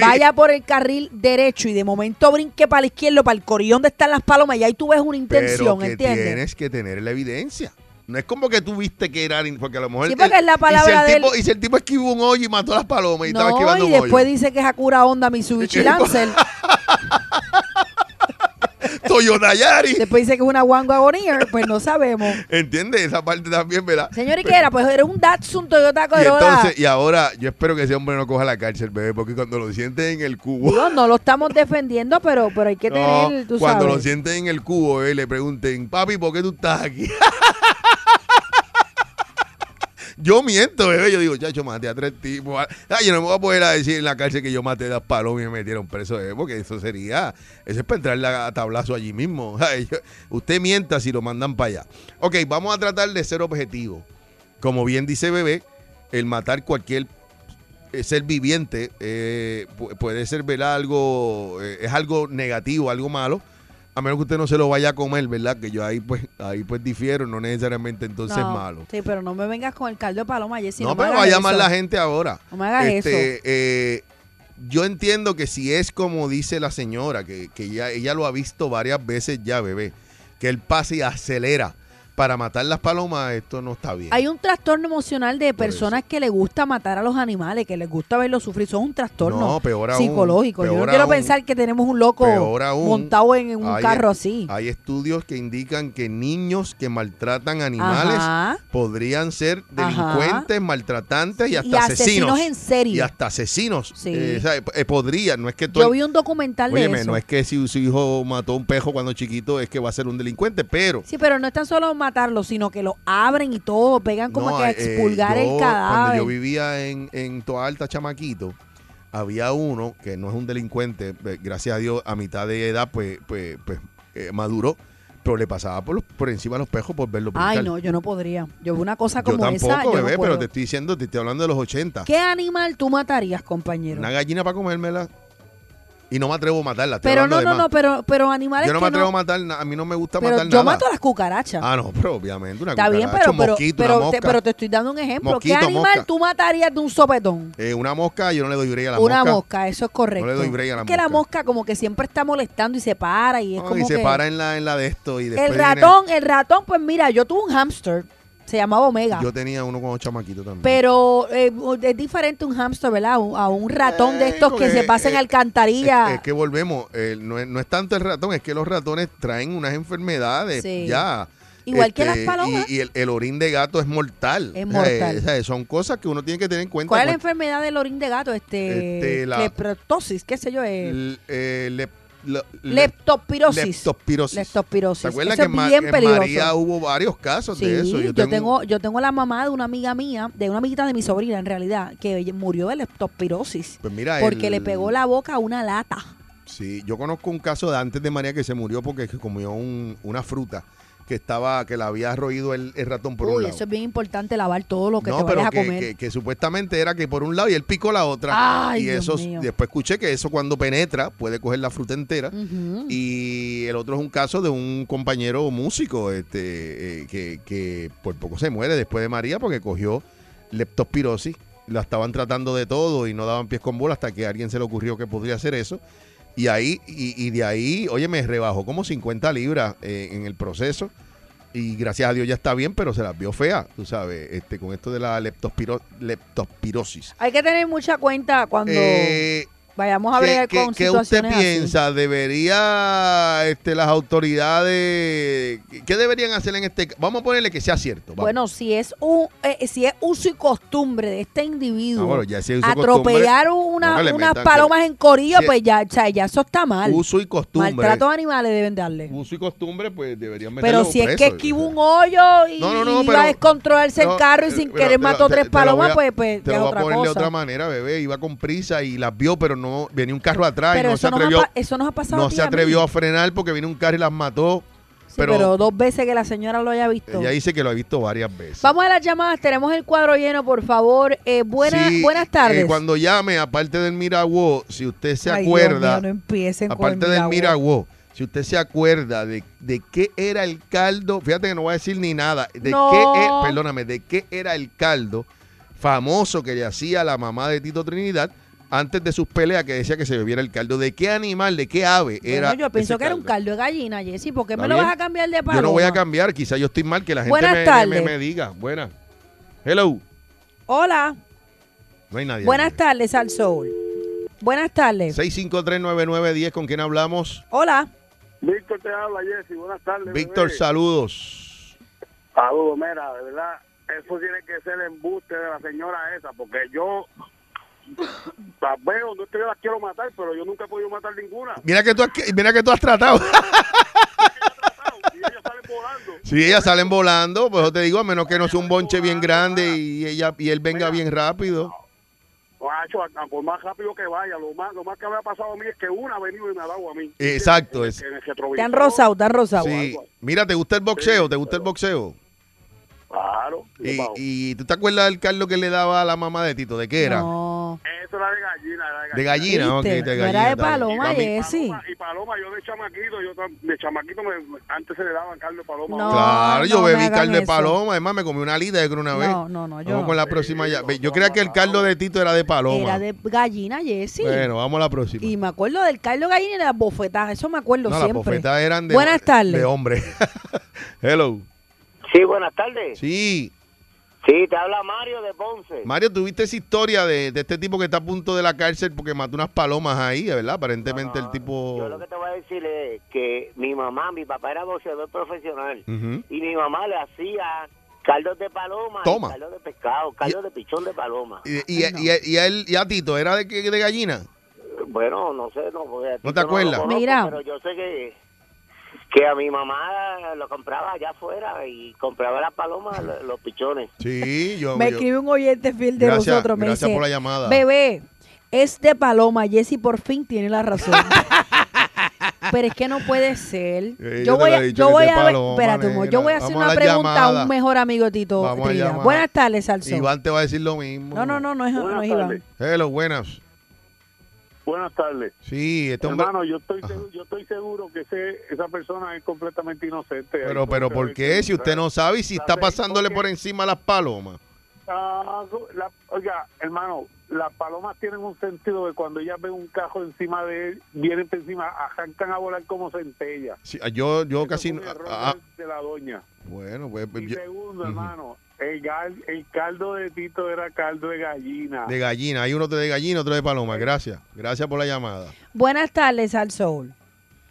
Speaker 4: vaya por el carril derecho y de momento brinque para la izquierda, para el corillón donde están las palomas, y ahí tú ves una
Speaker 3: pero
Speaker 4: intención,
Speaker 3: que
Speaker 4: ¿entiendes?
Speaker 3: tienes que tener la evidencia. No es como que tú viste que era, porque a lo mejor.
Speaker 4: Sí, porque es la
Speaker 3: y si
Speaker 4: palabra
Speaker 3: el
Speaker 4: de él.
Speaker 3: tipo- Y si el tipo esquivó un hoyo y mató a las palomas y estaba
Speaker 4: No,
Speaker 3: esquivando
Speaker 4: y
Speaker 3: un
Speaker 4: después
Speaker 3: hoyo.
Speaker 4: dice que es Acura Honda Mitsubishi Lancer.
Speaker 3: Toyota Yaris.
Speaker 4: Después dice que es una Wango Agonier, pues no sabemos.
Speaker 3: ¿Entiendes? Esa parte también, ¿verdad?
Speaker 4: Señor, ¿y qué era? Pues era un Datsun Toyota
Speaker 3: Y
Speaker 4: Corolla.
Speaker 3: entonces, y ahora, yo espero que ese hombre no coja la cárcel, bebé, porque cuando lo sienten en el cubo.
Speaker 4: Digo, no lo estamos defendiendo, pero, pero hay que
Speaker 3: No,
Speaker 4: tener, tú
Speaker 3: cuando
Speaker 4: sabes.
Speaker 3: lo sienten en el cubo, eh, le pregunten, papi, ¿por qué tú estás aquí? yo miento, bebé. Yo digo, chacho, maté a tres tipos. Ay, yo no me voy a poder a decir en la cárcel que yo maté a las palomas y me metieron preso, eh, porque eso sería. Eso es para entrarle a tablazo allí mismo. Ay, yo- usted mienta si lo mandan para allá. Ok, vamos a tratar de ser objetivos. Como bien dice bebé, el matar cualquier eh, ser viviente eh, pu- puede ser ¿verdad? algo eh, es algo negativo algo malo a menos que usted no se lo vaya a comer verdad que yo ahí pues ahí pues difiero no necesariamente entonces es
Speaker 4: No,
Speaker 3: malo
Speaker 4: Sí, pero no me vengas con el caldo de paloma, Jessy.
Speaker 3: no,
Speaker 4: me
Speaker 3: pero
Speaker 4: hagas
Speaker 3: va a llamar
Speaker 4: eso.
Speaker 3: la gente ahora
Speaker 4: No me hagas
Speaker 3: Este,
Speaker 4: eso.
Speaker 3: eh, yo entiendo que si es como dice la señora que, que ya, ella lo ha visto varias veces ya bebé que él pase y acelera para matar las palomas esto no está bien
Speaker 4: Hay un trastorno emocional de personas que les gusta matar a los animales, que les gusta verlos sufrir. Son un trastorno
Speaker 3: No, peor aún,
Speaker 4: psicológico. Yo
Speaker 3: peor
Speaker 4: no quiero
Speaker 3: aún.
Speaker 4: pensar que tenemos un loco
Speaker 3: Peor aún,
Speaker 4: montado en, en un
Speaker 3: hay-
Speaker 4: carro así.
Speaker 3: Hay estudios que indican que niños que maltratan animales
Speaker 4: Ajá.
Speaker 3: podrían ser
Speaker 4: Ajá.
Speaker 3: delincuentes, maltratantes y hasta
Speaker 4: y asesinos
Speaker 3: asesinos.
Speaker 4: en serie.
Speaker 3: Y hasta asesinos.
Speaker 4: Sí.
Speaker 3: Eh, o sea, eh, podrían, no es que todo
Speaker 4: Yo
Speaker 3: el-
Speaker 4: vi un documental de
Speaker 3: Óyeme,
Speaker 4: eso.
Speaker 3: no es que si su hijo mató a un pejo cuando chiquito es que va a ser un delincuente, pero
Speaker 4: Sí, pero no es tan solo matarlos, sino que lo abren y todo, pegan como
Speaker 3: No,
Speaker 4: que a
Speaker 3: eh,
Speaker 4: expulgar
Speaker 3: yo,
Speaker 4: el cadáver.
Speaker 3: Cuando yo vivía en, en Toa Alta, chamaquito, había uno que no es un delincuente, eh, gracias a Dios, a mitad de edad, pues, pues, pues eh, maduró, pero le pasaba por, los- por encima de los pejos por verlo
Speaker 4: Ay,
Speaker 3: brincar.
Speaker 4: no, yo no podría. Yo veo una cosa
Speaker 3: Yo
Speaker 4: como
Speaker 3: tampoco,
Speaker 4: esa, yo no
Speaker 3: bebé, pero
Speaker 4: puedo.
Speaker 3: te estoy diciendo, te estoy hablando de los 80.
Speaker 4: ¿Qué animal tú matarías, compañero?
Speaker 3: Una gallina para comérmela y no me atrevo a matarla. estoy
Speaker 4: Pero
Speaker 3: hablando
Speaker 4: no,
Speaker 3: de
Speaker 4: no,
Speaker 3: más.
Speaker 4: no, pero, pero animales
Speaker 3: Yo no
Speaker 4: que
Speaker 3: me atrevo a matar, na- a mí no me gusta
Speaker 4: pero
Speaker 3: matar
Speaker 4: yo
Speaker 3: nada.
Speaker 4: mato a las cucarachas.
Speaker 3: Ah, no, pero obviamente una
Speaker 4: Está bien,
Speaker 3: cucaracha,
Speaker 4: pero,
Speaker 3: un
Speaker 4: pero,
Speaker 3: mosquito, una
Speaker 4: pero, te,
Speaker 3: mosca.
Speaker 4: pero te estoy dando un ejemplo.
Speaker 3: Mosquito,
Speaker 4: ¿Qué animal
Speaker 3: mosca.
Speaker 4: tú matarías de un sopetón?
Speaker 3: Eh, una mosca, yo no le doy break a la
Speaker 4: Una
Speaker 3: mosca.
Speaker 4: mosca. eso es correcto.
Speaker 3: doy break a la
Speaker 4: es que la mosca como que siempre está molestando y se para y es
Speaker 3: No,
Speaker 4: como
Speaker 3: y se
Speaker 4: que-
Speaker 3: para en la, en la de esto y después
Speaker 4: el
Speaker 3: viene-
Speaker 4: ratón, el ratón, pues mira, yo tuve un hámster, se llamaba Omega.
Speaker 3: Yo tenía uno con los chamaquitos también.
Speaker 4: Pero eh, es diferente un hámster, ¿verdad? A un- A un ratón de estos que
Speaker 3: porque,
Speaker 4: se pasan
Speaker 3: eh,
Speaker 4: alcantarilla.
Speaker 3: Es que volvemos, eh, no, es, no es tanto el ratón, es que los ratones traen unas enfermedades
Speaker 4: Sí.
Speaker 3: ya. Este,
Speaker 4: Igual que las palomas.
Speaker 3: Y, y el, el orín de gato es mortal.
Speaker 4: Es
Speaker 3: O sea, eh,
Speaker 4: mortal.
Speaker 3: o sea, son cosas que uno tiene que tener en cuenta.
Speaker 4: ¿Cuál es la
Speaker 3: Pues,
Speaker 4: enfermedad del orín de gato? Este,
Speaker 3: Este, la-
Speaker 4: leprotosis, qué sé yo. eh,
Speaker 3: l- eh, lep- la-
Speaker 4: Leptospirosis.
Speaker 3: Leptospirosis.
Speaker 4: Leptospirosis.
Speaker 3: ¿Te acuerdas
Speaker 4: Eso
Speaker 3: que
Speaker 4: es
Speaker 3: en Ma-
Speaker 4: bien
Speaker 3: en
Speaker 4: peligroso.
Speaker 3: María hubo varios casos
Speaker 4: Sí,
Speaker 3: de eso?
Speaker 4: yo, tengo, yo tengo la mamá de una amiga mía, de una amiguita de mi sobrina en realidad, que ella murió de leptospirosis
Speaker 3: Pues mira,
Speaker 4: porque le
Speaker 3: el-
Speaker 4: pegó la boca a una lata.
Speaker 3: Sí, yo conozco un caso de antes de María que se murió porque comió un- una fruta que estaba, que la había roído el, el ratón por un
Speaker 4: Uy,
Speaker 3: lado.
Speaker 4: eso es bien importante, lavar todo lo que te
Speaker 3: No,
Speaker 4: vayas
Speaker 3: pero
Speaker 4: a
Speaker 3: que,
Speaker 4: comer.
Speaker 3: que- que supuestamente era que por un lado y él picó la otra.
Speaker 4: Ay,
Speaker 3: y
Speaker 4: Dios
Speaker 3: eso,
Speaker 4: mío.
Speaker 3: después escuché que eso cuando penetra puede coger la fruta entera.
Speaker 4: Ujú.
Speaker 3: Y el otro es un caso de un compañero músico este, eh, que, que por poco se muere después de María porque cogió leptospirosis. La estaban tratando de todo y no daban pies con bola hasta que a alguien se le ocurrió que podría hacer eso. Y ahí y, y de ahí, oye, me rebajó como 50 libras eh, en el proceso. Y gracias a Dios ya está bien, pero se las vio fea, tú sabes, este, con esto de la leptospiro- leptospirosis.
Speaker 4: Hay que tener mucha cuenta cuando
Speaker 3: Eh,
Speaker 4: vayamos a
Speaker 3: ¿Qué,
Speaker 4: bregar
Speaker 3: qué-
Speaker 4: con
Speaker 3: qué usted
Speaker 4: situaciones así.
Speaker 3: piensa? ¿Debería este, las autoridades, qué deberían hacer en este caso? Vamos a ponerle que sea cierto. vamos.
Speaker 4: Bueno, si es un, eh, si es uso y costumbre de este individuo
Speaker 3: Ah, bueno, ya si es uso y
Speaker 4: atropellar
Speaker 3: costumbre,
Speaker 4: una-
Speaker 3: bueno, le
Speaker 4: unas
Speaker 3: metan-
Speaker 4: palomas en corillo,
Speaker 3: Si es-
Speaker 4: pues ya, o sea, ya eso está mal.
Speaker 3: Uso y costumbre.
Speaker 4: Maltrato a animales deben darle.
Speaker 3: Uso y costumbre, pues deberían meterlo
Speaker 4: Pero si es
Speaker 3: preso. eh.
Speaker 4: que esquivó un hoyo y
Speaker 3: No, no, no,
Speaker 4: iba
Speaker 3: pero-
Speaker 4: a descontrolarse
Speaker 3: no,
Speaker 4: el carro y sin
Speaker 3: Pero
Speaker 4: querer
Speaker 3: te la-
Speaker 4: mató
Speaker 3: te-
Speaker 4: tres
Speaker 3: te la voy
Speaker 4: palomas,
Speaker 3: a-
Speaker 4: pues, pues
Speaker 3: te
Speaker 4: ya
Speaker 3: lo
Speaker 4: es
Speaker 3: voy
Speaker 4: otra
Speaker 3: a poner
Speaker 4: cosa.
Speaker 3: de otra manera, bebé. Iba con prisa y las vio, pero no venía un carro atrás
Speaker 4: pero
Speaker 3: y no se
Speaker 4: eso, nos ha
Speaker 3: atrevió.
Speaker 4: pa- eso nos ha pasado a
Speaker 3: no
Speaker 4: ti y
Speaker 3: se
Speaker 4: a mí.
Speaker 3: atrevió a frenar porque vino un carro y las mató.
Speaker 4: Sí, pero,
Speaker 3: pero,
Speaker 4: dos veces que la señora lo haya visto.
Speaker 3: ella dice que lo ha visto varias veces.
Speaker 4: Vamos a las llamadas, tenemos el cuadro lleno, por favor. Eh, buena-
Speaker 3: Sí,
Speaker 4: buenas
Speaker 3: eh,
Speaker 4: tardes.
Speaker 3: cuando llame, aparte del Miraguó, si usted se
Speaker 4: Ay, Dios
Speaker 3: acuerda,
Speaker 4: mío, no empiecen con
Speaker 3: aparte
Speaker 4: el
Speaker 3: del
Speaker 4: Miraguó.
Speaker 3: Miraguó, si usted se acuerda de, de qué era el caldo, fíjate que no voy a decir ni nada, de
Speaker 4: No.
Speaker 3: qué e- perdóname, de qué era el caldo famoso que le hacía la mamá de Tito Trinidad antes de sus peleas que decía que se bebiera el caldo, de qué animal, de qué ave era.
Speaker 4: Bueno, yo pienso
Speaker 3: ese
Speaker 4: que era un caldo
Speaker 3: caldo?
Speaker 4: de gallina, Jessy. ¿Por qué
Speaker 3: ¿Está
Speaker 4: me lo
Speaker 3: bien?
Speaker 4: vas a cambiar de palo?
Speaker 3: Yo no voy a cambiar, quizás yo estoy mal que la gente
Speaker 4: Buenas
Speaker 3: me- me,
Speaker 4: tardes.
Speaker 3: me- me diga. Buena. Hello.
Speaker 4: Hola,
Speaker 3: No hay nadie.
Speaker 4: buenas tardes al sol. Buenas tardes.
Speaker 3: 6539910, ¿con quién hablamos?
Speaker 4: Hola.
Speaker 5: Víctor te habla, Jesse. Buenas tardes.
Speaker 3: Víctor,
Speaker 5: bebé.
Speaker 3: saludos.
Speaker 5: Saludos, mira, de verdad, eso tiene que ser embuste de la señora esa, porque yo las veo, no es que yo las quiero matar, pero yo nunca he podido matar ninguna.
Speaker 3: Mira que tú has, mira que tú has tratado. Si ellas salen volando, pues yo te digo, a menos que no sea un bonche bien grande y ella y él venga bien rápido.
Speaker 5: Guacho, a- a por más rápido que vaya, lo más, lo más que me ha pasado a mí es que una ha venido y me ha dado a
Speaker 3: Eh,
Speaker 5: mí.
Speaker 3: Exacto. Es.
Speaker 5: En el retrovisor.
Speaker 4: Te han rosado, te han rosado.
Speaker 3: Sí. Mira, ¿te gusta el boxeo? ¿Te gusta el boxeo?
Speaker 5: Claro.
Speaker 3: Y, y tú te acuerdas del Carlos que le daba a la mamá de Tito, ¿de qué era?
Speaker 4: No.
Speaker 5: Eso era de gallina, era de
Speaker 3: De gallina, ok,
Speaker 4: ¿Viste?
Speaker 3: de
Speaker 4: No
Speaker 3: gallina.
Speaker 4: era de
Speaker 3: está bien.
Speaker 4: paloma,
Speaker 3: También-
Speaker 4: Jessy.
Speaker 5: Y Paloma, yo de chamaquito, yo tam- de chamaquito me- antes se le daban carne de Paloma.
Speaker 3: claro, yo
Speaker 4: no me
Speaker 3: bebí
Speaker 4: hagan
Speaker 3: caldo de
Speaker 4: eso.
Speaker 3: paloma, además me comí una alita de creo una vez.
Speaker 4: No, no, no, yo
Speaker 3: Vamos
Speaker 4: no.
Speaker 3: con la próxima ya. Ve, Yo creía que el caldo de Tito era de paloma.
Speaker 4: Era de gallina, Jessy.
Speaker 3: Bueno, vamos a la próxima.
Speaker 4: Y me acuerdo del Carlos Gallina y las bofetadas, eso me acuerdo
Speaker 3: no, las
Speaker 4: siempre.
Speaker 3: bofetas eran de,
Speaker 4: Buenas tardes.
Speaker 3: de hombre. Hello.
Speaker 15: Sí, buenas tardes.
Speaker 3: Sí.
Speaker 15: Sí, te habla Mario de Ponce.
Speaker 3: Mario, tuviste esa historia de, de este tipo que está a punto de la cárcel porque mató unas palomas ahí, ¿verdad? Aparentemente el tipo...
Speaker 15: Yo lo que te voy a decir es que mi mamá, mi papá era boxeador profesional
Speaker 3: Ujú.
Speaker 15: y mi mamá le hacía caldos de paloma, y
Speaker 3: Toma.
Speaker 15: caldos de pescado, caldos de pichón de paloma.
Speaker 3: Y, y, y, y a él, y a Tito, ¿era de, qué- de gallina?
Speaker 15: Bueno, no sé, no, porque a ti
Speaker 3: ¿No te
Speaker 15: yo lo
Speaker 3: acuerdas?
Speaker 15: conozco,
Speaker 3: Mira.
Speaker 15: Pero yo sé que, que a mi mamá lo compraba allá afuera y compraba las palomas, lo- los pichones.
Speaker 3: Sí, yo...
Speaker 4: me
Speaker 3: yo-
Speaker 4: escribe un oyente fiel de
Speaker 3: Gracias,
Speaker 4: nosotros. Me
Speaker 3: gracias
Speaker 4: dice,
Speaker 3: por la llamada.
Speaker 4: Bebé, es de paloma. Jessy por fin tiene la razón. Pero es que no puede ser.
Speaker 3: Eh,
Speaker 4: yo
Speaker 3: yo te
Speaker 4: voy
Speaker 3: lo
Speaker 4: a,
Speaker 3: he dicho
Speaker 4: yo
Speaker 3: que
Speaker 4: voy
Speaker 3: es de
Speaker 4: a, ver-
Speaker 3: paloma,
Speaker 4: espérate, amor, yo
Speaker 3: nena.
Speaker 4: voy a hacer
Speaker 3: Vamos a
Speaker 4: una
Speaker 3: la
Speaker 4: pregunta
Speaker 3: llamada.
Speaker 4: a un mejor amigo Tito
Speaker 3: Vamos a
Speaker 4: Trinidad.
Speaker 3: llamar.
Speaker 4: Buenas tardes, Salsón.
Speaker 3: Iván te va a decir lo mismo.
Speaker 4: No, no, no, no es, no es Iván.
Speaker 3: Hello, buenas.
Speaker 5: Buenas tardes.
Speaker 3: Sí, este hombre-
Speaker 5: Hermano, yo estoy, seguro, yo estoy seguro que ese, esa persona es completamente inocente.
Speaker 3: Pero, pero, ¿por qué? Si usted no sabe y si está pasándole por encima a las palomas.
Speaker 5: Ah, la- oiga, hermano, las palomas tienen un sentido de cuando ellas ven un cajo encima de él, vienen por encima, arrancan a volar como centellas
Speaker 3: Sí, yo, yo casi... no- ah,
Speaker 5: de la doña.
Speaker 3: bueno, pues...
Speaker 5: Y
Speaker 3: yo-
Speaker 5: segundo,
Speaker 3: Ujú.
Speaker 5: hermano, el, gal- el caldo de Tito era caldo de gallina.
Speaker 3: De gallina, hay uno de gallina, otro de paloma. Gracias, gracias por la llamada.
Speaker 4: Buenas tardes, Salsón.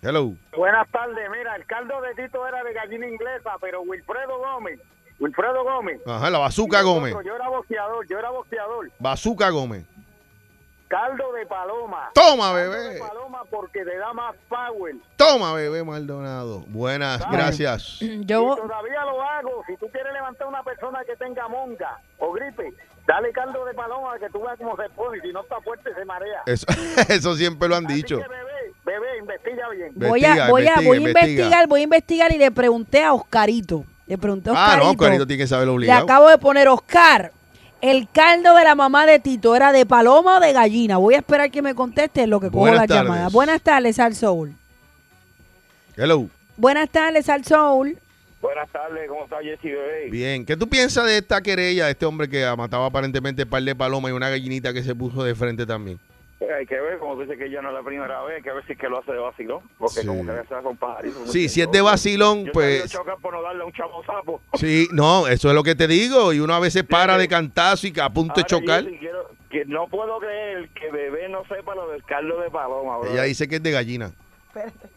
Speaker 3: Hello.
Speaker 16: Buenas tardes, mira, el caldo de Tito era de gallina inglesa, pero Wilfredo Gómez, Wilfredo Gómez.
Speaker 3: Ajá, la Bazooka
Speaker 16: y nosotros,
Speaker 3: Gómez.
Speaker 16: Yo era boxeador, yo era boxeador.
Speaker 3: Bazooka Gómez.
Speaker 16: Caldo de paloma.
Speaker 3: Toma,
Speaker 16: Caldo
Speaker 3: bebé.
Speaker 16: de paloma porque le da más power.
Speaker 3: Toma, bebé Maldonado. Buenas, gracias.
Speaker 16: Y todavía lo hago. Si tú quieres levantar una persona que tenga monga o gripe, dale caldo de paloma que tú veas cómo se pone. Si no está fuerte, se marea.
Speaker 3: Eso, eso siempre lo han dicho.
Speaker 16: Bebé, bebé, investiga bien.
Speaker 4: Voy a,
Speaker 3: Investiga,
Speaker 4: voy, a, voy a
Speaker 3: investiga, investiga.
Speaker 4: investigar, voy a investigar y le pregunté a Oscarito. Le pregunté a
Speaker 3: Ah,
Speaker 4: Oscarito.
Speaker 3: no, Oscarito tiene que saber lo
Speaker 4: Le
Speaker 3: obligado.
Speaker 4: acabo de poner Oscar. El caldo de la mamá de Tito era de paloma o de gallina. Voy a esperar que me conteste en lo que cojo
Speaker 3: Buenas
Speaker 4: la
Speaker 3: tardes.
Speaker 4: llamada. Buenas tardes, al Soul.
Speaker 3: Hello.
Speaker 4: Buenas tardes, al Soul.
Speaker 17: Buenas tardes, ¿cómo está Jessy Bebé?
Speaker 3: Bien, ¿qué tú piensas de esta querella de este hombre que ha matado aparentemente un par de palomas y una gallinita que se puso de frente también?
Speaker 17: Eh, hay que ver, como tú dices que ya no es la primera vez, hay que ver si es que lo hace de vacilón, porque
Speaker 3: Sí.
Speaker 17: como que se va con pajaritos.
Speaker 3: Sí, si es de vacilón, pues-
Speaker 17: choca por no darle a un chavo sapo.
Speaker 3: Sí, no, eso es lo que te digo. Y uno a veces para de cantazo y que a punto de chocar.
Speaker 17: Jessy, quiero- que no puedo creer que bebé no sepa lo del caldo de paloma, bro.
Speaker 3: Ella dice que es de gallina.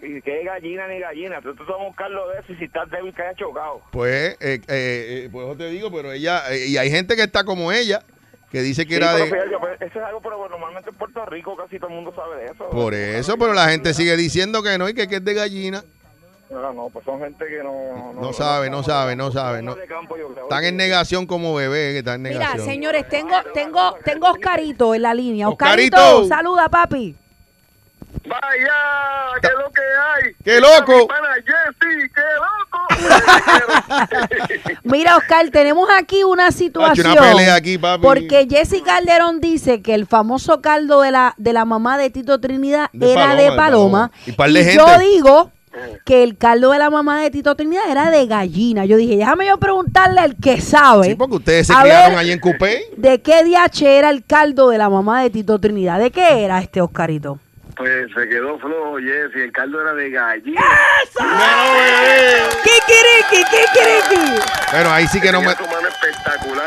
Speaker 17: Y que es gallina ni gallina. Tú, tú tomas un caldo de eso y si estás débil que haya chocado.
Speaker 3: Pues, eh, eh, eh, por eso te digo, pero ella, eh, y hay gente que está como ella, que dice que
Speaker 17: Sí,
Speaker 3: era
Speaker 17: pero
Speaker 3: de...
Speaker 17: fíjate, pues, eso es algo, pero bueno, normalmente en Puerto Rico casi todo el mundo sabe de eso.
Speaker 3: Por eso, pero la gente sigue diciendo que no y que, que es de gallina.
Speaker 17: No, no, pues son gente que no...
Speaker 3: No sabe, no sabe, no sabe. No. Están en negación como bebé, que están en
Speaker 4: Mira,
Speaker 3: negación.
Speaker 4: señores, tengo, tengo, tengo a Oscarito en la línea.
Speaker 3: Oscarito.
Speaker 4: Oscarito, saluda, papi.
Speaker 16: Vaya, qué lo que hay.
Speaker 3: ¡Qué loco!
Speaker 16: Para Jessy, qué loco.
Speaker 4: Mira, Oscar, tenemos aquí una situación.
Speaker 3: pelea aquí, papi.
Speaker 4: Porque Jesse Calderón dice que el famoso caldo de la, de la mamá de Tito Trinidad
Speaker 3: De
Speaker 4: era
Speaker 3: paloma,
Speaker 4: de
Speaker 3: de
Speaker 4: paloma.
Speaker 3: paloma. Y par de gente.
Speaker 4: yo digo que el caldo de la mamá de Tito Trinidad era de gallina. Yo dije, déjame yo preguntarle al que sabe.
Speaker 3: Sí, porque ustedes se
Speaker 4: A
Speaker 3: criaron
Speaker 4: ver.
Speaker 3: ahí en Coupé.
Speaker 4: ¿De qué DH era el caldo de la mamá de Tito Trinidad? ¿De qué era este Oscarito?
Speaker 17: Pues se quedó flojo, Jessy. El caldo era de gallina.
Speaker 4: ¡Kikiriki, kikiriki!
Speaker 3: Bueno, ahí sí que no me,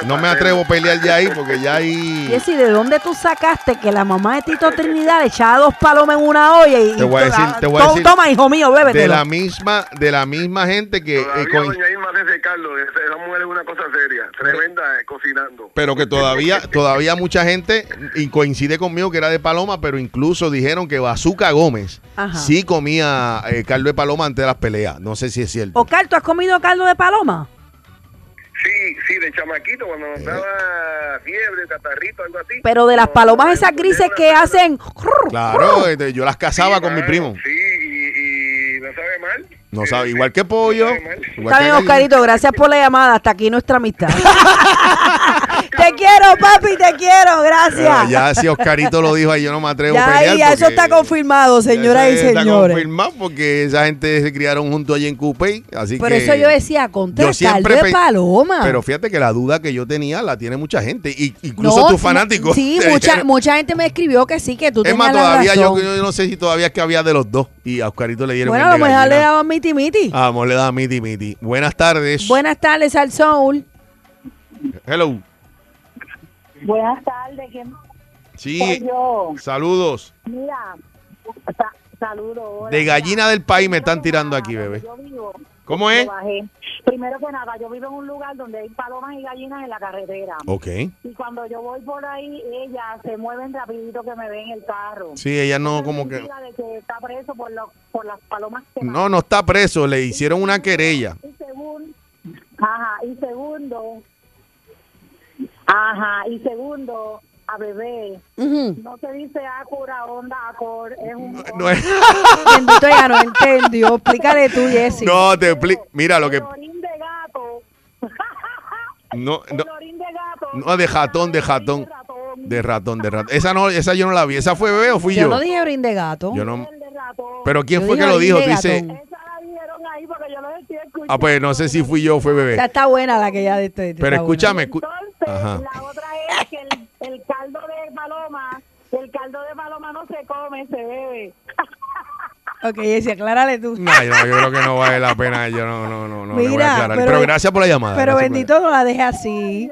Speaker 3: no me atrevo a pelear ya ahí, porque ya ahí...
Speaker 4: Jessy, ¿de dónde tú sacaste que la mamá de Tito Trinidad echaba dos palomas en una olla y...
Speaker 3: Te voy a decir, te voy a
Speaker 4: to-
Speaker 3: decir.
Speaker 4: Toma, hijo mío, bébetelo.
Speaker 3: De la misma, de la misma gente que... eh, Eh, coin-
Speaker 5: Tremenda eh, cocinando.
Speaker 3: Pero que todavía, todavía mucha gente y coincide conmigo que era de paloma, pero incluso dijeron que Bazooka Gómez
Speaker 4: Ajá.
Speaker 3: sí comía eh, caldo de paloma antes de las peleas. No sé si es cierto.
Speaker 4: Oscar, ¿tú has comido caldo de paloma?
Speaker 5: Sí, sí, de chamaquito, cuando
Speaker 3: Eh.
Speaker 5: nos daba fiebre, catarrito, algo así.
Speaker 4: Pero de las palomas esas grises que hacen...
Speaker 3: Claro, este, yo las cazaba con mi primo. no sabe mal. No sabe, igual que pollo. igual
Speaker 4: Está
Speaker 3: que
Speaker 4: bien,
Speaker 3: gallina.
Speaker 4: Oscarito, gracias por la llamada. Hasta aquí nuestra amistad. te quiero, papi, te quiero. Gracias.
Speaker 3: Pero Ah, ya si Oscarito lo dijo ahí, yo no me atrevo
Speaker 4: Ya,
Speaker 3: a pelear.
Speaker 4: ahí, ya eso
Speaker 3: porque
Speaker 4: está confirmado, señoras y
Speaker 3: eso está
Speaker 4: señores.
Speaker 3: confirmado porque esa gente se criaron junto allí en Coupé. Así
Speaker 4: Por
Speaker 3: que
Speaker 4: eso yo decía, conté
Speaker 3: yo siempre
Speaker 4: caldo de
Speaker 3: pe-
Speaker 4: paloma.
Speaker 3: Pero fíjate que la duda que yo tenía la tiene mucha gente, y- incluso tus fanáticos.
Speaker 4: Sí, mucha, mucha gente me escribió que sí, que tú
Speaker 3: Es
Speaker 4: tenías
Speaker 3: más,
Speaker 4: la
Speaker 3: todavía yo,
Speaker 4: razón.
Speaker 3: yo no sé si todavía es que había de los dos. Y a Oscarito le dieron
Speaker 4: bueno,
Speaker 3: el
Speaker 4: a
Speaker 3: de
Speaker 4: lo mejor le
Speaker 3: gallina.
Speaker 4: daban miti miti.
Speaker 3: A lo mejor le daba miti miti. Buenas tardes.
Speaker 4: Buenas tardes al Soul.
Speaker 3: Hello.
Speaker 9: Buenas tardes, ¿quién
Speaker 3: Sí.
Speaker 9: Pues yo?
Speaker 3: Saludos.
Speaker 9: Mira, sa- saludo. hola.
Speaker 3: De gallina del país me están tirando aquí, bebé.
Speaker 9: Yo vivo-
Speaker 3: ¿Cómo es?
Speaker 9: yo bajé. Primero que nada, yo vivo en un lugar donde hay palomas y gallinas en la carretera.
Speaker 3: Ok.
Speaker 9: Y cuando yo voy por ahí, ellas se mueven rapidito que me ven el carro.
Speaker 3: Sí, ella no como que...
Speaker 9: Mentira de que está preso por, lo- por las palomas que
Speaker 3: No, no está preso. Le hicieron una querella.
Speaker 9: Y según, ajá, y segundo, ajá, y segundo, a bebé, no se dice Acura, Honda, Acor, es un...
Speaker 3: No es...
Speaker 4: Bendito ya no entendió. Explícale tú, Jessy.
Speaker 3: No, te expli- Mira lo que... No, no. No, de jatón, de jatón. De ratón, de ratón. Esa no, esa yo no la vi. ¿Esa fue bebé o fui
Speaker 4: yo,
Speaker 3: yo?
Speaker 4: no dije brin de gato.
Speaker 3: Yo no- Pero ¿quién
Speaker 4: Yo
Speaker 3: fue que
Speaker 4: dije
Speaker 3: lo dijo?
Speaker 4: Brin de
Speaker 3: Dice...
Speaker 4: Gatón.
Speaker 3: Ah, pues no sé si fui yo o fue
Speaker 4: O sea,
Speaker 3: bebé.
Speaker 4: está buena la que ya de de-
Speaker 3: Pero
Speaker 4: está buena.
Speaker 3: escúchame. escu- Ajá.
Speaker 9: Es que el, el caldo de paloma, el caldo de paloma no se come, se bebe.
Speaker 4: Ok, Jessy, aclárale tú.
Speaker 3: No, yo, yo creo que no vale la pena. Yo no, no, no, no le voy a
Speaker 4: Mira,
Speaker 3: aclarar. Pero,
Speaker 4: pero-
Speaker 3: gracias por la llamada.
Speaker 4: Pero
Speaker 3: gracias por la-
Speaker 4: bendito no la deje así.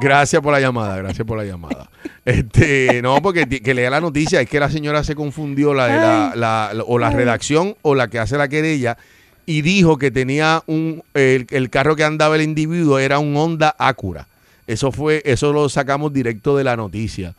Speaker 3: Gracias por la llamada, gracias por la llamada. Este, no, porque ti- que lea la noticia, es que la señora se confundió la, de la, la- la- o la
Speaker 1: Ay.
Speaker 3: redacción o la que hace la querella y dijo que tenía un el, el carro que andaba el individuo era un Honda Acura. Eso fue eso lo sacamos directo de la noticia.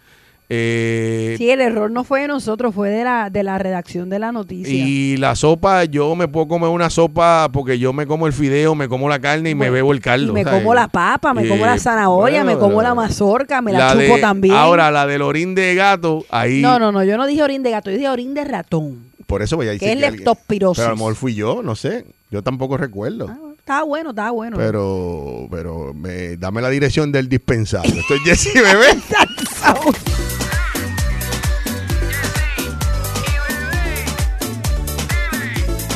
Speaker 3: Eh,
Speaker 4: Sí, el error no fue de nosotros, fue de la, de la redacción de la noticia.
Speaker 3: y la sopa, yo me puedo comer una sopa porque yo me como el fideo, me como la carne y me bebo el caldo.
Speaker 4: Y me
Speaker 3: ¿sabes?
Speaker 4: como la papa, me como la
Speaker 3: Eh,
Speaker 4: zanahoria, me
Speaker 3: bueno,
Speaker 4: como
Speaker 3: la-
Speaker 4: la mazorca, me la,
Speaker 3: La
Speaker 4: chupo
Speaker 3: de-
Speaker 4: también.
Speaker 3: Ahora, la del orín de gato, ahí.
Speaker 4: No, no, no, yo no dije orín de gato, yo dije orín de ratón.
Speaker 3: Por eso, pues ya
Speaker 4: Que
Speaker 3: dice
Speaker 4: es
Speaker 3: alguien-
Speaker 4: leptospirosis.
Speaker 3: Pero a lo mejor fui yo, no sé. Yo tampoco recuerdo.
Speaker 4: Estaba bueno, estaba Ah, bueno.
Speaker 3: Pero, pero me- dame la dirección del dispensario. Esto es Jesse Bebé.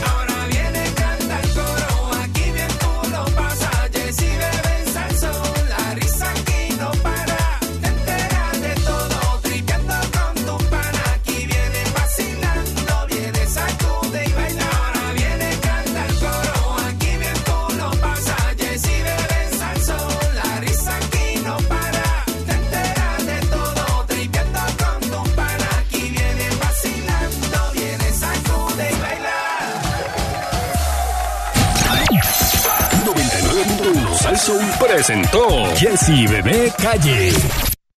Speaker 10: Ahora viene canta el coro, aquí bien tú lo pasas. Jessy bebe en salsón, la risa aquí no para. Te enteras de todo, tripeando con tu pana. Aquí viene fascinando, viene sacude y baila. Ahora viene canta el coro, aquí bien tú lo pasas. Jessy bebe en salsón, la risa aquí no para. Te enteras de todo, tripeando con tu pana. Aquí viene fascinando, viene sacude y baila.
Speaker 1: 99.1 Salsoul presentó Jessy Bebé Calle.